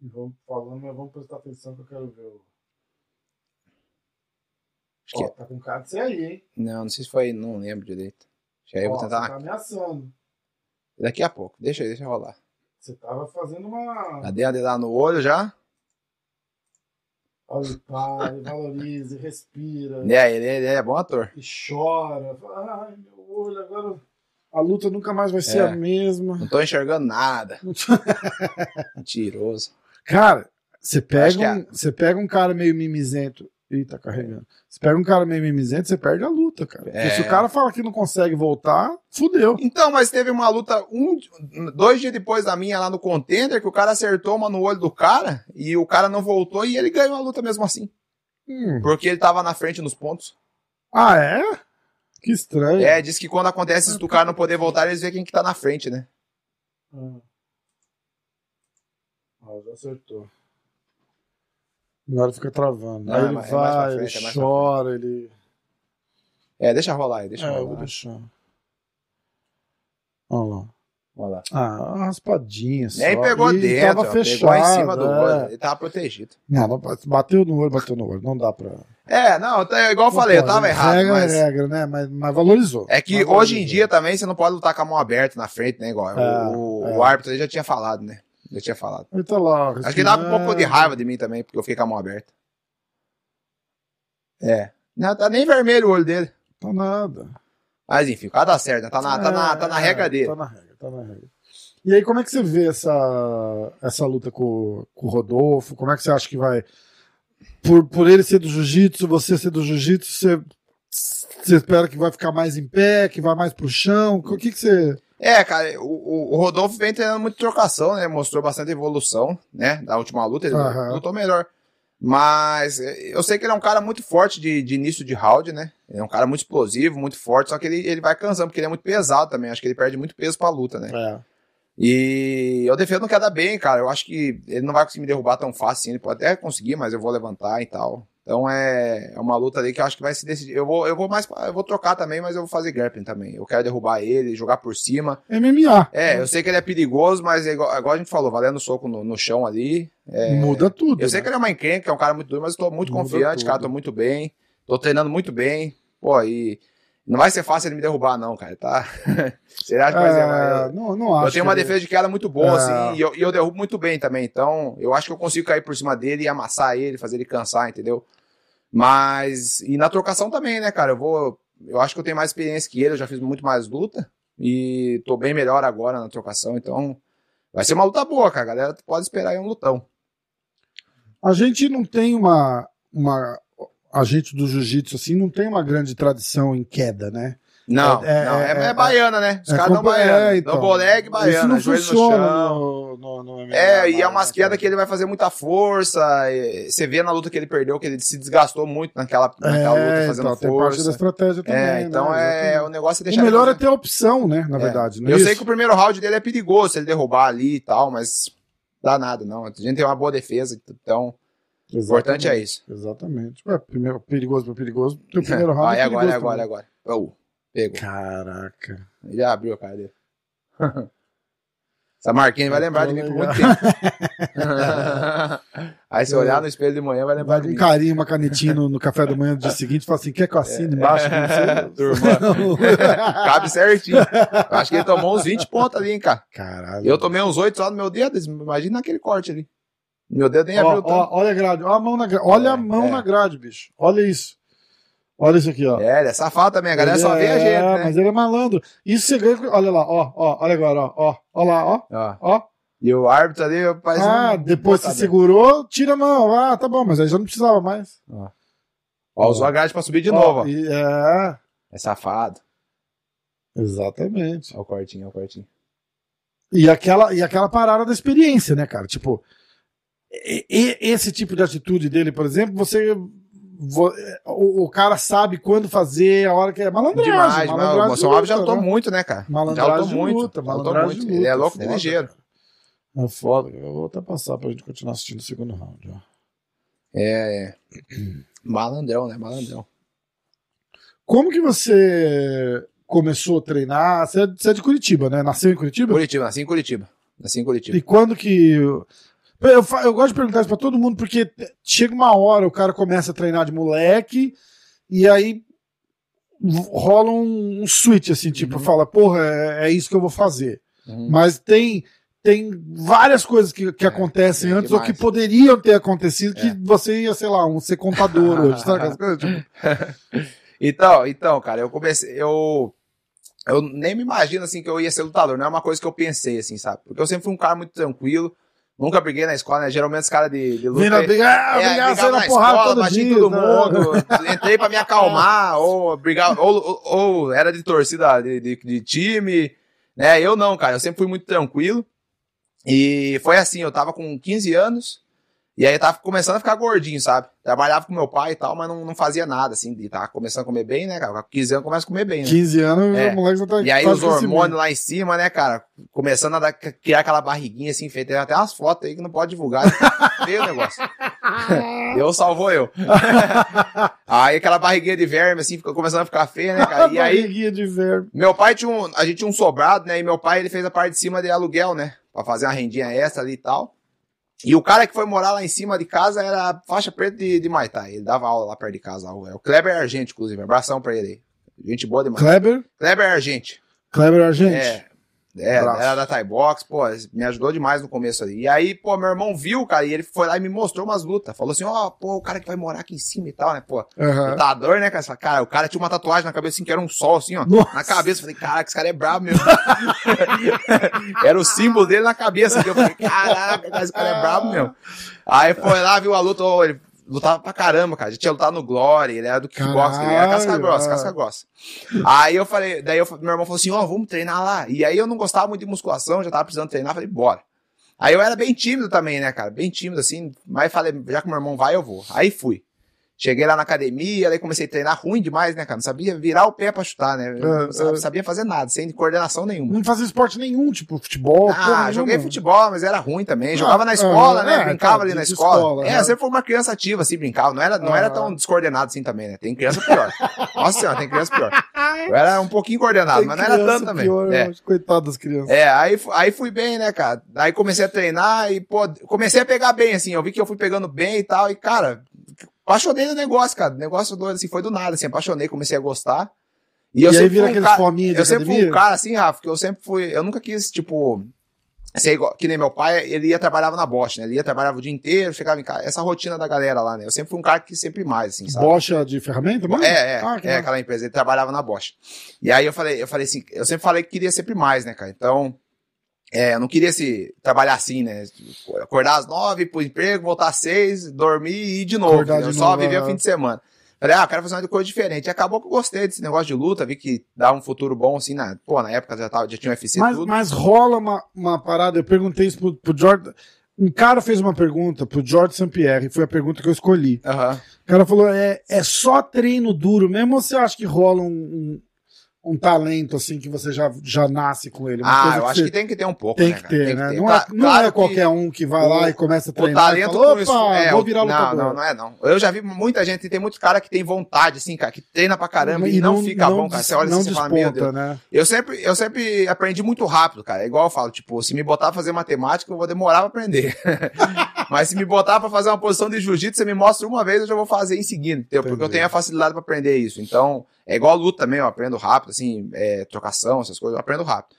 [SPEAKER 1] E vamos falando, mas vamos prestar atenção que eu quero ver o.
[SPEAKER 2] Acho que- é,
[SPEAKER 1] Ó, tá com cara de ser aí, hein?
[SPEAKER 2] Não, não sei se foi. Não lembro direito. Acho que Aí eu vou
[SPEAKER 1] Ó,
[SPEAKER 2] tentar.
[SPEAKER 1] Você tá ameaçando.
[SPEAKER 2] Daqui a pouco. Deixa aí, deixa rolar.
[SPEAKER 1] Você tava fazendo uma.
[SPEAKER 2] Cadê a dedada no olho já?
[SPEAKER 1] Olha, pare, valorize, respira.
[SPEAKER 2] É, ele, ele é bom ator.
[SPEAKER 1] E chora. Fala, Ai, meu olho, agora. A luta nunca mais vai ser
[SPEAKER 2] É.
[SPEAKER 1] a mesma.
[SPEAKER 2] Não tô enxergando nada. Mentiroso.
[SPEAKER 1] Cara, você pega,
[SPEAKER 2] Acho que é.
[SPEAKER 1] um, você pega um cara meio mimizento. Ih, tá carregando. Você pega um cara meio mimizento, você perde a luta, cara. Porque
[SPEAKER 2] É.
[SPEAKER 1] se o cara fala que não consegue voltar, fudeu.
[SPEAKER 2] Então, mas teve uma luta um, dois dias depois da minha lá no contender, que o cara acertou uma no olho do cara e o cara não voltou e ele ganhou a luta mesmo assim.
[SPEAKER 1] Hum.
[SPEAKER 2] Porque ele tava na frente nos pontos.
[SPEAKER 1] Ah, é? Que estranho.
[SPEAKER 2] É, diz que quando acontece isso do cara não poder voltar, eles veem quem que tá na frente, né?
[SPEAKER 1] Ah. Ah, já acertou. Agora fica travando.
[SPEAKER 2] Não,
[SPEAKER 1] Aí
[SPEAKER 2] é
[SPEAKER 1] ele
[SPEAKER 2] mais- é mais pra
[SPEAKER 1] vai,
[SPEAKER 2] frente, é
[SPEAKER 1] ele
[SPEAKER 2] mais pra
[SPEAKER 1] chora, ele.
[SPEAKER 2] É, deixa rolar aí, deixa
[SPEAKER 1] é, eu vou
[SPEAKER 2] rolar.
[SPEAKER 1] deixar. Olha lá.
[SPEAKER 2] Olha lá.
[SPEAKER 1] Ah, uma raspadinha. só.
[SPEAKER 2] Nem pegou
[SPEAKER 1] Ih,
[SPEAKER 2] dentro,
[SPEAKER 1] Tava
[SPEAKER 2] ó,
[SPEAKER 1] fechado.
[SPEAKER 2] pegou em cima do
[SPEAKER 1] é.
[SPEAKER 2] olho, ele tava protegido.
[SPEAKER 1] Não, não, bateu no olho, bateu no olho. Não dá pra.
[SPEAKER 2] É, não, tá- igual eu falei, eu tava errado,
[SPEAKER 1] Regra
[SPEAKER 2] mas...
[SPEAKER 1] é regra, né? Mas, mas valorizou.
[SPEAKER 2] É que
[SPEAKER 1] Mas
[SPEAKER 2] hoje em
[SPEAKER 1] valorizou.
[SPEAKER 2] dia também você não pode lutar com a mão aberta na frente, né? Igual
[SPEAKER 1] É,
[SPEAKER 2] o,
[SPEAKER 1] é.
[SPEAKER 2] o árbitro ele já tinha falado, né? Já tinha falado.
[SPEAKER 1] Ele tá lá. ó,
[SPEAKER 2] Acho que dava um
[SPEAKER 1] respirando.
[SPEAKER 2] pouco de raiva de mim também, porque eu fiquei com a mão aberta. É. Não, tá nem vermelho o olho dele.
[SPEAKER 1] Tá nada.
[SPEAKER 2] Mas enfim, o cara dá certo, né? Tá na, tá na, tá na regra dele.
[SPEAKER 1] Tá na regra, tá na regra. E aí, como é que você vê essa, essa luta com, com o Rodolfo? Como é que você acha que vai. Por, por ele ser do jiu-jitsu, você ser do jiu-jitsu, você, você espera que vai ficar mais em pé, que vai mais pro chão? O que, que você.
[SPEAKER 2] É, cara, o- o, o Rodolfo vem treinando muito trocação, né? Mostrou bastante evolução, né? Da última luta, ele
[SPEAKER 1] Aham.
[SPEAKER 2] lutou melhor. Mas eh, eu sei que ele é um cara muito forte de, de início de round, né? Ele é um cara muito explosivo, muito forte, só que ele, ele vai cansando, porque ele é muito pesado também. Acho que ele perde muito peso pra luta, né?
[SPEAKER 1] É.
[SPEAKER 2] E eu defendo queda bem, cara. Eu acho que ele não vai conseguir me derrubar tão fácil assim. Ele pode até conseguir, mas eu vou levantar e tal. Então é, é uma luta ali que eu acho que vai se decidir. Eu vou, eu vou mais. pra- Eu vou trocar também, mas eu vou fazer grappling também. Eu quero derrubar ele, jogar por cima.
[SPEAKER 1] MMA.
[SPEAKER 2] É, eu sei que ele é perigoso, mas é igual, igual a gente falou, valendo soco no, no chão ali. é,
[SPEAKER 1] Muda tudo.
[SPEAKER 2] eu sei
[SPEAKER 1] né?
[SPEAKER 2] que ele é uma encrenca, é um cara muito duro, mas eu tô muito
[SPEAKER 1] Muda
[SPEAKER 2] confiante,
[SPEAKER 1] tudo.
[SPEAKER 2] cara, tô muito bem. Tô treinando muito bem. Pô, e não vai ser fácil ele me derrubar, não, cara, tá? Você acha que vai
[SPEAKER 1] É,
[SPEAKER 2] ser?
[SPEAKER 1] não, não acho.
[SPEAKER 2] Eu tenho uma
[SPEAKER 1] que-
[SPEAKER 2] defesa de queda muito boa,
[SPEAKER 1] É.
[SPEAKER 2] assim, e eu, e eu derrubo muito bem também. Então, eu acho que eu consigo cair por cima dele e amassar ele, fazer ele cansar, entendeu? Mas. E na trocação também, né, cara? Eu vou. Eu acho que eu tenho mais experiência que ele, eu já fiz muito mais luta. E tô bem melhor agora na trocação, então. Vai ser uma luta boa, cara. A galera pode esperar aí um lutão.
[SPEAKER 1] A gente não tem uma. uma a gente do jiu-jitsu, assim, não tem uma grande tradição em queda, né?
[SPEAKER 2] Não,
[SPEAKER 1] É- é-
[SPEAKER 2] não, é,
[SPEAKER 1] é-
[SPEAKER 2] é baiana, né? Os caras dão
[SPEAKER 1] compa-
[SPEAKER 2] baiana.
[SPEAKER 1] é,
[SPEAKER 2] Então. Double leg
[SPEAKER 1] Isso
[SPEAKER 2] baiana,
[SPEAKER 1] não
[SPEAKER 2] joelho
[SPEAKER 1] funciona
[SPEAKER 2] no chão.
[SPEAKER 1] no, no, no MMA,
[SPEAKER 2] É, e
[SPEAKER 1] mais,
[SPEAKER 2] é umas
[SPEAKER 1] né,
[SPEAKER 2] quedas
[SPEAKER 1] cara?
[SPEAKER 2] que ele vai fazer muita força. e- Você vê na luta que ele perdeu, que ele se desgastou muito naquela, naquela luta
[SPEAKER 1] É,
[SPEAKER 2] fazendo
[SPEAKER 1] então, tem parte da
[SPEAKER 2] força.
[SPEAKER 1] estratégia também.
[SPEAKER 2] é, então
[SPEAKER 1] né?
[SPEAKER 2] é, o
[SPEAKER 1] Exatamente.
[SPEAKER 2] negócio é
[SPEAKER 1] O
[SPEAKER 2] deixar
[SPEAKER 1] melhor é
[SPEAKER 2] ele
[SPEAKER 1] ter opção, né? Na
[SPEAKER 2] É.
[SPEAKER 1] verdade. não é
[SPEAKER 2] Eu
[SPEAKER 1] isso?
[SPEAKER 2] sei que o primeiro round dele é perigoso, se ele derrubar ali e tal, mas dá nada, não. A gente tem uma boa defesa, então
[SPEAKER 1] o
[SPEAKER 2] o importante é isso.
[SPEAKER 1] Exatamente. Ué, primeiro, perigoso pra perigoso. Teu primeiro round.
[SPEAKER 2] Aí
[SPEAKER 1] é
[SPEAKER 2] agora, é
[SPEAKER 1] perigoso
[SPEAKER 2] agora, é agora. Oh, pegou.
[SPEAKER 1] também. Caraca.
[SPEAKER 2] Já abriu a cara dele. Essa marquinha
[SPEAKER 1] É,
[SPEAKER 2] vai lembrar
[SPEAKER 1] tá
[SPEAKER 2] de mim por muito tempo. Aí se olhar no espelho de manhã, vai lembrar
[SPEAKER 1] Vai
[SPEAKER 2] de
[SPEAKER 1] com
[SPEAKER 2] mim.
[SPEAKER 1] um carinho, uma canetinha no, no café da manhã do dia seguinte, fala assim: quer que eu assine embaixo? Turma.
[SPEAKER 2] É. Cabe certinho. Eu acho que ele tomou uns 20 pontos ali, hein, cara.
[SPEAKER 1] Caralho.
[SPEAKER 2] Eu tomei uns 8 só no meu dedo. Imagina naquele corte ali. Meu dedo nem
[SPEAKER 1] Ó,
[SPEAKER 2] abriu tanto.
[SPEAKER 1] ó, olha a grade, ó a mão na grade. Olha a
[SPEAKER 2] É,
[SPEAKER 1] mão
[SPEAKER 2] é.
[SPEAKER 1] na grade, bicho. Olha isso. Olha isso aqui, ó.
[SPEAKER 2] É, ele é safado também. A galera só vê
[SPEAKER 1] Ele
[SPEAKER 2] a
[SPEAKER 1] é-
[SPEAKER 2] gente, né?
[SPEAKER 1] Mas ele é malandro. Isso você ganha. com- Olha lá, ó, ó, olha agora, ó, ó, ó lá, ó,
[SPEAKER 2] Ó,
[SPEAKER 1] ó.
[SPEAKER 2] E o árbitro ali faz
[SPEAKER 1] ah,
[SPEAKER 2] um-
[SPEAKER 1] depois que
[SPEAKER 2] botadão.
[SPEAKER 1] segurou, tira a mão. Ah, tá bom, mas aí já não precisava mais.
[SPEAKER 2] Ó, usou a grade pra subir de
[SPEAKER 1] Ó,
[SPEAKER 2] novo, ó.
[SPEAKER 1] e- é,
[SPEAKER 2] É safado.
[SPEAKER 1] exatamente.
[SPEAKER 2] Ó o cortinho, ó o cortinho.
[SPEAKER 1] E aquela, e aquela parada da experiência, né, cara? Tipo, e- e- esse tipo de atitude dele, por exemplo, você vo- o, o cara sabe quando fazer, a hora que é. Malandragem.
[SPEAKER 2] Demais, mas o
[SPEAKER 1] malandragem
[SPEAKER 2] Moção
[SPEAKER 1] de
[SPEAKER 2] Alves já
[SPEAKER 1] luta,
[SPEAKER 2] lutou
[SPEAKER 1] né?
[SPEAKER 2] muito, né, cara? Já
[SPEAKER 1] Malandragem
[SPEAKER 2] lutou
[SPEAKER 1] de
[SPEAKER 2] muito.
[SPEAKER 1] luta,
[SPEAKER 2] já lutou
[SPEAKER 1] malandragem de
[SPEAKER 2] muito.
[SPEAKER 1] luta,
[SPEAKER 2] Ele é louco e
[SPEAKER 1] foda.
[SPEAKER 2] ligeiro. um-
[SPEAKER 1] É foda, cara. eu vou até passar pra gente continuar assistindo o segundo round. ó.
[SPEAKER 2] É, é. Malandrão, né? Malandrão.
[SPEAKER 1] Como que você começou a treinar? Você é, você é de Curitiba, né? Nasceu em Curitiba?
[SPEAKER 2] Curitiba, nasci em Curitiba. Nasci em Curitiba.
[SPEAKER 1] E quando que. Eu, fa- eu gosto de perguntar isso pra todo mundo, porque te- chega uma hora o cara começa a treinar de moleque, e aí v- rola um, um switch, assim, tipo, fala, porra, é, é isso que eu vou fazer.
[SPEAKER 2] Uhum.
[SPEAKER 1] Mas tem tem várias coisas que, que
[SPEAKER 2] É,
[SPEAKER 1] acontecem
[SPEAKER 2] é
[SPEAKER 1] antes ou
[SPEAKER 2] demais.
[SPEAKER 1] que poderiam ter acontecido que
[SPEAKER 2] É.
[SPEAKER 1] você ia, sei lá, um ser contador hoje, sabe? aquelas coisas? Tipo,
[SPEAKER 2] Então, então, cara, eu comecei, eu eu nem me imagino assim que eu ia ser lutador, não é uma coisa que eu pensei assim, sabe? Porque eu sempre fui um cara muito tranquilo, nunca briguei na escola, né? Geralmente os caras de, de luta
[SPEAKER 1] Vem na briga, ah,
[SPEAKER 2] é,
[SPEAKER 1] obrigado,
[SPEAKER 2] brigava
[SPEAKER 1] saiu
[SPEAKER 2] na
[SPEAKER 1] na porrada
[SPEAKER 2] escola,
[SPEAKER 1] todo
[SPEAKER 2] bati em
[SPEAKER 1] dia,
[SPEAKER 2] todo
[SPEAKER 1] tá?
[SPEAKER 2] mundo, entrei pra me acalmar, ou brigava, ou, ou- ou era de torcida de, de- de time, né? Eu não, cara, eu sempre fui muito tranquilo. E foi assim, eu tava com 15 anos, e aí eu tava começando a ficar gordinho, sabe? Trabalhava com meu pai e tal, mas não, não fazia nada, assim, de tava começando a comer bem, né, cara? Com 15 anos começa a comer bem, né?
[SPEAKER 1] 15 anos,
[SPEAKER 2] É.
[SPEAKER 1] o moleque já tá
[SPEAKER 2] E aí
[SPEAKER 1] faz
[SPEAKER 2] os
[SPEAKER 1] crescimento.
[SPEAKER 2] hormônios lá em cima, né, cara? Começando a dar- criar aquela barriguinha assim, feita. Tem até umas fotos aí que não pode divulgar. né? Feio o negócio. Deus salvou eu. aí aquela barriguinha de verme, assim, ficou começando a ficar feia, né, cara? E aí,
[SPEAKER 1] Barriguinha de verme.
[SPEAKER 2] meu pai tinha um. A gente tinha um sobrado, né? E meu pai ele fez a parte de cima de aluguel, né? Pra fazer uma rendinha extra ali e tal. E o cara que foi morar lá em cima de casa era faixa preta de, de Muay Thai. Ele dava aula lá perto de casa. lá, O Kleber Argente, inclusive. Abração pra ele aí. Gente boa demais.
[SPEAKER 1] Kleber?
[SPEAKER 2] Kleber Argente.
[SPEAKER 1] Kleber Argente.
[SPEAKER 2] É. É,
[SPEAKER 1] Abraço.
[SPEAKER 2] era da Thai Box, pô, me ajudou demais no começo ali. E aí, pô, meu irmão viu, cara, e ele foi lá e me mostrou umas lutas. Falou assim, ó, pô, o cara que vai morar aqui em cima e tal, né, pô.
[SPEAKER 1] Aham.
[SPEAKER 2] Lutador, né, cara? Você fala, Cara, o cara tinha uma tatuagem na cabeça, assim, que era um sol, assim, ó.
[SPEAKER 1] Nossa.
[SPEAKER 2] Na cabeça, eu falei, caraca, esse cara é brabo mesmo. era o símbolo dele na cabeça. assim, Eu falei, caraca, cara, esse cara é brabo mesmo. Aí foi lá, viu a luta, ó, ele lutava pra caramba, cara. A gente tinha lutado no Glory, ele era do kickbox, ele era casca
[SPEAKER 1] Caralho,
[SPEAKER 2] grossa,
[SPEAKER 1] ah.
[SPEAKER 2] casca grossa. Aí eu falei, daí eu- meu irmão falou assim, ó, vamos treinar lá. E aí eu não gostava muito de musculação, já tava precisando treinar, falei, bora. Aí eu era bem tímido também, né, cara? Bem tímido, assim. Mas falei, já que meu irmão vai, eu vou. Aí fui. Cheguei lá na academia, daí comecei a treinar ruim demais, né, cara? Não sabia virar o pé pra chutar, né? Eu
[SPEAKER 1] Ah,
[SPEAKER 2] Não sa-
[SPEAKER 1] ah.
[SPEAKER 2] sabia fazer nada, sem coordenação nenhuma.
[SPEAKER 1] Não fazia esporte nenhum, tipo futebol. porra
[SPEAKER 2] Ah,
[SPEAKER 1] nenhuma.
[SPEAKER 2] joguei futebol, mas era ruim também. Jogava na
[SPEAKER 1] ah,
[SPEAKER 2] escola, né?
[SPEAKER 1] é,
[SPEAKER 2] brincava
[SPEAKER 1] tá,
[SPEAKER 2] ali na
[SPEAKER 1] de
[SPEAKER 2] escola.
[SPEAKER 1] escola,
[SPEAKER 2] é,
[SPEAKER 1] né?
[SPEAKER 2] sempre foi uma criança ativa, assim, brincava. Não era, não era
[SPEAKER 1] Ah.
[SPEAKER 2] tão descoordenado assim também, né? Tem criança pior. Nossa senhora, tem criança pior. Eu era um pouquinho coordenado,
[SPEAKER 1] Tem
[SPEAKER 2] mas não era
[SPEAKER 1] criança
[SPEAKER 2] tanto também.
[SPEAKER 1] pior, eu
[SPEAKER 2] É.
[SPEAKER 1] acho, Coitado das crianças.
[SPEAKER 2] É, aí, fu- aí fui bem, né, cara? Aí comecei a treinar e, pô, comecei a pegar bem, assim. Eu vi que eu fui pegando bem e tal. E, cara, apaixonei no negócio, cara. O negócio doido, assim, foi do nada, assim. Apaixonei, comecei a gostar. E, eu
[SPEAKER 1] e aí
[SPEAKER 2] sempre fui
[SPEAKER 1] vira
[SPEAKER 2] um
[SPEAKER 1] aqueles
[SPEAKER 2] cara-
[SPEAKER 1] fominhas de
[SPEAKER 2] Eu sempre fui um
[SPEAKER 1] academia.
[SPEAKER 2] cara, assim, Rafa, que eu sempre fui... Eu nunca quis, tipo... Ser igual, que nem meu pai, ele ia trabalhava na Bosch, né? Ele ia trabalhava o dia inteiro, chegava em casa. Essa rotina da galera lá, né? Eu sempre fui um cara que sempre mais, assim, sabe?
[SPEAKER 1] Bocha de ferramenta? mano?
[SPEAKER 2] É, é,
[SPEAKER 1] Ah, que
[SPEAKER 2] é
[SPEAKER 1] massa.
[SPEAKER 2] aquela empresa, ele trabalhava na Bosch. E aí eu falei, eu falei assim, eu sempre falei que queria sempre mais, né, cara? Então, é, eu não queria se trabalhar assim, né? Acordar às nove, ir pro emprego, voltar às seis, dormir e ir de novo.
[SPEAKER 1] Acordar
[SPEAKER 2] entendeu?
[SPEAKER 1] de
[SPEAKER 2] só
[SPEAKER 1] novo,
[SPEAKER 2] viver o
[SPEAKER 1] é.
[SPEAKER 2] fim de semana. Falei, ah, eu quero fazer uma coisa diferente. E acabou que eu gostei desse negócio de luta, vi que dá um futuro bom, assim, na, pô, na época já, tava, já tinha UFC e
[SPEAKER 1] mas,
[SPEAKER 2] tudo.
[SPEAKER 1] mas rola uma, uma parada. Eu perguntei isso pro, pro Jordan. Um cara fez uma pergunta pro Jordan Sampierre, foi a pergunta que eu escolhi.
[SPEAKER 2] Aham.
[SPEAKER 1] O cara falou: é, é só treino duro mesmo ou você acha que rola um, um, um talento assim que você já, já nasce com ele? Uma
[SPEAKER 2] Ah,
[SPEAKER 1] coisa
[SPEAKER 2] eu acho que
[SPEAKER 1] você
[SPEAKER 2] tem que ter um pouco,
[SPEAKER 1] tem
[SPEAKER 2] né,
[SPEAKER 1] que
[SPEAKER 2] cara?
[SPEAKER 1] ter,
[SPEAKER 2] Tem
[SPEAKER 1] né?
[SPEAKER 2] que ter.
[SPEAKER 1] Não,
[SPEAKER 2] Cla-
[SPEAKER 1] é, não
[SPEAKER 2] claro
[SPEAKER 1] é
[SPEAKER 2] que-
[SPEAKER 1] qualquer um que vai
[SPEAKER 2] o-
[SPEAKER 1] lá e começa a
[SPEAKER 2] O
[SPEAKER 1] treinar. e
[SPEAKER 2] talento
[SPEAKER 1] fala,
[SPEAKER 2] com
[SPEAKER 1] Opa,
[SPEAKER 2] isso. é,
[SPEAKER 1] vou
[SPEAKER 2] o-
[SPEAKER 1] virar lutador.
[SPEAKER 2] Não, não, não é não. Eu já vi muita gente, tem muito cara que tem vontade, assim, cara, que treina pra caramba e, não, fica bom, cara.
[SPEAKER 1] des-
[SPEAKER 2] Você olha
[SPEAKER 1] não
[SPEAKER 2] assim e fala, meu
[SPEAKER 1] desponta,
[SPEAKER 2] Deus.
[SPEAKER 1] né?
[SPEAKER 2] Eu sempre, eu sempre aprendi muito rápido, cara. É igual eu falo, tipo, se me botar pra fazer matemática, eu vou demorar pra aprender. Mas se me botar pra fazer uma posição de jiu-jitsu, você me mostra uma vez, eu já vou fazer em seguida, entendeu? Porque eu
[SPEAKER 1] Entendi.
[SPEAKER 2] tenho a facilidade pra aprender isso. Então, é igual a luta também, eu aprendo rápido, assim, é, trocação, essas coisas, eu aprendo rápido.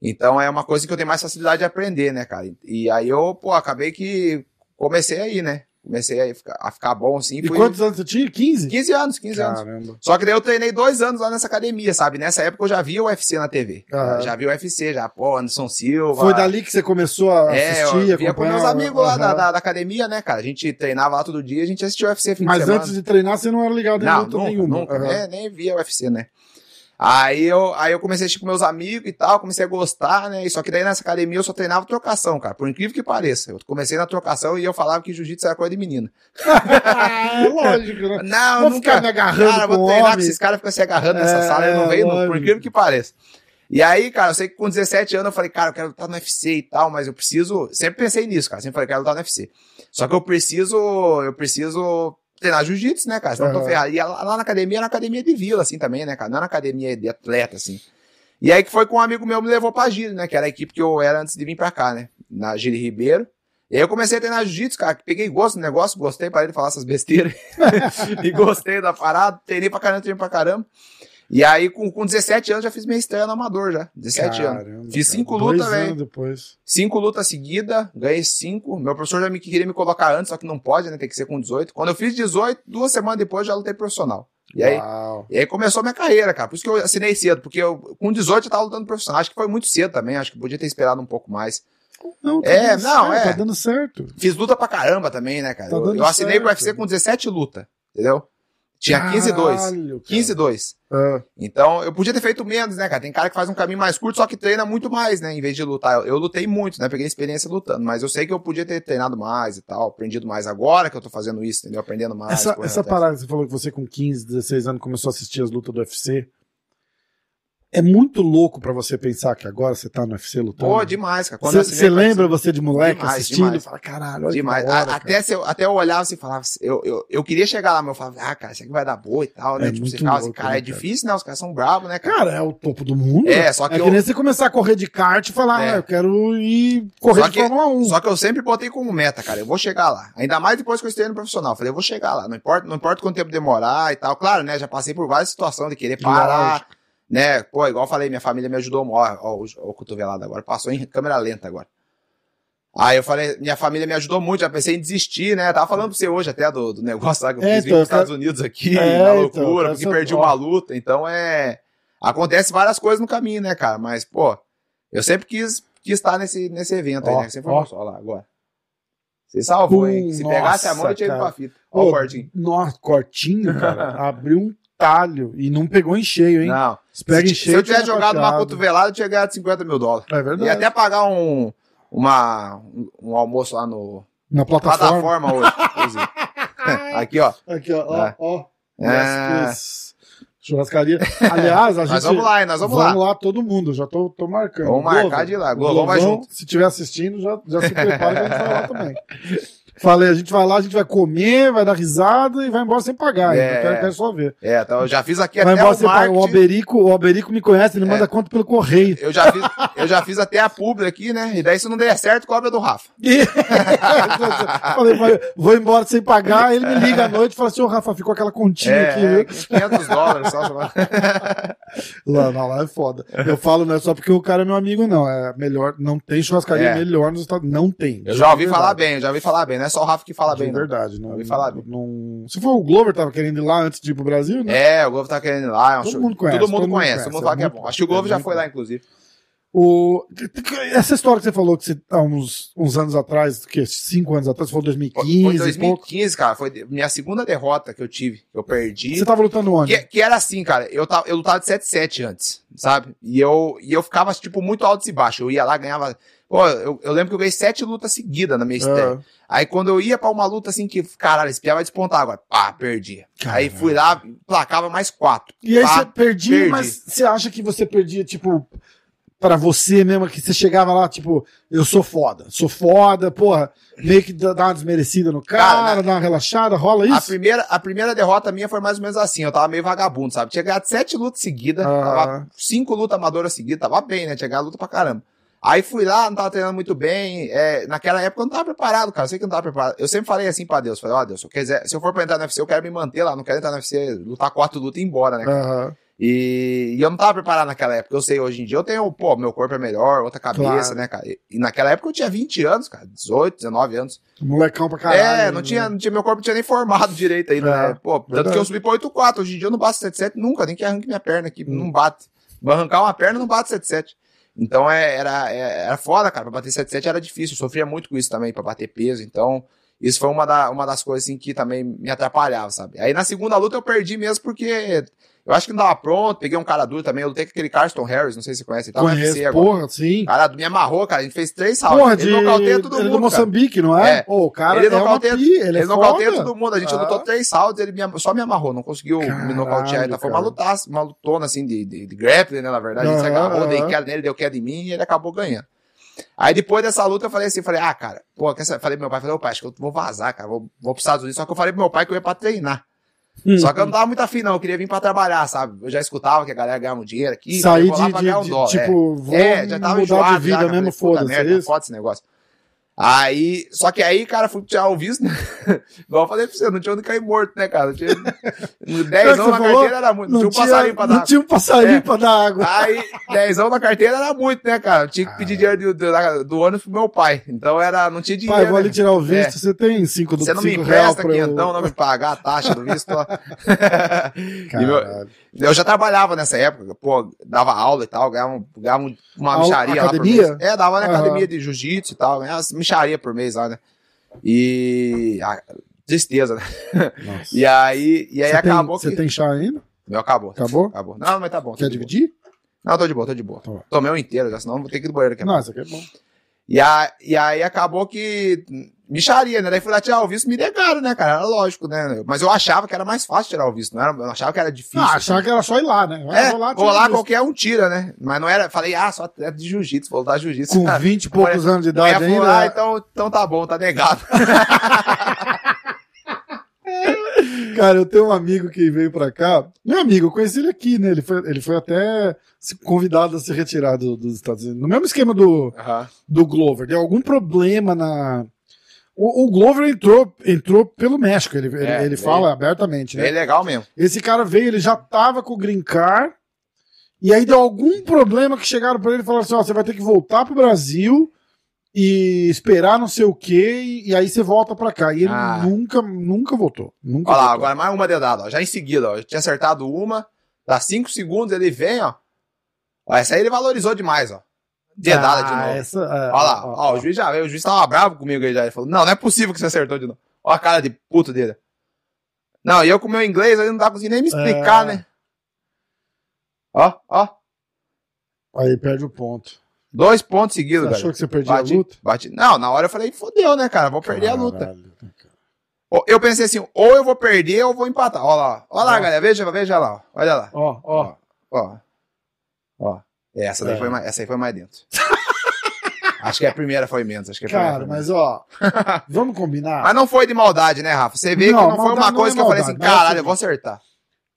[SPEAKER 2] Então, é uma coisa que eu tenho mais facilidade de aprender, né, cara? E aí eu, pô, acabei que comecei aí, né? Comecei a ficar, a ficar bom, assim.
[SPEAKER 1] E quantos anos você tinha? 15?
[SPEAKER 2] 15 anos, 15 anos.
[SPEAKER 1] Caramba.
[SPEAKER 2] Só que daí eu treinei dois anos lá nessa academia, sabe? Nessa época eu já via o UFC na TV.
[SPEAKER 1] Aham.
[SPEAKER 2] Já via o UFC, já, pô, Anderson Silva.
[SPEAKER 1] Foi dali que você começou a
[SPEAKER 2] É,
[SPEAKER 1] assistir,
[SPEAKER 2] eu via com meus
[SPEAKER 1] acompanhar?
[SPEAKER 2] amigos lá da,
[SPEAKER 1] Aham.
[SPEAKER 2] da- da academia, né, cara? A gente treinava lá todo dia, a gente assistia o UFC fim
[SPEAKER 1] Mas
[SPEAKER 2] de semana.
[SPEAKER 1] antes de treinar, você não era ligado em
[SPEAKER 2] não,
[SPEAKER 1] luta
[SPEAKER 2] nunca, É,
[SPEAKER 1] nenhuma.
[SPEAKER 2] nunca,
[SPEAKER 1] Aham.
[SPEAKER 2] né? nem via o UFC, né? Aí eu, aí eu comecei a assistir com meus amigos e tal, comecei a gostar, né? E só que daí nessa academia eu só treinava trocação, cara. Por incrível que pareça. Eu comecei na trocação e eu falava que jiu-jitsu era coisa de menina.
[SPEAKER 1] Ah, é lógico, né?
[SPEAKER 2] Não,
[SPEAKER 1] Vou
[SPEAKER 2] nunca.
[SPEAKER 1] ficar me agarrando
[SPEAKER 2] Cara, eu vou
[SPEAKER 1] com
[SPEAKER 2] treinar com
[SPEAKER 1] homem.
[SPEAKER 2] esses caras, ficam se agarrando nessa
[SPEAKER 1] É,
[SPEAKER 2] sala, eu não veio, não, por
[SPEAKER 1] lógico.
[SPEAKER 2] incrível que pareça. E aí, cara, eu sei que com 17 anos eu falei, cara, eu quero lutar no UFC e tal, mas eu preciso. Sempre pensei nisso, cara. Sempre falei, quero lutar no UFC. Só que eu preciso. Eu preciso treinar jiu-jitsu, né, cara? Senão eu tô
[SPEAKER 1] Aham.
[SPEAKER 2] ferrado. E lá, lá na academia era uma academia de vila, assim, também, né, cara? Não era uma academia de atleta, assim. E aí que foi com um amigo meu me levou pra Gile, né? Que era a equipe que eu era antes de vir pra cá, né? Na Gile Ribeiro. E aí eu comecei a treinar jiu-jitsu, cara. Peguei gosto do negócio, gostei para ele falar essas besteiras. e gostei da parada, treinei pra caramba, treinei pra caramba. E aí, com, com 17 anos, já fiz minha estreia no amador já. 17 anos.
[SPEAKER 1] Caramba,
[SPEAKER 2] Fiz cinco
[SPEAKER 1] cara. Dois
[SPEAKER 2] lutas, velho.
[SPEAKER 1] anos depois.
[SPEAKER 2] Cinco lutas seguidas, ganhei cinco. Meu professor já me queria me colocar antes, só que não pode, né? Tem que ser com 18. Quando eu fiz 18, duas semanas depois já lutei profissional. E aí,
[SPEAKER 1] Uau.
[SPEAKER 2] e aí começou minha carreira, cara. Por isso que eu assinei cedo, porque eu, com 18 eu tava lutando profissional. Acho que foi muito cedo também, acho que podia ter esperado um pouco mais.
[SPEAKER 1] Não, tá
[SPEAKER 2] É,
[SPEAKER 1] dando
[SPEAKER 2] não,
[SPEAKER 1] certo,
[SPEAKER 2] é.
[SPEAKER 1] Tá dando certo.
[SPEAKER 2] Fiz luta pra caramba também, né, cara?
[SPEAKER 1] Tá
[SPEAKER 2] eu,
[SPEAKER 1] dando
[SPEAKER 2] eu assinei pro
[SPEAKER 1] certo.
[SPEAKER 2] UFC com 17 luta, entendeu? Tinha 15 e 2.
[SPEAKER 1] Caralho, cara.
[SPEAKER 2] 15 e 2.
[SPEAKER 1] Ah,
[SPEAKER 2] Então, eu podia ter feito menos, né, cara? Tem cara que faz um caminho mais curto, só que treina muito mais, né? Em vez de lutar. Eu, eu lutei muito, né? Peguei experiência lutando, mas eu sei que eu podia ter treinado mais e tal, aprendido mais agora que eu tô fazendo isso, entendeu? Aprendendo mais.
[SPEAKER 1] essa
[SPEAKER 2] correndo
[SPEAKER 1] essa
[SPEAKER 2] atrás.
[SPEAKER 1] parada que você falou que você com 15, 16 anos começou a assistir as lutas do UFC. É muito louco pra você pensar que agora você tá no UFC lutando.
[SPEAKER 2] Pô, demais, cara. Quando eu assinei
[SPEAKER 1] Você
[SPEAKER 2] pra
[SPEAKER 1] lembra você de moleque
[SPEAKER 2] Demais,
[SPEAKER 1] assistindo?
[SPEAKER 2] demais.
[SPEAKER 1] Fala, caralho, olha
[SPEAKER 2] Demais.
[SPEAKER 1] que da hora,
[SPEAKER 2] A-
[SPEAKER 1] cara.
[SPEAKER 2] até, se eu, até eu olhava assim e falava, assim, eu, eu, eu queria chegar lá, mas eu falava, ah, cara, isso aqui vai dar boa e tal, né?
[SPEAKER 1] É
[SPEAKER 2] tipo,
[SPEAKER 1] muito
[SPEAKER 2] você ficava assim,
[SPEAKER 1] louco,
[SPEAKER 2] cara,
[SPEAKER 1] né,
[SPEAKER 2] é
[SPEAKER 1] cara?
[SPEAKER 2] difícil, né? Os caras são bravos, né, cara?
[SPEAKER 1] Cara, é o topo do mundo.
[SPEAKER 2] É, só que
[SPEAKER 1] é que
[SPEAKER 2] eu-
[SPEAKER 1] nem você começar a correr de kart e falar,
[SPEAKER 2] É.
[SPEAKER 1] ah, eu quero ir correr
[SPEAKER 2] Só
[SPEAKER 1] de
[SPEAKER 2] que-
[SPEAKER 1] Fórmula 1.
[SPEAKER 2] Só que eu sempre botei como meta, cara, eu vou chegar lá. Ainda mais depois que eu estudei no profissional. Falei, eu vou chegar lá, não importa, não importa quanto tempo demorar e tal. Claro, né? Já passei por várias situações de querer parar, né? Pô, igual eu falei, minha família me ajudou muito. Ó, ó, o cotovelado agora, passou em câmera lenta agora. Aí eu falei, minha família me ajudou muito, já pensei em desistir, né? Tava falando pra você hoje até do, do negócio lá que eu
[SPEAKER 1] É,
[SPEAKER 2] fiz vir
[SPEAKER 1] então,
[SPEAKER 2] pros
[SPEAKER 1] cara-
[SPEAKER 2] Estados Unidos aqui,
[SPEAKER 1] É,
[SPEAKER 2] na
[SPEAKER 1] então,
[SPEAKER 2] loucura,
[SPEAKER 1] cara,
[SPEAKER 2] porque
[SPEAKER 1] só-
[SPEAKER 2] perdi
[SPEAKER 1] ó.
[SPEAKER 2] uma luta. Então é. Acontece várias coisas no caminho, né, cara? Mas, pô, eu sempre quis, quis estar nesse, nesse evento aí,
[SPEAKER 1] Ó,
[SPEAKER 2] né? Que Você foi
[SPEAKER 1] ó.
[SPEAKER 2] só lá agora. Você salvou,
[SPEAKER 1] Pum,
[SPEAKER 2] hein? Se
[SPEAKER 1] nossa,
[SPEAKER 2] pegasse a mão, eu tinha ido
[SPEAKER 1] cara.
[SPEAKER 2] pra fita. Ó, o
[SPEAKER 1] Pô,
[SPEAKER 2] cortinho.
[SPEAKER 1] Nossa, cortinho, cara. abriu um talho e não pegou em cheio, hein?
[SPEAKER 2] Não.
[SPEAKER 1] Se
[SPEAKER 2] Se,
[SPEAKER 1] pega em
[SPEAKER 2] ti- se
[SPEAKER 1] cheio.
[SPEAKER 2] eu tivesse
[SPEAKER 1] tinha
[SPEAKER 2] jogado uma
[SPEAKER 1] fachado.
[SPEAKER 2] cotovelada, eu tinha ganhado 50 mil dólares.
[SPEAKER 1] É
[SPEAKER 2] E
[SPEAKER 1] verdade.
[SPEAKER 2] até pagar um, uma, um, um almoço lá no.
[SPEAKER 1] Na plataforma.
[SPEAKER 2] Plataforma, hoje. inclusive. Aqui, ó.
[SPEAKER 1] Aqui, ó,
[SPEAKER 2] É.
[SPEAKER 1] ó, ó. Yes,
[SPEAKER 2] É.
[SPEAKER 1] yes. Churrascaria. Aliás, a gente.
[SPEAKER 2] Nós vamos lá, hein? Nós vamos, lá.
[SPEAKER 1] todo mundo. Já tô, tô marcando.
[SPEAKER 2] Vamos marcar de ir lá. Globão vai junto.
[SPEAKER 1] Se estiver assistindo, já, já se prepara que a gente vai lá também. Falei, a gente vai lá, a gente vai comer, vai dar risada e vai embora sem pagar. hein?
[SPEAKER 2] É.
[SPEAKER 1] Eu quero, quero só ver.
[SPEAKER 2] É, então eu já fiz aqui
[SPEAKER 1] vai
[SPEAKER 2] até
[SPEAKER 1] embora
[SPEAKER 2] o
[SPEAKER 1] sem pagar. O
[SPEAKER 2] marketing.
[SPEAKER 1] Alberico, o Alberico me conhece, ele
[SPEAKER 2] É.
[SPEAKER 1] manda conta pelo correio.
[SPEAKER 2] Eu já, fiz, eu já fiz até a publi aqui, né? E daí, se não der certo, cobra do Rafa.
[SPEAKER 1] E- Falei, vai- vou embora sem pagar. Ele me liga à noite e fala assim: Ô Rafa, ficou aquela continha aqui,
[SPEAKER 2] É,
[SPEAKER 1] viu?
[SPEAKER 2] é, 500 dólares só. só-
[SPEAKER 1] Lá, não, lá é foda. Eu falo, não é só porque o cara é meu amigo, não. É melhor, não tem churrascaria
[SPEAKER 2] É.
[SPEAKER 1] melhor nos Estados Não tem.
[SPEAKER 2] Eu já ouvi falar bem, eu já ouvi falar bem. Não é só o Rafa que fala
[SPEAKER 1] De
[SPEAKER 2] bem, não.
[SPEAKER 1] verdade. Não,
[SPEAKER 2] ouvi falar bem.
[SPEAKER 1] não- se for o Glover, tava querendo ir lá antes de ir pro Brasil, né?
[SPEAKER 2] É, o Globo tá querendo ir lá. é um
[SPEAKER 1] Todo
[SPEAKER 2] show-
[SPEAKER 1] mundo conhece,
[SPEAKER 2] Todo mundo
[SPEAKER 1] todo mundo
[SPEAKER 2] conhece,
[SPEAKER 1] conhece,
[SPEAKER 2] todo mundo
[SPEAKER 1] é
[SPEAKER 2] fala que é
[SPEAKER 1] muito
[SPEAKER 2] bom.
[SPEAKER 1] bom,
[SPEAKER 2] Acho que o Globo
[SPEAKER 1] é
[SPEAKER 2] já
[SPEAKER 1] muito
[SPEAKER 2] foi lá,
[SPEAKER 1] bom.
[SPEAKER 2] inclusive.
[SPEAKER 1] O, essa história que você falou que você, há uns, uns anos atrás, que cinco anos atrás, você falou
[SPEAKER 2] Foi
[SPEAKER 1] 2015
[SPEAKER 2] foi em
[SPEAKER 1] e pouco.
[SPEAKER 2] 2015, cara. Foi de- minha segunda derrota que eu tive. que Eu perdi.
[SPEAKER 1] Você tava lutando onde?
[SPEAKER 2] Que, que era assim, cara, eu, tava, eu lutava de 7-7 antes, sabe? E eu, e eu ficava, tipo, muito alto e baixo. Eu ia lá, ganhava. Pô, eu, eu lembro que eu ganhei sete lutas seguidas na minha estreia.
[SPEAKER 1] Ah,
[SPEAKER 2] Aí quando eu ia pra uma luta assim que, caralho, esse pia vai despontar agora. Pá, perdi. Aí
[SPEAKER 1] Caralho.
[SPEAKER 2] fui lá, placava mais quatro.
[SPEAKER 1] E aí
[SPEAKER 2] Pá,
[SPEAKER 1] você perdia,
[SPEAKER 2] perdi.
[SPEAKER 1] mas você acha que você perdia, tipo, pra você mesmo, que você chegava lá, tipo, eu sou foda, sou foda, porra, meio que dá dá uma desmerecida no cara,
[SPEAKER 2] Cara, né?
[SPEAKER 1] dá uma relaxada, rola
[SPEAKER 2] A
[SPEAKER 1] É isso?
[SPEAKER 2] primeira, a primeira derrota minha foi mais ou menos assim. Eu tava meio vagabundo, sabe? Tinha ganhado sete lutas seguidas,
[SPEAKER 1] Ah.
[SPEAKER 2] tava cinco lutas amadoras seguidas, tava bem, né? Tinha ganhado luta pra caramba. Aí fui lá, não tava treinando muito bem. é, naquela época eu não tava preparado, cara. Eu sei que eu não tava preparado. Eu sempre falei assim pra Deus: falei, ó, Deus, se eu, quiser, se eu for pra entrar no UFC, eu quero me manter lá. Não quero entrar no UFC, lutar quatro lutas e ir embora, né?
[SPEAKER 1] Aham.
[SPEAKER 2] E, e eu não tava preparado naquela época. Eu sei, hoje em dia eu tenho, pô, meu corpo é melhor, outra cabeça,
[SPEAKER 1] Claro.
[SPEAKER 2] né, cara? E, e naquela época eu tinha 20 anos, cara, 18, 19 anos.
[SPEAKER 1] Molecão pra caralho. né?
[SPEAKER 2] é, não tinha, não tinha, meu corpo não tinha nem formado direito ainda,
[SPEAKER 1] É,
[SPEAKER 2] né? Pô, tanto
[SPEAKER 1] verdade.
[SPEAKER 2] que eu subi pra 8,4. Hoje em dia eu não bato 7,7 nunca, nem que arranque minha perna aqui,
[SPEAKER 1] Hum.
[SPEAKER 2] não bate. Vou arrancar uma perna, não bate 7,7. Então é, era, é- era foda, cara, pra bater 7,7 era difícil. Eu sofria muito com isso também, pra bater peso. Então, isso foi uma, da- uma das coisas assim, que também me atrapalhava, sabe? Aí na segunda luta eu perdi mesmo porque Eu acho que não tava pronto, peguei um cara duro também. Eu lutei com aquele Carston Harris, não sei se você conhece, ele tá no UFC
[SPEAKER 1] Conheço,
[SPEAKER 2] agora.
[SPEAKER 1] porra, sim.
[SPEAKER 2] Cara, me amarrou, cara. A gente fez três rounds.
[SPEAKER 1] Porra, de...
[SPEAKER 2] Ele nocauteia
[SPEAKER 1] ele
[SPEAKER 2] todo
[SPEAKER 1] é do
[SPEAKER 2] mundo. cara.
[SPEAKER 1] Moçambique, não é?
[SPEAKER 2] É.
[SPEAKER 1] Ô, o cara
[SPEAKER 2] Ele
[SPEAKER 1] é uma
[SPEAKER 2] nocauteia-
[SPEAKER 1] pi, ele,
[SPEAKER 2] Ele,
[SPEAKER 1] é
[SPEAKER 2] nocauteia
[SPEAKER 1] foda.
[SPEAKER 2] todo mundo. A gente
[SPEAKER 1] Ah.
[SPEAKER 2] lutou três rounds, ele me am- só me amarrou, não conseguiu me
[SPEAKER 1] Caralho,
[SPEAKER 2] nocautear. Então foi uma,
[SPEAKER 1] cara.
[SPEAKER 2] lutas, uma lutona assim de, de, de grappling, né? Na verdade, a gente se
[SPEAKER 1] Aham,
[SPEAKER 2] agarrou, dei
[SPEAKER 1] aham.
[SPEAKER 2] queda nele, deu queda em mim e ele acabou ganhando. Aí depois dessa luta eu falei assim, falei, ah, cara, pô, quer saber? falei pro meu pai, falei, ô pai, acho que eu vou vazar, cara, vou, vou pros Estados Unidos. Só que eu falei pro meu pai que eu ia pra treinar.
[SPEAKER 1] Hum.
[SPEAKER 2] Só que eu não tava muito afim, não, eu queria vir pra trabalhar, sabe? Eu já escutava que a galera ganhava um dinheiro aqui, falei,
[SPEAKER 1] Sair
[SPEAKER 2] vou lá
[SPEAKER 1] de,
[SPEAKER 2] pra
[SPEAKER 1] de-
[SPEAKER 2] ganhar um
[SPEAKER 1] de,
[SPEAKER 2] dó, é.
[SPEAKER 1] tipo, vou
[SPEAKER 2] É, já tava
[SPEAKER 1] mudar
[SPEAKER 2] enjoado
[SPEAKER 1] de
[SPEAKER 2] já,
[SPEAKER 1] vida
[SPEAKER 2] cara.
[SPEAKER 1] mesmo,
[SPEAKER 2] Falei, puta
[SPEAKER 1] foda-se, é
[SPEAKER 2] merda,
[SPEAKER 1] isso?
[SPEAKER 2] Foda esse negócio. Aí, só que aí, cara, fui tirar o visto, né? Igual eu falei pra você, não tinha onde cair morto, né, cara? Não tinha... 10
[SPEAKER 1] que você
[SPEAKER 2] anos na
[SPEAKER 1] falou?
[SPEAKER 2] carteira era muito, não, tinha um passarinho pra
[SPEAKER 1] não
[SPEAKER 2] dar.
[SPEAKER 1] tinha um passarinho
[SPEAKER 2] É.
[SPEAKER 1] pra dar água.
[SPEAKER 2] Aí, 10 anos na carteira era muito, né, cara? Eu tinha que pedir dinheiro do, do, do ônibus pro meu pai. Então era, não tinha dinheiro.
[SPEAKER 1] Pai, vou ali
[SPEAKER 2] né?
[SPEAKER 1] tirar o visto,
[SPEAKER 2] É.
[SPEAKER 1] você tem 5 do
[SPEAKER 2] Você não me
[SPEAKER 1] cinco real
[SPEAKER 2] empresta então.
[SPEAKER 1] pra eu...
[SPEAKER 2] quinhentão, não me pagar a taxa do visto. ó. E meu-
[SPEAKER 1] Caralho.
[SPEAKER 2] eu já trabalhava nessa época, pô, dava aula e tal, ganhava, um- ganhava um- uma
[SPEAKER 1] Aula-
[SPEAKER 2] micharia lá por
[SPEAKER 1] academia?
[SPEAKER 2] mês. É, dava na
[SPEAKER 1] Aham.
[SPEAKER 2] academia de jiu-jitsu e tal, ganhava umas micharia por mês lá, né? E. ah, tristeza, né?
[SPEAKER 1] Nossa.
[SPEAKER 2] E aí, e aí
[SPEAKER 1] Você tem-
[SPEAKER 2] acabou
[SPEAKER 1] Você
[SPEAKER 2] que.
[SPEAKER 1] tem chá ainda?
[SPEAKER 2] Meu, acabou.
[SPEAKER 1] Acabou?
[SPEAKER 2] Acabou. Não, mas tá bom. tô
[SPEAKER 1] Quer
[SPEAKER 2] de boa.
[SPEAKER 1] dividir?
[SPEAKER 2] Não, tô de boa, tô de boa.
[SPEAKER 1] Tá bom.
[SPEAKER 2] Tomei um inteiro, já, senão eu vou ter que ir do banheiro daqui a
[SPEAKER 1] Não, isso aqui é bom.
[SPEAKER 2] e, a, e aí acabou que micharia, né? Daí fui lá tirar o visto, me negaram, né, cara? Era lógico, né? Mas eu achava que era mais fácil tirar o visto, não era? Eu achava que era difícil.
[SPEAKER 1] Ah,
[SPEAKER 2] assim.
[SPEAKER 1] achava que era só ir lá, né? Ah,
[SPEAKER 2] É,
[SPEAKER 1] vou lá,
[SPEAKER 2] vou
[SPEAKER 1] tira
[SPEAKER 2] lá
[SPEAKER 1] o visto.
[SPEAKER 2] qualquer um tira, né? Mas não era. Falei, ah, sou atleta de jiu-jitsu, vou lutar jiu-jitsu.
[SPEAKER 1] Com 20 e poucos anos de
[SPEAKER 2] Aí
[SPEAKER 1] idade
[SPEAKER 2] falou, ah,
[SPEAKER 1] ainda. né?
[SPEAKER 2] então, então tá bom, tá negado.
[SPEAKER 1] Cara, eu tenho um amigo que veio pra cá. Meu amigo, eu conheci ele aqui, né? Ele foi, ele foi até se- convidado a se retirar do- dos Estados Unidos. No mesmo esquema do, do Glover. Deu algum problema na. O, o Glover entrou, entrou pelo México, ele, ele,
[SPEAKER 2] É,
[SPEAKER 1] ele
[SPEAKER 2] veio-
[SPEAKER 1] fala abertamente, né?
[SPEAKER 2] É legal mesmo.
[SPEAKER 1] Esse cara veio, ele já tava com o green card, e aí deu algum problema que chegaram pra ele e falaram assim: ó, você vai ter que voltar pro Brasil e esperar não sei o quê, e, e aí você volta pra cá. E ele
[SPEAKER 2] Ah.
[SPEAKER 1] nunca, nunca voltou. Nunca
[SPEAKER 2] Olha lá,
[SPEAKER 1] voltou.
[SPEAKER 2] agora mais uma dedada, ó. Já em seguida, ó. Eu tinha acertado uma, dá cinco segundos, ele vem, ó. ó essa aí ele valorizou demais, ó. Dedada de
[SPEAKER 1] Ah,
[SPEAKER 2] novo.
[SPEAKER 1] Essa,
[SPEAKER 2] Olha lá, ó, o juiz já veio, o juiz tava bravo comigo aí já. Ele falou: não, não é possível que você acertou de novo. Ó a cara de puto dele. Não, e eu com o meu inglês, ele não tá conseguindo nem me explicar,
[SPEAKER 1] É.
[SPEAKER 2] né? Ó, ó,
[SPEAKER 1] Aí perde o ponto.
[SPEAKER 2] dois pontos seguidos,
[SPEAKER 1] Você
[SPEAKER 2] cara.
[SPEAKER 1] achou que você perdeu
[SPEAKER 2] Bati,
[SPEAKER 1] a luta?
[SPEAKER 2] bati. Não, na hora eu falei, fodeu, né, cara? Vou perder a luta.
[SPEAKER 1] Caralho.
[SPEAKER 2] Ou- Eu pensei assim, ou eu vou perder ou eu vou empatar. Olha lá, ó. olha lá,
[SPEAKER 1] Ó.
[SPEAKER 2] galera. Veja, veja lá. ó. Olha lá.
[SPEAKER 1] Ó, ó.
[SPEAKER 2] Ó. Ó. Essa daí
[SPEAKER 1] É.
[SPEAKER 2] foi mais, essa aí foi mais dentro. acho que a primeira foi menos. Acho que a primeira
[SPEAKER 1] Cara,
[SPEAKER 2] foi menos.
[SPEAKER 1] mas ó, vamos combinar.
[SPEAKER 2] Mas não foi de maldade, né, Rafa? Você vê
[SPEAKER 1] Não,
[SPEAKER 2] que não foi
[SPEAKER 1] maldade
[SPEAKER 2] uma
[SPEAKER 1] não
[SPEAKER 2] coisa
[SPEAKER 1] é
[SPEAKER 2] que eu falei assim,
[SPEAKER 1] maldade, mas é o
[SPEAKER 2] caralho, eu
[SPEAKER 1] seguinte.
[SPEAKER 2] vou acertar.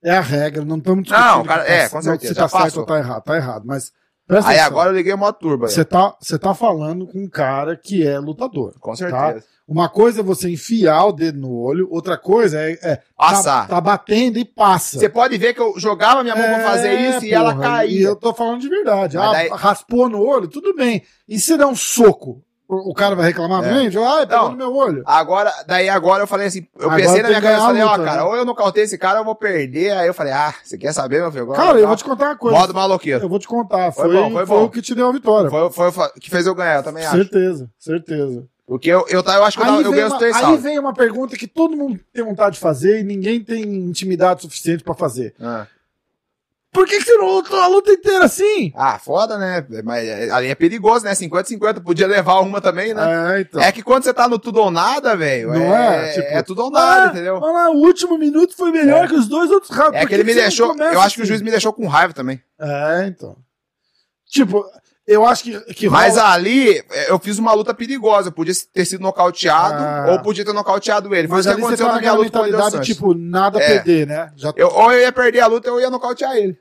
[SPEAKER 1] É a regra, não estamos
[SPEAKER 2] Não, cara,
[SPEAKER 1] que
[SPEAKER 2] é,
[SPEAKER 1] tá-
[SPEAKER 2] com certeza,
[SPEAKER 1] se tá
[SPEAKER 2] já
[SPEAKER 1] certo
[SPEAKER 2] passou.
[SPEAKER 1] ou tá errado, tá errado, mas presta
[SPEAKER 2] Aí
[SPEAKER 1] atenção.
[SPEAKER 2] agora eu liguei uma turba.
[SPEAKER 1] você
[SPEAKER 2] né?
[SPEAKER 1] tá, você tá falando com um cara que é lutador.
[SPEAKER 2] Com certeza.
[SPEAKER 1] Uma coisa é você enfiar o dedo no olho, outra coisa é, é tá-
[SPEAKER 2] Passar.
[SPEAKER 1] Tá, batendo e passa.
[SPEAKER 2] Você pode ver que eu jogava minha mão pra fazer
[SPEAKER 1] É,
[SPEAKER 2] isso e ela
[SPEAKER 1] porra, E
[SPEAKER 2] caía.
[SPEAKER 1] eu tô falando de verdade.
[SPEAKER 2] Mas
[SPEAKER 1] Ah,
[SPEAKER 2] daí-
[SPEAKER 1] raspou no olho, tudo bem. E se der um soco, o, o cara vai reclamar
[SPEAKER 2] É.
[SPEAKER 1] também? Ah, pegou
[SPEAKER 2] Não.
[SPEAKER 1] no meu olho.
[SPEAKER 2] Agora, daí agora eu falei assim, eu
[SPEAKER 1] Agora
[SPEAKER 2] pensei
[SPEAKER 1] tem
[SPEAKER 2] na minha
[SPEAKER 1] que ganhar
[SPEAKER 2] cabeça,
[SPEAKER 1] a
[SPEAKER 2] falei, ó,
[SPEAKER 1] luta,
[SPEAKER 2] cara,
[SPEAKER 1] né?
[SPEAKER 2] ou eu nocauteio esse cara, ou eu vou perder. Aí eu falei, ah, você quer saber, meu filho? Agora
[SPEAKER 1] Cara, eu
[SPEAKER 2] tá.
[SPEAKER 1] vou te contar uma coisa.
[SPEAKER 2] Modo maloqueiro.
[SPEAKER 1] Eu vou te contar.
[SPEAKER 2] Foi
[SPEAKER 1] Foi,
[SPEAKER 2] bom, foi
[SPEAKER 1] foi
[SPEAKER 2] bom.
[SPEAKER 1] o que te deu a vitória.
[SPEAKER 2] Foi, foi o fa- que fez eu ganhar, eu também acho.
[SPEAKER 1] certeza, certeza.
[SPEAKER 2] Porque eu, eu, tá- eu acho que eu,
[SPEAKER 1] Aí,
[SPEAKER 2] tava-
[SPEAKER 1] vem
[SPEAKER 2] eu ganhei
[SPEAKER 1] uma,
[SPEAKER 2] os três
[SPEAKER 1] aí
[SPEAKER 2] saltos.
[SPEAKER 1] vem uma pergunta que todo mundo tem vontade de fazer e ninguém tem intimidade suficiente pra fazer.
[SPEAKER 2] Ah.
[SPEAKER 1] Por que, que você não lutou a luta inteira assim?
[SPEAKER 2] Ah, foda, né? Mas é, ali é perigoso, né? 50-50, podia levar uma também, né?
[SPEAKER 1] É, então.
[SPEAKER 2] É que quando você tá no tudo ou nada, velho,
[SPEAKER 1] Não
[SPEAKER 2] é,
[SPEAKER 1] é? Tipo,
[SPEAKER 2] é tudo ou nada, entendeu?
[SPEAKER 1] Olha lá, o último minuto foi melhor que os dois outros rounds.
[SPEAKER 2] É
[SPEAKER 1] Por
[SPEAKER 2] que ele me
[SPEAKER 1] você não
[SPEAKER 2] deixou,
[SPEAKER 1] começa
[SPEAKER 2] eu acho que o
[SPEAKER 1] assim?
[SPEAKER 2] juiz me deixou com raiva também.
[SPEAKER 1] É, então. Tipo, eu acho que. que
[SPEAKER 2] Mas
[SPEAKER 1] rola-
[SPEAKER 2] ali, é, eu fiz uma luta perigosa, eu podia ter sido nocauteado
[SPEAKER 1] Ah.
[SPEAKER 2] ou podia ter nocauteado ele. Foi
[SPEAKER 1] mas
[SPEAKER 2] isso que
[SPEAKER 1] ali você
[SPEAKER 2] aconteceu
[SPEAKER 1] tá
[SPEAKER 2] na minha
[SPEAKER 1] naquela
[SPEAKER 2] luta com o Anderson
[SPEAKER 1] mentalidade,
[SPEAKER 2] Sanches.
[SPEAKER 1] tipo, nada
[SPEAKER 2] É.
[SPEAKER 1] perder, né? Já
[SPEAKER 2] Eu, ou eu ia perder a luta ou eu ia nocautear ele.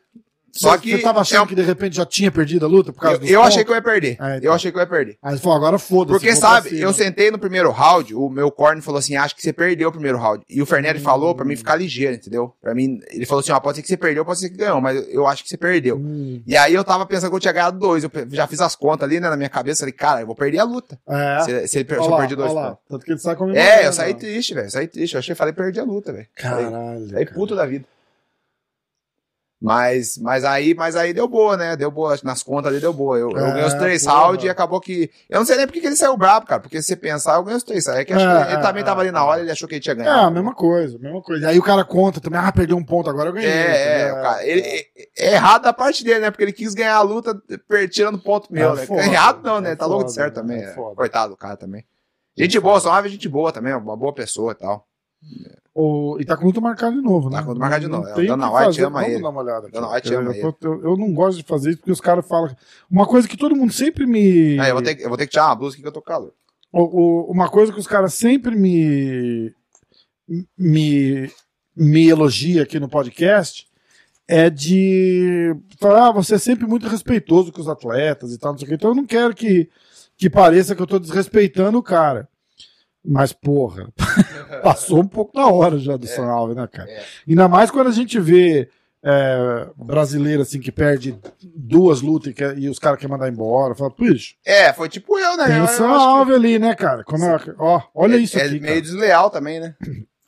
[SPEAKER 2] Só
[SPEAKER 1] Você-
[SPEAKER 2] que
[SPEAKER 1] Você tava achando
[SPEAKER 2] eu-
[SPEAKER 1] que de repente já tinha perdido a luta por causa
[SPEAKER 2] eu, eu achei que eu ia perder.
[SPEAKER 1] Ah, então.
[SPEAKER 2] Eu achei que eu ia perder.
[SPEAKER 1] Aí ele falou, agora foda-se.
[SPEAKER 2] Porque,
[SPEAKER 1] vou pra
[SPEAKER 2] sabe,
[SPEAKER 1] cima.
[SPEAKER 2] eu sentei no primeiro round, o meu corner falou assim: acho que você perdeu o primeiro round. E o Fernelli
[SPEAKER 1] Hum.
[SPEAKER 2] falou pra mim ficar ligeiro, entendeu? Pra mim, ele falou assim: ó, pode ser que você perdeu, pode ser que ganhou, mas eu acho que você perdeu.
[SPEAKER 1] Hum,
[SPEAKER 2] E aí eu tava pensando que eu tinha ganhado dois. Eu pe- já fiz as contas ali, né, na minha cabeça. Falei, cara, eu vou perder a luta.
[SPEAKER 1] é.
[SPEAKER 2] Se, se ele per-
[SPEAKER 1] Olha
[SPEAKER 2] se eu
[SPEAKER 1] lá,
[SPEAKER 2] perdi dois
[SPEAKER 1] olha lá.
[SPEAKER 2] pontos.
[SPEAKER 1] Tanto que ele sai comemorando.
[SPEAKER 2] É, eu saí
[SPEAKER 1] ó.
[SPEAKER 2] É triste, velho. Saí triste. Eu achei falei, perdi a luta, velho.
[SPEAKER 1] Caralho.
[SPEAKER 2] Saí
[SPEAKER 1] cara.
[SPEAKER 2] puto da vida. Mas, mas aí, mas aí deu boa, né? Deu boa, nas contas ali deu boa. Eu, eu
[SPEAKER 1] É,
[SPEAKER 2] ganhei os três
[SPEAKER 1] porra.
[SPEAKER 2] rounds e acabou que. Eu não sei nem porque que ele saiu brabo, cara. Porque se você pensar, eu ganhei os três. É que, acho que
[SPEAKER 1] É,
[SPEAKER 2] ele,
[SPEAKER 1] é,
[SPEAKER 2] também
[SPEAKER 1] é.
[SPEAKER 2] tava ali na hora, ele achou que ele tinha
[SPEAKER 1] É, a
[SPEAKER 2] ganhado.
[SPEAKER 1] mesma coisa, a mesma coisa. E aí o cara conta também, ah, perdi um ponto, agora eu
[SPEAKER 2] É,
[SPEAKER 1] ganhei.
[SPEAKER 2] é,
[SPEAKER 1] entendeu?
[SPEAKER 2] o cara, ele, é errado da parte dele, né? Porque ele quis ganhar a luta per- tirando ponto meu,
[SPEAKER 1] É
[SPEAKER 2] né?
[SPEAKER 1] foda,
[SPEAKER 2] errado não, né?
[SPEAKER 1] é
[SPEAKER 2] tá louco de
[SPEAKER 1] foda,
[SPEAKER 2] certo
[SPEAKER 1] né?
[SPEAKER 2] também.
[SPEAKER 1] É
[SPEAKER 2] é.
[SPEAKER 1] foda.
[SPEAKER 2] Coitado do cara também. Gente boa, só uma gente boa também, uma boa pessoa e tal.
[SPEAKER 1] O- E tá com luta marcada de novo, né?
[SPEAKER 2] Tá com luta marcada de novo.
[SPEAKER 1] tem
[SPEAKER 2] O Dana
[SPEAKER 1] o que
[SPEAKER 2] White
[SPEAKER 1] fazer.
[SPEAKER 2] ama
[SPEAKER 1] Vamos
[SPEAKER 2] ele.
[SPEAKER 1] dar uma olhada. aqui.
[SPEAKER 2] Dana White
[SPEAKER 1] eu,
[SPEAKER 2] ama
[SPEAKER 1] eu, eu- eu não gosto de fazer isso porque os caras falam. Uma coisa que todo mundo sempre me.
[SPEAKER 2] Aí, É, eu, vou ter, que- eu vou ter que tirar uma blusa aqui que eu tô com calor.
[SPEAKER 1] O- o- uma coisa que os caras sempre me, me me elogia aqui no podcast é de falar, ah, você é sempre muito respeitoso com os atletas e tal, não sei o quê. Então eu não quero que, que pareça que eu tô desrespeitando o cara. Mas, porra, passou um pouco da hora já do
[SPEAKER 2] É.
[SPEAKER 1] salve, né, cara?
[SPEAKER 2] É.
[SPEAKER 1] Ainda mais quando a gente vê é, brasileiro, assim, que perde duas lutas e, quer- e os caras querem mandar embora. Fala, puxa,
[SPEAKER 2] É, foi tipo eu, né?
[SPEAKER 1] tem
[SPEAKER 2] Eu-
[SPEAKER 1] o
[SPEAKER 2] eu
[SPEAKER 1] Sam
[SPEAKER 2] acho que-
[SPEAKER 1] Alves ali, né, cara? Como é- ó, olha isso
[SPEAKER 2] é,
[SPEAKER 1] aqui,
[SPEAKER 2] É
[SPEAKER 1] cara.
[SPEAKER 2] meio desleal também, né?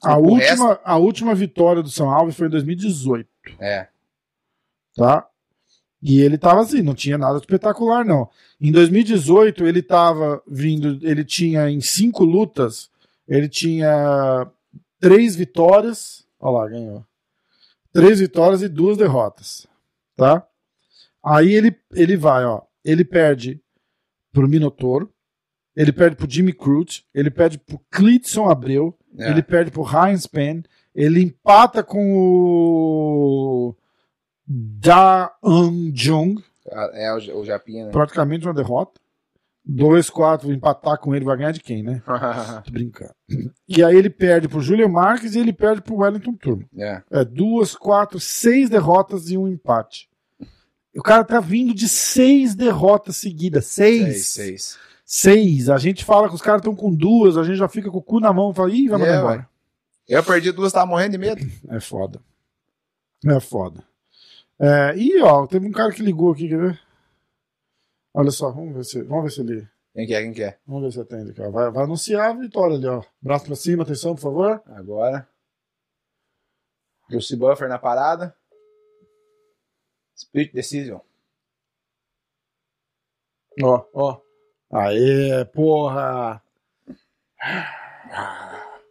[SPEAKER 1] A,
[SPEAKER 2] o
[SPEAKER 1] última, a última vitória do São Alves foi em 2018,
[SPEAKER 2] É.
[SPEAKER 1] tá? E ele tava assim, não tinha nada espetacular, não. Em 2018, ele tava vindo, ele tinha em cinco lutas, ele tinha três vitórias. Olha lá, ganhou. Três vitórias e duas derrotas, tá? Aí ele, ele vai, ó. Ele perde pro Minotouro, ele perde pro Jimmy Cruz, ele perde pro Clitson Abreu,
[SPEAKER 2] é.
[SPEAKER 1] ele perde pro Heinz Penn. Ele empata com o Da An Jung,
[SPEAKER 2] É o, o Japinha, né?
[SPEAKER 1] praticamente uma derrota. 2-4, empatar com ele vai ganhar de quem, né? Tô brincando. E aí ele perde pro Júlio Marques e ele perde pro Wellington Turma.
[SPEAKER 2] é.
[SPEAKER 1] É duas, quatro, seis derrotas e um empate. O cara tá vindo de seis derrotas seguidas. Seis.
[SPEAKER 2] Seis, seis.
[SPEAKER 1] Seis. A gente fala que os caras estão com duas, a gente já fica com o cu na mão e fala, ih, vai mandar
[SPEAKER 2] É,
[SPEAKER 1] embora.
[SPEAKER 2] Eu perdi duas, tava morrendo de medo.
[SPEAKER 1] É foda. É foda. É, e ó, teve um cara que ligou aqui, quer ver? Olha só, vamos ver se, vamos ver se ele.
[SPEAKER 2] Quem que é, quem que é?
[SPEAKER 1] Vamos ver se atende, cara. Vai, vai anunciar a vitória ali, ó. Braço pra cima, atenção, por favor.
[SPEAKER 2] Agora. Juicy Buffer na parada. Split Decision.
[SPEAKER 1] Ó, ó. Aê, porra!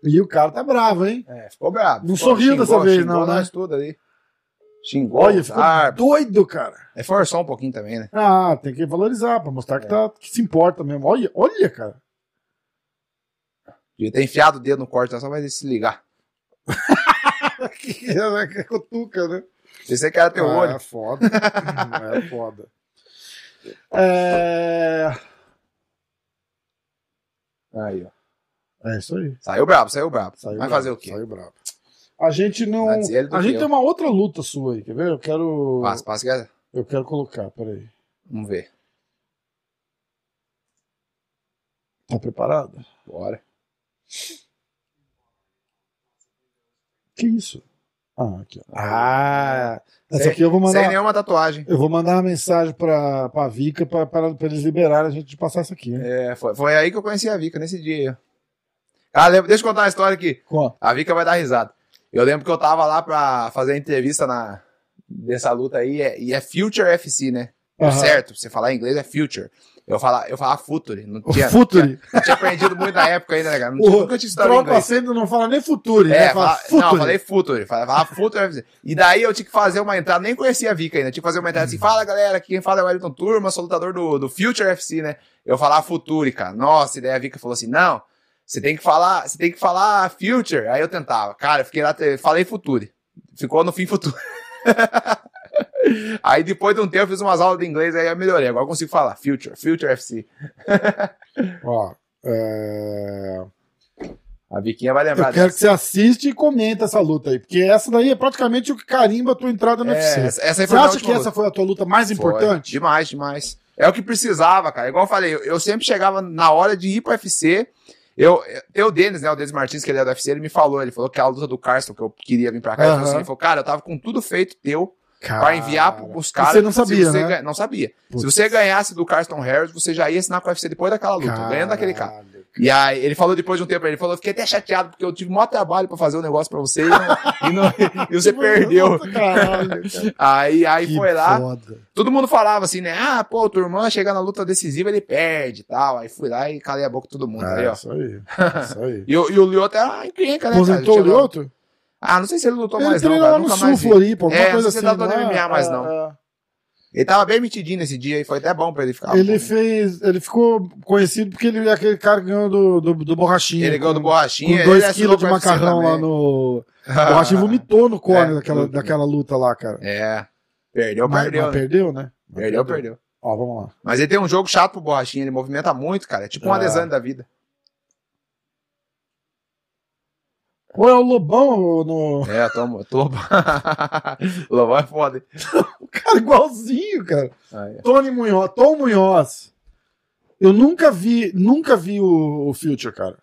[SPEAKER 1] E o cara tá bravo, hein?
[SPEAKER 2] É, ficou bravo.
[SPEAKER 1] Não
[SPEAKER 2] Ficou-
[SPEAKER 1] sorriu dessa vez, não, né?
[SPEAKER 2] nós tudo ali. Xingou,
[SPEAKER 1] Olha,
[SPEAKER 2] Olha,
[SPEAKER 1] ficou doido, cara.
[SPEAKER 2] É forçou um pouquinho também, né?
[SPEAKER 1] Ah, tem que valorizar pra mostrar que,
[SPEAKER 2] É.
[SPEAKER 1] tá, que se importa mesmo. Olha, olha, cara.
[SPEAKER 2] Devia ter enfiado o dedo no corte, só vai se ligar.
[SPEAKER 1] Que é, que é cutuca, né?
[SPEAKER 2] Esse é Uhum, que era teu
[SPEAKER 1] Ah,
[SPEAKER 2] olho.
[SPEAKER 1] É foda. Hum, é foda. É...
[SPEAKER 2] Aí, ó.
[SPEAKER 1] é isso aí.
[SPEAKER 2] Saiu brabo, saiu brabo.
[SPEAKER 1] Saiu
[SPEAKER 2] vai
[SPEAKER 1] brabo,
[SPEAKER 2] fazer o quê?
[SPEAKER 1] Saiu brabo. A gente não.
[SPEAKER 2] Vai dizer ele do
[SPEAKER 1] A
[SPEAKER 2] que
[SPEAKER 1] gente
[SPEAKER 2] eu.
[SPEAKER 1] tem uma outra luta sua aí, quer ver? Eu quero.
[SPEAKER 2] Passa, passa. que é-
[SPEAKER 1] Eu quero colocar, peraí.
[SPEAKER 2] Vamos ver.
[SPEAKER 1] Tá preparado?
[SPEAKER 2] Bora.
[SPEAKER 1] Que isso? Ah, aqui. ó. Ah! Essa aqui eu vou
[SPEAKER 2] Sem
[SPEAKER 1] mandar.
[SPEAKER 2] nenhuma tatuagem.
[SPEAKER 1] Eu vou mandar uma mensagem pra, pra Vika pra, pra, pra eles liberarem a gente de passar isso aqui. Né?
[SPEAKER 2] É, foi, foi aí que eu conheci a Vika, nesse dia. Ah, lembra- deixa eu contar uma história aqui.
[SPEAKER 1] Conta.
[SPEAKER 2] A Vika vai dar risada. Eu lembro que eu tava lá pra fazer a entrevista na, dessa luta aí, é- e é Future FC, né?
[SPEAKER 1] Aham.
[SPEAKER 2] Certo, você falar em inglês é Future. Eu falar, eu falar Future, não
[SPEAKER 1] O
[SPEAKER 2] tinha,
[SPEAKER 1] Futuri.
[SPEAKER 2] não tinha aprendido muito na época ainda, né, cara? Não
[SPEAKER 1] O-
[SPEAKER 2] tinha, nunca tinha estudado
[SPEAKER 1] Troca o
[SPEAKER 2] inglês.
[SPEAKER 1] acento não fala nem Futuri.
[SPEAKER 2] É,
[SPEAKER 1] né? Fala
[SPEAKER 2] fala- não, eu
[SPEAKER 1] Futuri.
[SPEAKER 2] falei Future, falava, falava Future FC. E daí eu tinha que fazer uma entrada, nem conhecia a Vika ainda, tinha que fazer uma entrada assim, fala galera, aqui quem fala é o Wellington Turma, sou lutador do, do Future FC, né? Eu falava Future, cara. Nossa, e daí a Vika falou assim, não, você tem que falar, você tem que falar Future. Aí eu tentava, cara, eu fiquei lá, te- falei Future. Ficou no fim Future. aí depois de um tempo eu fiz umas aulas de inglês, aí eu melhorei, agora eu consigo falar Future, Future FC.
[SPEAKER 1] Ó, é...
[SPEAKER 2] A Viquinha vai lembrar
[SPEAKER 1] Eu quero que você assiste e comente essa luta aí, porque essa daí é praticamente o que carimba a tua entrada no
[SPEAKER 2] É,
[SPEAKER 1] UFC.
[SPEAKER 2] essa, essa
[SPEAKER 1] Você
[SPEAKER 2] aí foi a
[SPEAKER 1] acha
[SPEAKER 2] última
[SPEAKER 1] que
[SPEAKER 2] luta.
[SPEAKER 1] essa foi a tua luta mais é importante?
[SPEAKER 2] Foi. Demais, demais. É o que precisava, cara. Igual eu falei, eu, eu sempre chegava na hora de ir pro UFC. Eu, eu- eu, o Denis, né? O Denis Martins, que ele é do UFC, ele me falou. Ele falou que a luta do Carson, que eu queria vir pra cá, ele falou
[SPEAKER 1] Aham.
[SPEAKER 2] assim, ele falou, cara, eu tava com tudo feito teu pra
[SPEAKER 1] Cara,
[SPEAKER 2] enviar pro- pros
[SPEAKER 1] e
[SPEAKER 2] caras.
[SPEAKER 1] Você não
[SPEAKER 2] Se
[SPEAKER 1] sabia,
[SPEAKER 2] você
[SPEAKER 1] né?
[SPEAKER 2] ganha- Não sabia.
[SPEAKER 1] Putz.
[SPEAKER 2] Se você ganhasse do Carston Harris, você já ia assinar com o UFC depois daquela luta, ganhando daquele cara.
[SPEAKER 1] Caralho,
[SPEAKER 2] E aí, ele falou depois de um tempo, ele falou, fiquei até chateado, porque eu tive o maior trabalho pra fazer o um negócio pra você e, não- e não- e você perdeu.
[SPEAKER 1] Nossa, caralho, cara.
[SPEAKER 2] Aí, aí
[SPEAKER 1] Tipo, Que
[SPEAKER 2] foi lá,
[SPEAKER 1] foda.
[SPEAKER 2] todo mundo falava assim, né? Ah, pô, o Turman chega na luta decisiva, ele perde e tal. Aí fui lá e calei a boca de todo mundo. aí,
[SPEAKER 1] É,
[SPEAKER 2] ó.
[SPEAKER 1] isso aí. Isso aí.
[SPEAKER 2] E, o- e o Lioto era encrenca, né, cara? Ele
[SPEAKER 1] Aposentou o
[SPEAKER 2] chegou-
[SPEAKER 1] Lioto?
[SPEAKER 2] Ah, não sei se ele lutou
[SPEAKER 1] Ele
[SPEAKER 2] mais não,
[SPEAKER 1] treinou
[SPEAKER 2] cara,
[SPEAKER 1] lá no
[SPEAKER 2] nunca
[SPEAKER 1] Sul,
[SPEAKER 2] mais vi.
[SPEAKER 1] Floripa, alguma
[SPEAKER 2] É, não
[SPEAKER 1] coisa
[SPEAKER 2] sei
[SPEAKER 1] assim.
[SPEAKER 2] se ele tá dando
[SPEAKER 1] né?
[SPEAKER 2] MMA mais, não.
[SPEAKER 1] Ah,
[SPEAKER 2] Ele tava bem metidinho nesse dia e foi até Tá bom né? pra ele ficar.
[SPEAKER 1] ah. Ele fez. Ele ficou conhecido porque ele é aquele cara que ganhou do, do, do borrachinho.
[SPEAKER 2] Ele ganhou do
[SPEAKER 1] com-
[SPEAKER 2] borrachinha.
[SPEAKER 1] Com
[SPEAKER 2] ele é
[SPEAKER 1] 2
[SPEAKER 2] assinou
[SPEAKER 1] quilos de
[SPEAKER 2] com o UFC
[SPEAKER 1] macarrão lá
[SPEAKER 2] também.
[SPEAKER 1] no. O borrachinho vomitou no corner
[SPEAKER 2] É,
[SPEAKER 1] daquela,
[SPEAKER 2] tudo.
[SPEAKER 1] daquela luta lá, cara.
[SPEAKER 2] É. Perdeu,
[SPEAKER 1] Mas-
[SPEAKER 2] perdeu.
[SPEAKER 1] mas
[SPEAKER 2] né?
[SPEAKER 1] perdeu, né? Mas
[SPEAKER 2] Perdeu, perdeu.
[SPEAKER 1] Ó, vamos lá.
[SPEAKER 2] Mas ele tem um jogo chato pro borrachinha, ele movimenta muito, cara. É tipo um
[SPEAKER 1] É.
[SPEAKER 2] adesante da vida.
[SPEAKER 1] Ou é o Lobão ou no.
[SPEAKER 2] É, toma, toma. Lobão é foda. hein?
[SPEAKER 1] Cara, igualzinho, cara.
[SPEAKER 2] Aí, é.
[SPEAKER 1] Tony Munhoz, Tom Munhoz. Eu nunca vi, nunca vi o, o Future, cara.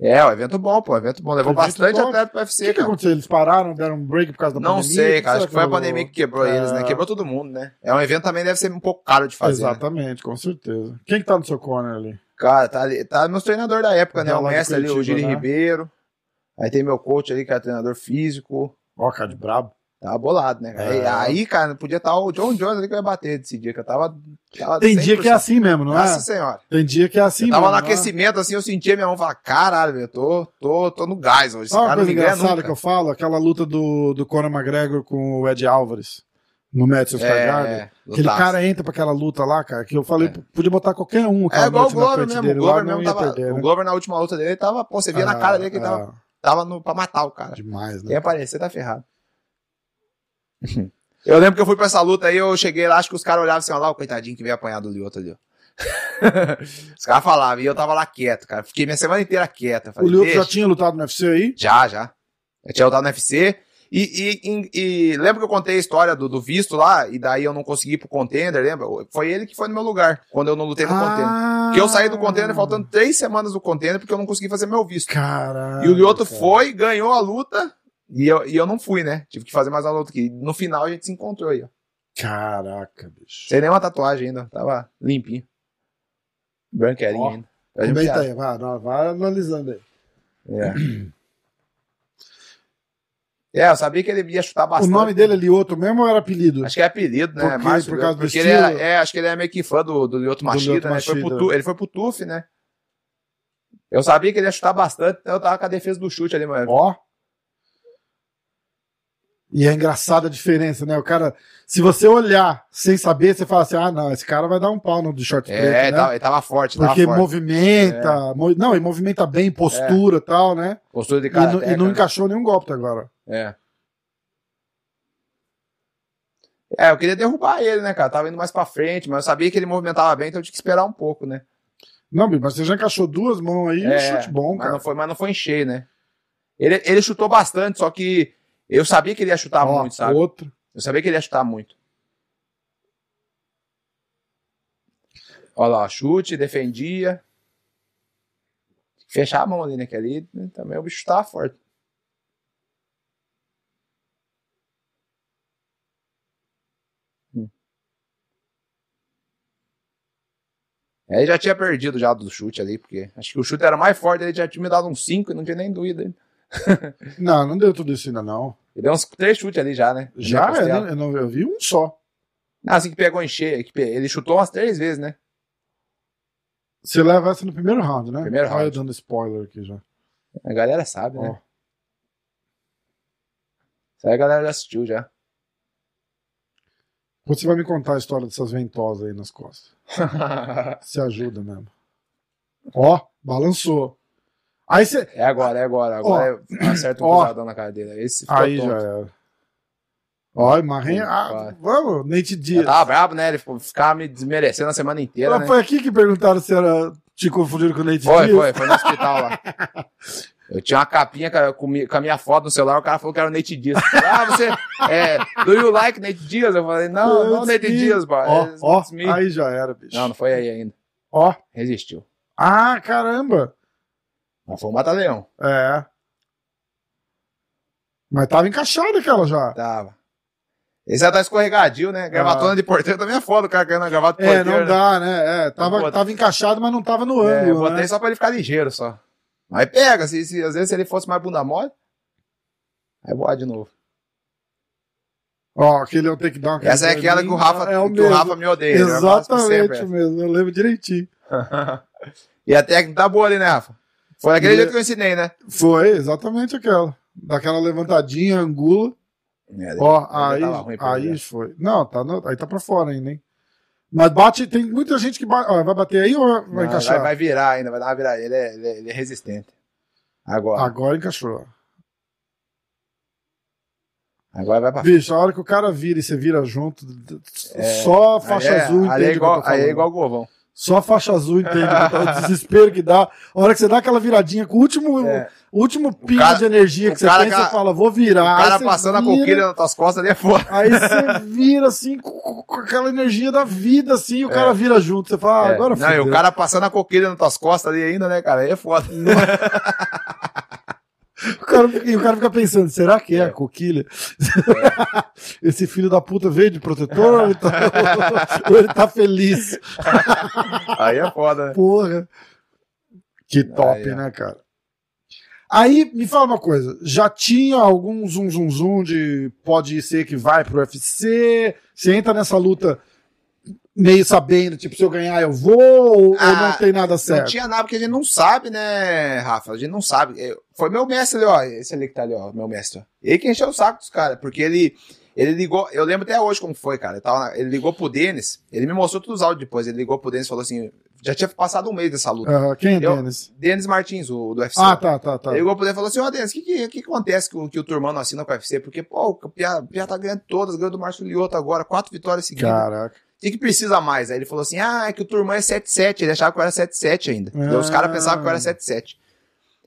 [SPEAKER 2] É, um evento bom, pô. Evento bom. Levou
[SPEAKER 1] Evento
[SPEAKER 2] bastante
[SPEAKER 1] bom.
[SPEAKER 2] atleta pro
[SPEAKER 1] O
[SPEAKER 2] UFC,
[SPEAKER 1] que, que
[SPEAKER 2] cara.
[SPEAKER 1] aconteceu? Eles pararam, deram um break por causa da
[SPEAKER 2] Não
[SPEAKER 1] pandemia?
[SPEAKER 2] sei, cara. Acho que foi a
[SPEAKER 1] rolou?
[SPEAKER 2] pandemia que quebrou eles, né?
[SPEAKER 1] É.
[SPEAKER 2] Quebrou todo mundo, né? É um evento também deve ser um pouco caro de fazer. né?
[SPEAKER 1] Exatamente, com certeza. Quem que tá no seu corner ali?
[SPEAKER 2] Cara, tá, ali- tá meus treinadores da época, né?
[SPEAKER 1] Tá
[SPEAKER 2] O
[SPEAKER 1] lá de
[SPEAKER 2] mestre ali, o
[SPEAKER 1] Curitiba,
[SPEAKER 2] Giri
[SPEAKER 1] né?
[SPEAKER 2] Ribeiro. Aí tem meu coach ali, que é treinador físico.
[SPEAKER 1] Ó, cara de brabo.
[SPEAKER 2] Tava bolado, né? cara?
[SPEAKER 1] É.
[SPEAKER 2] Aí, aí, cara, podia estar o John Jones ali que eu ia bater desse dia, que eu tava. tava
[SPEAKER 1] Tem dia que é
[SPEAKER 2] 100%.
[SPEAKER 1] assim mesmo, não é?
[SPEAKER 2] Nossa senhora.
[SPEAKER 1] Tem dia que é assim
[SPEAKER 2] eu tava
[SPEAKER 1] mesmo.
[SPEAKER 2] no
[SPEAKER 1] não é?
[SPEAKER 2] aquecimento, assim, eu sentia minha mão e falava, caralho, velho, eu tô, tô, tô no gás hoje. Esse
[SPEAKER 1] Sabe uma
[SPEAKER 2] cara não
[SPEAKER 1] coisa
[SPEAKER 2] me ganha
[SPEAKER 1] engraçada
[SPEAKER 2] nunca.
[SPEAKER 1] que eu falo? Aquela luta do, do Conor McGregor com o Ed Álvares no Madison Square Garden.
[SPEAKER 2] É,
[SPEAKER 1] Aquele
[SPEAKER 2] lutaço.
[SPEAKER 1] cara entra pra aquela luta lá, cara, que eu falei, podia botar qualquer um.
[SPEAKER 2] É
[SPEAKER 1] aquela
[SPEAKER 2] igual o
[SPEAKER 1] noite na
[SPEAKER 2] Glover
[SPEAKER 1] frente
[SPEAKER 2] mesmo.
[SPEAKER 1] dele
[SPEAKER 2] o
[SPEAKER 1] lá,
[SPEAKER 2] Glover
[SPEAKER 1] não
[SPEAKER 2] mesmo
[SPEAKER 1] ia
[SPEAKER 2] tava.
[SPEAKER 1] perder,
[SPEAKER 2] O
[SPEAKER 1] né?
[SPEAKER 2] Glover na última luta dele, ele tava. Pô, você via na cara dele que ele
[SPEAKER 1] Ah,
[SPEAKER 2] tava,
[SPEAKER 1] ah,
[SPEAKER 2] tava no, pra matar o cara.
[SPEAKER 1] Demais,
[SPEAKER 2] Quem
[SPEAKER 1] né?
[SPEAKER 2] aparecer tá ferrado. Eu lembro que eu fui pra essa luta aí, eu cheguei lá, acho que os caras olhavam assim, olha lá o coitadinho que veio apanhar do Lioto ali, ó. os caras falavam, e eu tava lá quieto, cara. Fiquei minha semana inteira quieta. Eu
[SPEAKER 1] O
[SPEAKER 2] Falei,
[SPEAKER 1] Lioto
[SPEAKER 2] "Deixa".
[SPEAKER 1] já tinha lutado no UFC aí?
[SPEAKER 2] Já, já. Eu tinha lutado no UFC. E, e- e- e lembra que eu contei a história do, do visto lá, e daí eu não consegui ir pro contender, lembra? Foi ele que foi no meu lugar, quando eu não lutei
[SPEAKER 1] Ah,
[SPEAKER 2] no contender. Porque um eu saí do contender faltando três semanas do contender, porque eu não consegui fazer meu visto.
[SPEAKER 1] Caralho.
[SPEAKER 2] E o Lioto
[SPEAKER 1] Ah, cara.
[SPEAKER 2] foi, ganhou a luta, e eu, e eu não fui, né? Tive que fazer mais uma luta aqui. No final a gente se encontrou aí, ó.
[SPEAKER 1] Caraca, bicho.
[SPEAKER 2] Sem nenhuma tatuagem ainda, tava limpinho. Branquelinho
[SPEAKER 1] Ó,
[SPEAKER 2] ainda. Eu
[SPEAKER 1] Também
[SPEAKER 2] admiro.
[SPEAKER 1] tá aí, vai, vai, vai analisando aí.
[SPEAKER 2] É. É, eu sabia que ele ia chutar bastante.
[SPEAKER 1] O nome dele é Lioto mesmo ou era apelido?
[SPEAKER 2] Acho que é apelido, né?
[SPEAKER 1] Por quê?
[SPEAKER 2] Márcio
[SPEAKER 1] Por
[SPEAKER 2] Lioto,
[SPEAKER 1] causa do
[SPEAKER 2] porque ele
[SPEAKER 1] estilo?
[SPEAKER 2] era, é, acho que ele é meio que fã do, do Lioto
[SPEAKER 1] Do Lyoto
[SPEAKER 2] Machida, né? Ele foi, pro
[SPEAKER 1] Machida.
[SPEAKER 2] Tu- ele foi pro Tuf, né? Eu sabia que ele ia chutar bastante, então eu tava com a defesa do chute ali, mano.
[SPEAKER 1] Ó. E é engraçada a diferença, né? O cara, se você olhar sem saber, você fala assim: ah, não, esse cara vai dar um pau no de short
[SPEAKER 2] É,
[SPEAKER 1] preto, né?
[SPEAKER 2] ele, tava, ele tava forte, tava
[SPEAKER 1] Porque
[SPEAKER 2] forte. É.
[SPEAKER 1] movimenta, mo- não, e movimenta bem, postura e tal, né?
[SPEAKER 2] Postura de
[SPEAKER 1] E, não-
[SPEAKER 2] cara.
[SPEAKER 1] e não encaixou nenhum golpe até agora.
[SPEAKER 2] É. É, eu queria derrubar ele, né, cara? Tava indo mais pra frente, mas eu sabia que ele movimentava bem, então eu tinha que esperar um pouco, né?
[SPEAKER 1] Não, Bibi, mas você já encaixou duas mãos aí, um
[SPEAKER 2] É,
[SPEAKER 1] chute bom,
[SPEAKER 2] mas
[SPEAKER 1] cara.
[SPEAKER 2] não foi, mas não foi em cheio, né? Ele, ele chutou bastante, só que eu sabia que ele ia chutar
[SPEAKER 1] Ó,
[SPEAKER 2] muito, sabe?
[SPEAKER 1] Outro.
[SPEAKER 2] Eu sabia que ele ia chutar muito. Olha lá, chute, defendia. Fechar a mão ali, né? Que ali né, também o bicho tá forte. Hum. Aí É, já tinha perdido já do chute ali, porque acho que o chute era mais forte, ele já tinha me dado uns 5 e não tinha nem doído. Ele
[SPEAKER 1] Não, não deu tudo isso ainda, não.
[SPEAKER 2] deu uns 3 chutes ali já, né?
[SPEAKER 1] Já?
[SPEAKER 2] Na minha
[SPEAKER 1] Eu,
[SPEAKER 2] costela.
[SPEAKER 1] não- eu, não- eu vi um só.
[SPEAKER 2] Ah, assim que pegou em cheio. que pe- Ele chutou umas três vezes, né?
[SPEAKER 1] Você leva essa no primeiro round, né?
[SPEAKER 2] Primeiro
[SPEAKER 1] Olha eu
[SPEAKER 2] round.
[SPEAKER 1] dando spoiler aqui já.
[SPEAKER 2] A galera sabe, né?
[SPEAKER 1] Ó.
[SPEAKER 2] Isso aí a galera já assistiu já.
[SPEAKER 1] Você vai me contar a história dessas ventosas aí nas costas. Se ajuda mesmo. Ó, balançou. Aí você.
[SPEAKER 2] é agora, é agora. Agora é- acerta um
[SPEAKER 1] Ó.
[SPEAKER 2] cruzadão na cara dele. Esse ficou
[SPEAKER 1] Aí
[SPEAKER 2] tonto.
[SPEAKER 1] já é. era. Ó, marrenha. Ah,
[SPEAKER 2] Vai.
[SPEAKER 1] vamos, Nate Dias.
[SPEAKER 2] Eu tava brabo, né? Ele ficou- ficava me desmerecendo a semana inteira,
[SPEAKER 1] Ah,
[SPEAKER 2] né?
[SPEAKER 1] Foi aqui que perguntaram se era te confundiram com o Nate
[SPEAKER 2] Foi,
[SPEAKER 1] Dias.
[SPEAKER 2] foi, foi no hospital lá. Eu tinha uma capinha cara, com, mi- com a minha foto no celular, o cara falou que era o Nate Dias. Ah, você. É, do you like Nate Dias? Eu falei, não,
[SPEAKER 1] It's
[SPEAKER 2] não, Nate
[SPEAKER 1] me.
[SPEAKER 2] Dias, pô.
[SPEAKER 1] Ó,
[SPEAKER 2] It's
[SPEAKER 1] ó,
[SPEAKER 2] me.
[SPEAKER 1] aí já era, bicho.
[SPEAKER 2] É, Não, não foi aí ainda.
[SPEAKER 1] Ó.
[SPEAKER 2] Resistiu.
[SPEAKER 1] Ah, caramba.
[SPEAKER 2] Mas foi um mata-leão.
[SPEAKER 1] É. Mas tava encaixada aquela já.
[SPEAKER 2] Tava. Esse é da escorregadio, né? Gravatona de porteiro também é foda, o cara caindo na gravata de
[SPEAKER 1] Ah. É,
[SPEAKER 2] porteiro.
[SPEAKER 1] não
[SPEAKER 2] né?
[SPEAKER 1] dá, né? É, tava,
[SPEAKER 2] Bota-
[SPEAKER 1] tava encaixado, mas não tava no
[SPEAKER 2] É, eu
[SPEAKER 1] ângulo.
[SPEAKER 2] botei
[SPEAKER 1] né?
[SPEAKER 2] só pra ele ficar ligeiro só. Aí pega, se, se- às vezes se ele fosse mais bunda mole. Aí boa de novo.
[SPEAKER 1] Ó, aquele é o takedown. que
[SPEAKER 2] Essa é
[SPEAKER 1] ele deu em
[SPEAKER 2] aquela
[SPEAKER 1] mim,
[SPEAKER 2] que o Rafa,
[SPEAKER 1] É o
[SPEAKER 2] que o
[SPEAKER 1] mesmo.
[SPEAKER 2] Rafa me odeia. né? Eu faço
[SPEAKER 1] Exatamente
[SPEAKER 2] sempre
[SPEAKER 1] o mesmo, eu lembro direitinho.
[SPEAKER 2] essa. e a técnica tá boa ali, né, Rafa? Foi daquele
[SPEAKER 1] E-
[SPEAKER 2] jeito que eu ensinei, né?
[SPEAKER 1] Foi exatamente aquela. Daquela levantadinha, angula.
[SPEAKER 2] É,
[SPEAKER 1] Ó,
[SPEAKER 2] tava
[SPEAKER 1] aí,
[SPEAKER 2] ruim pra né?
[SPEAKER 1] aí
[SPEAKER 2] mulher.
[SPEAKER 1] foi. Não, tá no- aí tá pra fora ainda, hein? Mas bate, tem muita gente que ba- ó, vai bater aí ou vai
[SPEAKER 2] Não,
[SPEAKER 1] encaixar?
[SPEAKER 2] vai, vai virar ainda, vai dar uma virada. Ele é, ele é- ele é resistente. Agora.
[SPEAKER 1] Agora encaixou.
[SPEAKER 2] Agora vai pra
[SPEAKER 1] Bicho, a hora que o cara vira e você vira junto, d-
[SPEAKER 2] É,
[SPEAKER 1] só faixa
[SPEAKER 2] Aí é-
[SPEAKER 1] azul
[SPEAKER 2] aí
[SPEAKER 1] entende o
[SPEAKER 2] é
[SPEAKER 1] que eu
[SPEAKER 2] igual,
[SPEAKER 1] tô
[SPEAKER 2] aí é
[SPEAKER 1] falando.
[SPEAKER 2] igual o Govão.
[SPEAKER 1] Só faixa azul entende. o desespero que dá. A hora que você dá aquela viradinha com o último,
[SPEAKER 2] É.
[SPEAKER 1] o último pingo
[SPEAKER 2] cara-
[SPEAKER 1] de energia
[SPEAKER 2] o
[SPEAKER 1] que você
[SPEAKER 2] cara
[SPEAKER 1] tem,
[SPEAKER 2] ca-
[SPEAKER 1] você fala, vou virar.
[SPEAKER 2] o
[SPEAKER 1] Aí
[SPEAKER 2] cara
[SPEAKER 1] você
[SPEAKER 2] passando a
[SPEAKER 1] Ah, vira,
[SPEAKER 2] coquilha nas tuas costas ali é foda.
[SPEAKER 1] Aí você vira assim, com, com aquela energia da vida, assim, e o cara vira junto. Você fala, ah,
[SPEAKER 2] É.
[SPEAKER 1] agora
[SPEAKER 2] Não, e o
[SPEAKER 1] fudeu.
[SPEAKER 2] cara passando a coquilha nas tuas costas ali ainda, né, cara? Aí é foda.
[SPEAKER 1] O cara, fica- e o cara fica pensando, será que é, a coquilha? Esse filho da puta veio de protetor ou ele tá, ou ele tá feliz?
[SPEAKER 2] Aí é foda, né?
[SPEAKER 1] Porra. Que top,
[SPEAKER 2] Aí, ó.
[SPEAKER 1] né, cara? Aí, me fala uma coisa. Já tinha algum zum zum zum de pode ser que vai pro UFC? Você entra nessa luta meio sabendo, tipo, se eu ganhar eu vou ou, ou
[SPEAKER 2] Ah,
[SPEAKER 1] não tem nada
[SPEAKER 2] Não
[SPEAKER 1] certo?
[SPEAKER 2] tinha nada, porque a gente não sabe, né, Rafa? A gente não sabe. Eu- Foi meu mestre ali, ó. Esse ali que tá ali, ó, meu mestre. ó. Ele que encheu o saco dos caras, porque ele, ele ligou. Eu lembro até hoje como foi, cara. Ele, tava na- ele ligou pro Denis, ele me mostrou todos os áudios depois. Ele ligou pro Denis e falou assim: já tinha passado um mês dessa luta.
[SPEAKER 1] Aham, quem é
[SPEAKER 2] Eu-
[SPEAKER 1] Denis?
[SPEAKER 2] Denis Martins, o do UFC.
[SPEAKER 1] Ah, tá, tá, tá.
[SPEAKER 2] Ele ligou pro Denis e falou assim: Ó, Denis, o que, que, que acontece que o, que o Turmão não assina com o UFC? Porque, pô, o Pia, o Pia tá ganhando todas, ganhou do Márcio Lioto agora, quatro vitórias seguidas.
[SPEAKER 1] Caraca.
[SPEAKER 2] O que, que precisa mais? Aí ele falou assim: ah, é que o Turman é 77, ele achava que eu era 77 ainda. Então,
[SPEAKER 1] Ah.
[SPEAKER 2] Os caras pensavam que eu era 77.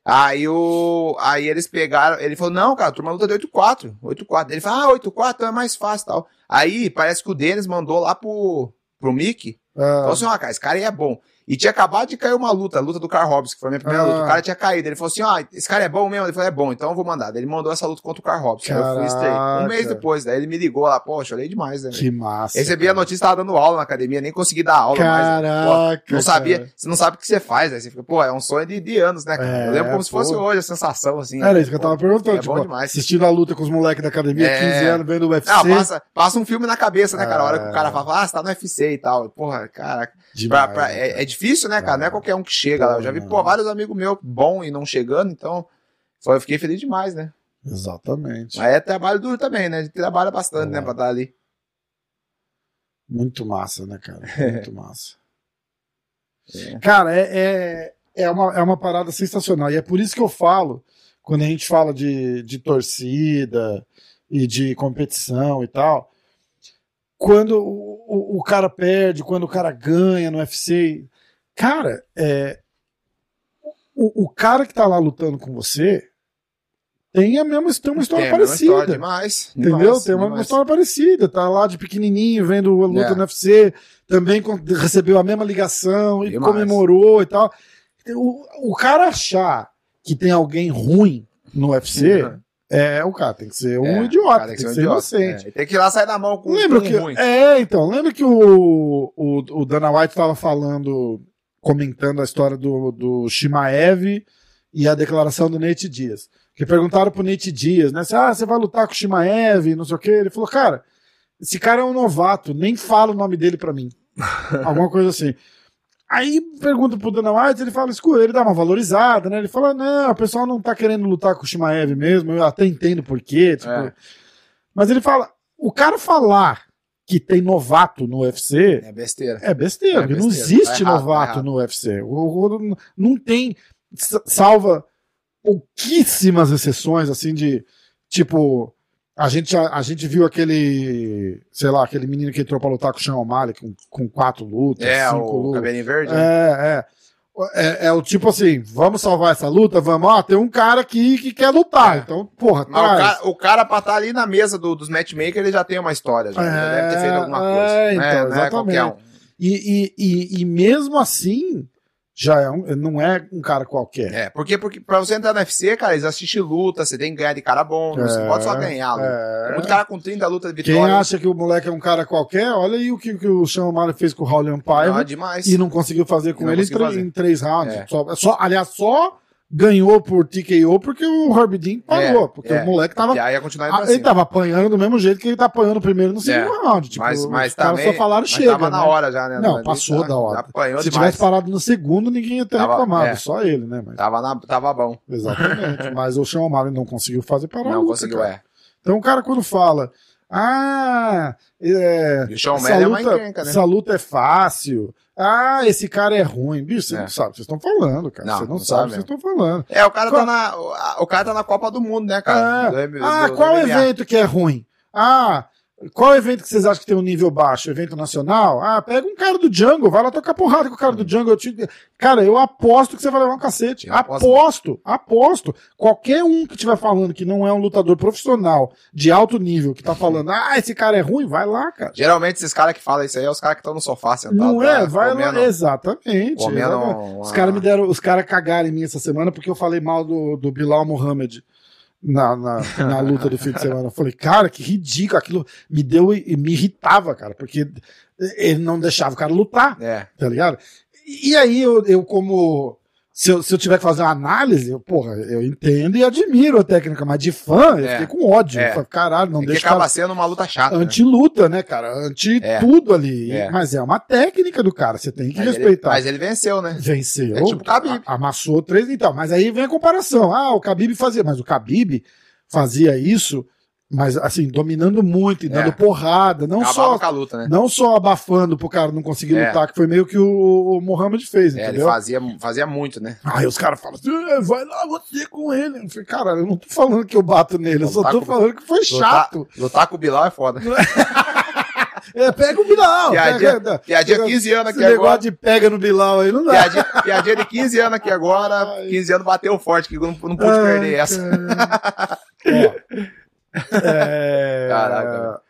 [SPEAKER 2] Aí o. Aí eles pegaram. Ele falou: não, cara, o Turman luta de 8-4. 8-4. Ele falou: ah, 8-4 então é mais fácil e tal. Aí parece que o Denis mandou lá pro, pro Mickey.
[SPEAKER 1] Ah,
[SPEAKER 2] Falou assim: ó, cara, esse cara aí é bom. E tinha acabado de cair uma luta, a luta do Carl Hobbs, que foi a minha primeira
[SPEAKER 1] Ah.
[SPEAKER 2] luta. O cara tinha caído. Ele falou assim: ó, esse cara é bom mesmo? Ele falou: é bom, então eu vou mandar. Daí ele mandou essa luta contra o Carl Hobbs. Aí eu fui estrear. Um mês
[SPEAKER 1] Caraca.
[SPEAKER 2] depois, daí ele me ligou lá: pô, chorei demais, né? velho?
[SPEAKER 1] que massa.
[SPEAKER 2] Recebi a notícia, tava dando aula na academia, nem consegui dar aula mais. né?
[SPEAKER 1] Caraca.
[SPEAKER 2] Não sabia,
[SPEAKER 1] cara.
[SPEAKER 2] você não sabe o que você faz, né? Você fica, pô, é um sonho de, de anos, né, cara?
[SPEAKER 1] É,
[SPEAKER 2] eu lembro como se
[SPEAKER 1] pô.
[SPEAKER 2] fosse hoje a sensação, assim.
[SPEAKER 1] Era isso que eu tava perguntando.
[SPEAKER 2] É
[SPEAKER 1] tipo,
[SPEAKER 2] bom demais.
[SPEAKER 1] assistindo a luta com os moleques da academia,
[SPEAKER 2] É.
[SPEAKER 1] 15 anos, vendo o UFC.
[SPEAKER 2] Ah, passa, passa um filme na cabeça, né, cara? A hora que
[SPEAKER 1] É.
[SPEAKER 2] o cara fala, ah, você tá no UFC e tal. Porra, cara,
[SPEAKER 1] Demais,
[SPEAKER 2] pra- pra-
[SPEAKER 1] né,
[SPEAKER 2] é, é difícil, né, cara? Não é qualquer um que chega lá. Eu já vi,
[SPEAKER 1] Pô,
[SPEAKER 2] pô, vários amigos meus bom e não chegando, então. Só eu fiquei feliz demais, né?
[SPEAKER 1] Exatamente.
[SPEAKER 2] Mas é trabalho duro também, né? A gente trabalha bastante,
[SPEAKER 1] Boa.
[SPEAKER 2] né, pra estar ali.
[SPEAKER 1] Muito massa, né, cara? Muito massa.
[SPEAKER 2] É.
[SPEAKER 1] Cara, é, é, é, uma, é uma parada sensacional. E é por isso que eu falo, quando a gente fala de, de torcida e de competição e tal, quando o, o- o cara perde, quando o cara ganha no UFC. Cara, é, o, o cara que tá lá lutando com você tem a mesma tem uma história
[SPEAKER 2] Tem, é uma
[SPEAKER 1] parecida.
[SPEAKER 2] história demais.
[SPEAKER 1] Entendeu?
[SPEAKER 2] demais,
[SPEAKER 1] Tem uma
[SPEAKER 2] demais.
[SPEAKER 1] história parecida. Tá lá de pequenininho vendo a luta
[SPEAKER 2] É.
[SPEAKER 1] no UFC, também con- recebeu a mesma ligação e
[SPEAKER 2] Demais.
[SPEAKER 1] comemorou e tal. O, o cara achar que tem alguém ruim no UFC,
[SPEAKER 2] Uhum.
[SPEAKER 1] é o cara tem que ser um
[SPEAKER 2] É,
[SPEAKER 1] idiota,
[SPEAKER 2] cara,
[SPEAKER 1] tem que,
[SPEAKER 2] um
[SPEAKER 1] ser
[SPEAKER 2] idiota,
[SPEAKER 1] inocente.
[SPEAKER 2] é. E Tem que ir lá sair na mão com
[SPEAKER 1] Lembra
[SPEAKER 2] com
[SPEAKER 1] que,
[SPEAKER 2] ruim.
[SPEAKER 1] é, então, lembra que o, o, o Dana White estava falando, comentando a história do, do Shimaev e a declaração do Nate Dias. Que perguntaram pro Nate Dias, né? se, Ah, você vai lutar com o Shimaev, não sei o quê. Ele falou, cara, esse cara é um novato, nem fala o nome dele pra mim. Alguma coisa assim. Aí pergunta pro Dana White, ele fala, escuta, ele dá uma valorizada, né? Ele fala, não, o pessoal não tá querendo lutar com o Shimaev mesmo, eu até entendo por quê. Tipo,
[SPEAKER 2] É.
[SPEAKER 1] Mas ele fala, o cara falar que tem novato no UFC
[SPEAKER 2] É besteira.
[SPEAKER 1] é besteira,
[SPEAKER 2] É
[SPEAKER 1] porque não
[SPEAKER 2] besteira,
[SPEAKER 1] existe
[SPEAKER 2] tá errado,
[SPEAKER 1] novato
[SPEAKER 2] tá errado.
[SPEAKER 1] no UFC. O- o- o- Não tem, sa- salva pouquíssimas exceções, assim, de tipo. A gente, a, a gente viu aquele, sei lá, aquele menino que entrou pra lutar com o Sean O'Malley com, com quatro lutas,
[SPEAKER 2] É,
[SPEAKER 1] cinco
[SPEAKER 2] o
[SPEAKER 1] lutas.
[SPEAKER 2] cabelinho verde. né?
[SPEAKER 1] É, é. É, é o tipo assim, vamos salvar essa luta? Vamos, ó, tem um cara aqui que quer lutar,
[SPEAKER 2] É.
[SPEAKER 1] então, porra,
[SPEAKER 2] Mas o
[SPEAKER 1] traz.
[SPEAKER 2] cara, o cara pra estar ali na mesa do- dos matchmakers, ele já tem uma história. Já, já
[SPEAKER 1] É,
[SPEAKER 2] deve ter feito alguma
[SPEAKER 1] é,
[SPEAKER 2] coisa.
[SPEAKER 1] então,
[SPEAKER 2] né? Não é qualquer um.
[SPEAKER 1] E, e, e, e mesmo assim, já é um, não é um cara qualquer.
[SPEAKER 2] É, porque, porque pra você entrar no UFC, cara, eles assistem luta, você tem que ganhar de cara bom, não você
[SPEAKER 1] É,
[SPEAKER 2] pode só ganhar.
[SPEAKER 1] é.
[SPEAKER 2] É. Muito cara com 30 lutas de
[SPEAKER 1] Quem
[SPEAKER 2] vitória.
[SPEAKER 1] acha que o moleque é um cara qualquer, olha aí o que, que o Sean O'Malley fez com o Raul
[SPEAKER 2] não, é
[SPEAKER 1] Paiva
[SPEAKER 2] demais.
[SPEAKER 1] e não conseguiu fazer com
[SPEAKER 2] Não
[SPEAKER 1] ele em
[SPEAKER 2] conseguiu
[SPEAKER 1] tre-
[SPEAKER 2] fazer.
[SPEAKER 1] em três rounds.
[SPEAKER 2] É.
[SPEAKER 1] Só, só- aliás, só ganhou por TKO porque o Herb Dean parou,
[SPEAKER 2] É,
[SPEAKER 1] porque
[SPEAKER 2] é. assim,
[SPEAKER 1] o moleque tava,
[SPEAKER 2] E aí a continuidade
[SPEAKER 1] ah, ele tava apanhando do mesmo jeito que ele tá apanhando primeiro no segundo round. Tipo,
[SPEAKER 2] É. mas, mas
[SPEAKER 1] os caras
[SPEAKER 2] também,
[SPEAKER 1] só falaram
[SPEAKER 2] mas
[SPEAKER 1] chega,
[SPEAKER 2] Tava na
[SPEAKER 1] né?
[SPEAKER 2] hora já, né?
[SPEAKER 1] Não,
[SPEAKER 2] Ali
[SPEAKER 1] passou
[SPEAKER 2] tá-
[SPEAKER 1] da hora.
[SPEAKER 2] Apanhou
[SPEAKER 1] Se
[SPEAKER 2] demais.
[SPEAKER 1] tivesse parado no segundo, ninguém ia ter
[SPEAKER 2] Tava-
[SPEAKER 1] reclamado,
[SPEAKER 2] é.
[SPEAKER 1] só ele, né? Mas-
[SPEAKER 2] Tava, na, tava bom.
[SPEAKER 1] exatamente. mas o Sean O'Malley não conseguiu fazer parar a
[SPEAKER 2] não
[SPEAKER 1] luta,
[SPEAKER 2] conseguiu,
[SPEAKER 1] cara.
[SPEAKER 2] é.
[SPEAKER 1] Então o cara quando fala, ah, é,
[SPEAKER 2] E o Shawn
[SPEAKER 1] essa
[SPEAKER 2] Mendes é uma
[SPEAKER 1] luta,
[SPEAKER 2] encrenca, né?
[SPEAKER 1] essa luta é fácil. Ah, esse cara é ruim. Bicho, você
[SPEAKER 2] É.
[SPEAKER 1] não sabe o que vocês estão falando, cara.
[SPEAKER 2] Não,
[SPEAKER 1] você não, sabe o
[SPEAKER 2] não
[SPEAKER 1] que
[SPEAKER 2] sabe
[SPEAKER 1] vocês estão falando.
[SPEAKER 2] É, o cara,
[SPEAKER 1] Qual-
[SPEAKER 2] tá na, o- a- o cara tá na Copa do Mundo, né, cara?
[SPEAKER 1] Ah,
[SPEAKER 2] Do M-
[SPEAKER 1] ah,
[SPEAKER 2] do- do
[SPEAKER 1] qual
[SPEAKER 2] MMA.
[SPEAKER 1] evento que é ruim? Ah, qual evento que vocês acham que tem um nível baixo? Evento nacional? Ah, pega um cara do Django, vai lá tocar porrada com o cara do Django. Eu te... Cara, eu aposto que você vai levar um cacete.
[SPEAKER 2] Eu aposto.
[SPEAKER 1] Aposto, aposto. Qualquer um que estiver falando que não é um lutador profissional de alto nível, que tá falando, ah, esse cara é ruim, vai lá, cara.
[SPEAKER 2] Geralmente esses caras que falam isso aí é os caras que estão no sofá sentado.
[SPEAKER 1] Não
[SPEAKER 2] lá,
[SPEAKER 1] é? Vai lá.
[SPEAKER 2] comendo-
[SPEAKER 1] Exatamente.
[SPEAKER 2] comendo
[SPEAKER 1] exatamente.
[SPEAKER 2] uma-
[SPEAKER 1] Os caras me deram, os caras cagaram em mim essa semana porque eu falei mal do, do Bilal Mohamed na, na, na luta do fim de semana. Eu falei, cara, que ridículo. Aquilo me deu e me irritava, cara, porque ele não deixava o cara lutar,
[SPEAKER 2] É,
[SPEAKER 1] tá ligado? E aí eu, eu como. Se eu, se eu tiver que fazer uma análise, eu, porra, eu entendo e admiro a técnica, mas de fã, eu
[SPEAKER 2] É.
[SPEAKER 1] fiquei com ódio.
[SPEAKER 2] É.
[SPEAKER 1] Eu falei, caralho, não
[SPEAKER 2] é que
[SPEAKER 1] deixa tá o
[SPEAKER 2] acaba
[SPEAKER 1] cara
[SPEAKER 2] sendo uma luta chata. né?
[SPEAKER 1] anti-luta, né, cara? Anti
[SPEAKER 2] É.
[SPEAKER 1] tudo ali.
[SPEAKER 2] É.
[SPEAKER 1] Mas é uma técnica do cara, você tem que
[SPEAKER 2] Mas ele-
[SPEAKER 1] respeitar.
[SPEAKER 2] mas ele venceu, né?
[SPEAKER 1] Venceu.
[SPEAKER 2] É tipo o Khabib.
[SPEAKER 1] a- Amassou três, então. Mas aí vem a comparação. Ah, o Khabib fazia. Mas o Khabib fazia isso, mas assim, dominando muito e dando
[SPEAKER 2] É.
[SPEAKER 1] porrada. Não
[SPEAKER 2] Acabava
[SPEAKER 1] só,
[SPEAKER 2] com a luta, né?
[SPEAKER 1] não só abafando pro cara não conseguir
[SPEAKER 2] É.
[SPEAKER 1] lutar, que foi meio que o, o Mohamed fez,
[SPEAKER 2] É, ele
[SPEAKER 1] entendeu?
[SPEAKER 2] fazia, fazia muito, né?
[SPEAKER 1] Aí os caras falam assim, "É, vai lá você com ele. Eu falei, cara, eu não tô falando que eu bato nele, eu só
[SPEAKER 2] Lutar
[SPEAKER 1] tô
[SPEAKER 2] tá com-
[SPEAKER 1] falando que foi chato.
[SPEAKER 2] Lutar, lutar com o Bilal é foda.
[SPEAKER 1] É, pega o Bilal.
[SPEAKER 2] Piadinha-
[SPEAKER 1] pega-
[SPEAKER 2] Piadinha
[SPEAKER 1] pega-
[SPEAKER 2] 15 anos
[SPEAKER 1] Esse
[SPEAKER 2] aqui
[SPEAKER 1] negócio
[SPEAKER 2] agora.
[SPEAKER 1] de pega no Bilal aí não dá.
[SPEAKER 2] Piadinha, piadinha de 15 anos aqui agora. 15 anos bateu forte, que eu não, não
[SPEAKER 1] Ah,
[SPEAKER 2] pude perder
[SPEAKER 1] Ai,
[SPEAKER 2] é essa.
[SPEAKER 1] cara. Ó. É,
[SPEAKER 2] Caraca,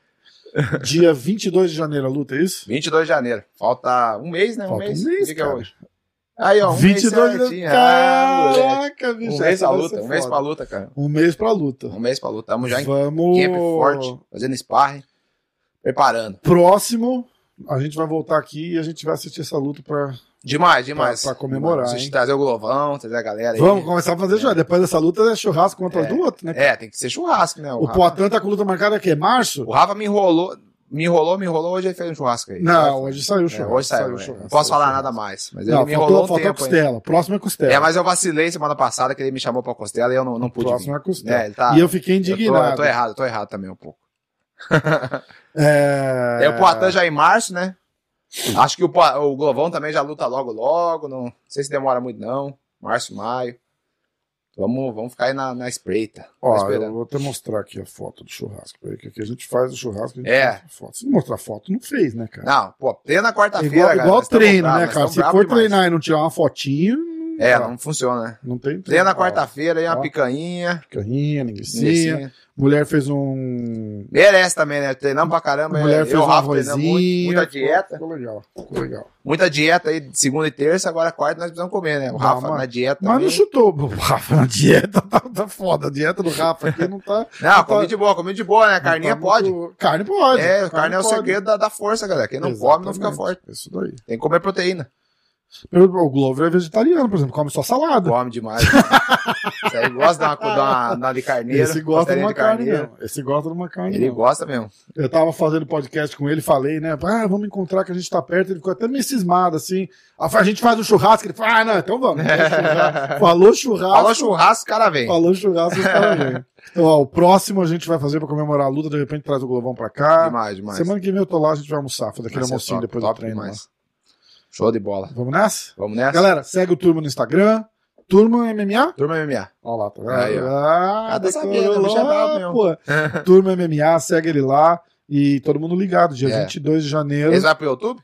[SPEAKER 1] Dia 22 de janeiro a luta, é isso?
[SPEAKER 2] 22 de janeiro. Falta um mês, né? Um
[SPEAKER 1] Falta um
[SPEAKER 2] mês.
[SPEAKER 1] mês,
[SPEAKER 2] Que dia que é
[SPEAKER 1] cara.
[SPEAKER 2] hoje? Aí, ó, um
[SPEAKER 1] 22
[SPEAKER 2] mês
[SPEAKER 1] de
[SPEAKER 2] certinho.
[SPEAKER 1] janeiro.
[SPEAKER 2] Ah, moleque.
[SPEAKER 1] Caraca, bicho.
[SPEAKER 2] um mês
[SPEAKER 1] essa
[SPEAKER 2] pra
[SPEAKER 1] vai
[SPEAKER 2] luta,
[SPEAKER 1] ser
[SPEAKER 2] um mês pra
[SPEAKER 1] foda.
[SPEAKER 2] luta, cara.
[SPEAKER 1] Um mês pra luta.
[SPEAKER 2] Um mês pra luta. Tamo já em
[SPEAKER 1] Vamos.
[SPEAKER 2] camp é forte, fazendo sparring, preparando.
[SPEAKER 1] Próximo, a gente vai voltar aqui e a gente vai assistir essa luta pra.
[SPEAKER 2] Demais, demais.
[SPEAKER 1] Pra- pra comemorar,
[SPEAKER 2] A gente
[SPEAKER 1] hein?
[SPEAKER 2] trazer o Glovão, trazer a galera aí.
[SPEAKER 1] Vamos começar a fazer já. Depois dessa luta é churrasco um atrás
[SPEAKER 2] É.
[SPEAKER 1] do outro, né?
[SPEAKER 2] É, tem que ser churrasco, né?
[SPEAKER 1] O
[SPEAKER 2] Rafa-
[SPEAKER 1] Poitin tá com luta marcada aqui, é março?
[SPEAKER 2] O Rafa me enrolou, me enrolou, me enrolou, hoje ele fez um churrasco aí.
[SPEAKER 1] Não, hoje saiu o
[SPEAKER 2] É,
[SPEAKER 1] churrasco.
[SPEAKER 2] hoje saiu,
[SPEAKER 1] o
[SPEAKER 2] né?
[SPEAKER 1] churrasco,
[SPEAKER 2] Não posso
[SPEAKER 1] saiu o
[SPEAKER 2] falar
[SPEAKER 1] churrasco.
[SPEAKER 2] nada mais, mas ele
[SPEAKER 1] Não,
[SPEAKER 2] me enrolou
[SPEAKER 1] faltou,
[SPEAKER 2] um
[SPEAKER 1] faltou a
[SPEAKER 2] tempo ainda.
[SPEAKER 1] costela. Próximo é costela.
[SPEAKER 2] É, mas eu vacilei semana passada que ele me chamou pra costela e eu não, não pude
[SPEAKER 1] Próximo
[SPEAKER 2] vir.
[SPEAKER 1] é a costela.
[SPEAKER 2] É, ele tá-
[SPEAKER 1] E eu fiquei
[SPEAKER 2] Eu tô-
[SPEAKER 1] indignado.
[SPEAKER 2] Eu tô, errado, eu tô errado também um pouco.
[SPEAKER 1] É...
[SPEAKER 2] É o Poitin já em março, né? Acho que o, Po- o Glovão também já luta logo, logo. Não, não sei se demora muito, não. Março, maio. Vamos, vamos ficar aí na, na espreita. Tô
[SPEAKER 1] Ó, eu
[SPEAKER 2] tá esperando.
[SPEAKER 1] vou até mostrar aqui a foto do churrasco. Peraí, que aqui a gente faz o churrasco. A gente
[SPEAKER 2] É.
[SPEAKER 1] faz a foto. Se não mostrar foto, não fez, né, cara?
[SPEAKER 2] Não, pô, plena
[SPEAKER 1] É
[SPEAKER 2] quarta-feira,
[SPEAKER 1] igual
[SPEAKER 2] cara.
[SPEAKER 1] igual
[SPEAKER 2] nós tamo
[SPEAKER 1] treino,
[SPEAKER 2] bravo,
[SPEAKER 1] né,
[SPEAKER 2] nós
[SPEAKER 1] cara?
[SPEAKER 2] tamo
[SPEAKER 1] Se
[SPEAKER 2] bravo
[SPEAKER 1] for
[SPEAKER 2] demais.
[SPEAKER 1] treinar e não tirar uma fotinho,
[SPEAKER 2] É, não funciona, né?
[SPEAKER 1] não tem treino.
[SPEAKER 2] Plena
[SPEAKER 1] Ó,
[SPEAKER 2] quarta-feira aí,
[SPEAKER 1] Ó.
[SPEAKER 2] uma picanha.
[SPEAKER 1] Carrinha, linguiça.
[SPEAKER 2] linguiça.
[SPEAKER 1] Mulher fez um.
[SPEAKER 2] Merece também, né? Treinamos pra caramba.
[SPEAKER 1] mulher
[SPEAKER 2] eu
[SPEAKER 1] fez
[SPEAKER 2] o
[SPEAKER 1] um
[SPEAKER 2] Rafa treinamos muito,
[SPEAKER 1] arrozinho.
[SPEAKER 2] muita
[SPEAKER 1] ficou-
[SPEAKER 2] dieta. Tá
[SPEAKER 1] Ficou legal. Ficou legal.
[SPEAKER 2] Muita dieta aí, de segunda e terça, agora quarta nós precisamos comer, né? O
[SPEAKER 1] Dá
[SPEAKER 2] Rafa
[SPEAKER 1] uma-
[SPEAKER 2] na dieta
[SPEAKER 1] Mas
[SPEAKER 2] também.
[SPEAKER 1] não chutou. O Rafa, a dieta tá, tá foda. A dieta do Rafa aqui não tá.
[SPEAKER 2] Não,
[SPEAKER 1] não
[SPEAKER 2] comi
[SPEAKER 1] tá-
[SPEAKER 2] de boa, comi de boa, né? Carninha
[SPEAKER 1] não tá
[SPEAKER 2] pode.
[SPEAKER 1] muito- Carne pode.
[SPEAKER 2] É, carne, é o
[SPEAKER 1] pode.
[SPEAKER 2] segredo da, da força, galera. Quem não come não fica
[SPEAKER 1] Exatamente.
[SPEAKER 2] forte.
[SPEAKER 1] Isso daí.
[SPEAKER 2] Tem que comer proteína.
[SPEAKER 1] O Glover é vegetariano, por exemplo, come só salada.
[SPEAKER 2] Come demais. Isso aí gosta de uma, de uma, de uma de carneiro.
[SPEAKER 1] Esse gosta de
[SPEAKER 2] costelinha
[SPEAKER 1] uma carne
[SPEAKER 2] carneiro.
[SPEAKER 1] mesmo. Esse gosta de uma carne
[SPEAKER 2] né? Ele
[SPEAKER 1] mesmo.
[SPEAKER 2] gosta mesmo.
[SPEAKER 1] Eu tava fazendo podcast com ele, falei, né? Ah, vamos encontrar que a gente tá perto. Ele ficou até meio cismado, assim. Aí eu falei, A gente faz um churrasco. Ele falou, ah, não, então vamos. Então churrasco. Falou churrasco.
[SPEAKER 2] Falou churrasco, o cara vem.
[SPEAKER 1] Falou churrasco, os caras vêm. Então, ó, o próximo a gente vai fazer pra comemorar a luta. De repente traz o Globão pra cá.
[SPEAKER 2] Demais, demais.
[SPEAKER 1] Semana que vem eu tô lá, a gente vai almoçar. Fazer
[SPEAKER 2] Vai
[SPEAKER 1] aquele
[SPEAKER 2] ser
[SPEAKER 1] almocinho
[SPEAKER 2] é top,
[SPEAKER 1] depois
[SPEAKER 2] top
[SPEAKER 1] do treino. lá.
[SPEAKER 2] demais. Show de bola.
[SPEAKER 1] Vamos nessa?
[SPEAKER 2] Vamos nessa?
[SPEAKER 1] Galera, segue o Turma no Instagram. Turma MMA?
[SPEAKER 2] Turma MMA.
[SPEAKER 1] Olha lá, tá vendo?
[SPEAKER 2] Aí, ó.
[SPEAKER 1] Ah,
[SPEAKER 2] Ah, tá
[SPEAKER 1] decorou
[SPEAKER 2] sabendo, o bicho é
[SPEAKER 1] lá,
[SPEAKER 2] brabo mesmo.
[SPEAKER 1] pô. Turma MMA, segue ele lá. E todo mundo ligado, dia
[SPEAKER 2] É.
[SPEAKER 1] 22 de janeiro.
[SPEAKER 2] Eles vão pro YouTube?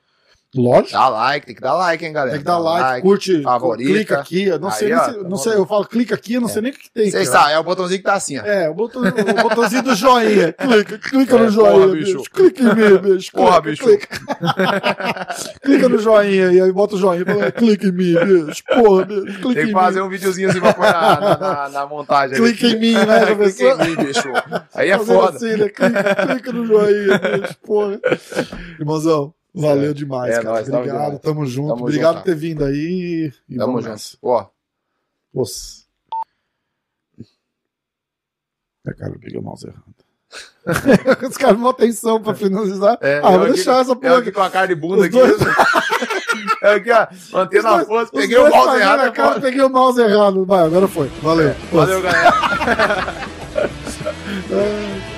[SPEAKER 1] Lógico.
[SPEAKER 2] Dá like, tem que dar Ah, like, hein, galera.
[SPEAKER 1] Tem que dar like, curte,
[SPEAKER 2] favorita.
[SPEAKER 1] clica aqui. Eu não
[SPEAKER 2] Aí,
[SPEAKER 1] sei, nem
[SPEAKER 2] ó,
[SPEAKER 1] se-
[SPEAKER 2] tá
[SPEAKER 1] não sei,
[SPEAKER 2] bom.
[SPEAKER 1] eu falo clica aqui, eu não sei nem o que tem.
[SPEAKER 2] Você
[SPEAKER 1] cara.
[SPEAKER 2] está, é o botãozinho que tá assim, ó.
[SPEAKER 1] É, o, botão, o botãozinho do joinha. Clica, clica
[SPEAKER 2] É,
[SPEAKER 1] no
[SPEAKER 2] porra,
[SPEAKER 1] joinha, bicho.
[SPEAKER 2] bicho.
[SPEAKER 1] Clica em mim, bicho.
[SPEAKER 2] Porra,
[SPEAKER 1] clica,
[SPEAKER 2] bicho.
[SPEAKER 1] Clica. clica no joinha e aí bota o joinha. e fala, Clica em mim, bicho. Porra, bicho. Clica
[SPEAKER 2] Tem que
[SPEAKER 1] em
[SPEAKER 2] fazer
[SPEAKER 1] mim.
[SPEAKER 2] um videozinho assim pra pôr na, na- na- na montagem. ali.
[SPEAKER 1] Clica em mim, né, já
[SPEAKER 2] Clica
[SPEAKER 1] pensou?
[SPEAKER 2] em mim, bicho. Aí é
[SPEAKER 1] Fazer
[SPEAKER 2] foda.
[SPEAKER 1] assim, né? clica, clica no joinha, bicho. Porra. Irmãozão, valeu demais,
[SPEAKER 2] É,
[SPEAKER 1] cara.
[SPEAKER 2] nóis, tamo
[SPEAKER 1] Obrigado,
[SPEAKER 2] demais.
[SPEAKER 1] tamo junto.
[SPEAKER 2] Tamo
[SPEAKER 1] Obrigado
[SPEAKER 2] junto.
[SPEAKER 1] por ter vindo aí. e
[SPEAKER 2] Tamo
[SPEAKER 1] vamos
[SPEAKER 2] junto.
[SPEAKER 1] nessa.
[SPEAKER 2] Ó,
[SPEAKER 1] Nossa. É, cara, eu peguei o mouse errado. Os caras mó atenção pra finalizar.
[SPEAKER 2] é,
[SPEAKER 1] ah,
[SPEAKER 2] eu
[SPEAKER 1] vou
[SPEAKER 2] aqui-
[SPEAKER 1] deixar essa
[SPEAKER 2] Eu
[SPEAKER 1] porra
[SPEAKER 2] aqui
[SPEAKER 1] aqui.
[SPEAKER 2] com a cara de bunda
[SPEAKER 1] Os
[SPEAKER 2] aqui.
[SPEAKER 1] dois-
[SPEAKER 2] Eu aqui, ó, mantendo
[SPEAKER 1] Os
[SPEAKER 2] a
[SPEAKER 1] dois-
[SPEAKER 2] força,
[SPEAKER 1] os
[SPEAKER 2] peguei o
[SPEAKER 1] dois
[SPEAKER 2] balde
[SPEAKER 1] fazendo
[SPEAKER 2] errado.
[SPEAKER 1] a
[SPEAKER 2] é
[SPEAKER 1] cara,
[SPEAKER 2] foda.
[SPEAKER 1] peguei o mouse errado. Vai, agora foi. Valeu.
[SPEAKER 2] Valeu, galera.
[SPEAKER 1] Nossa.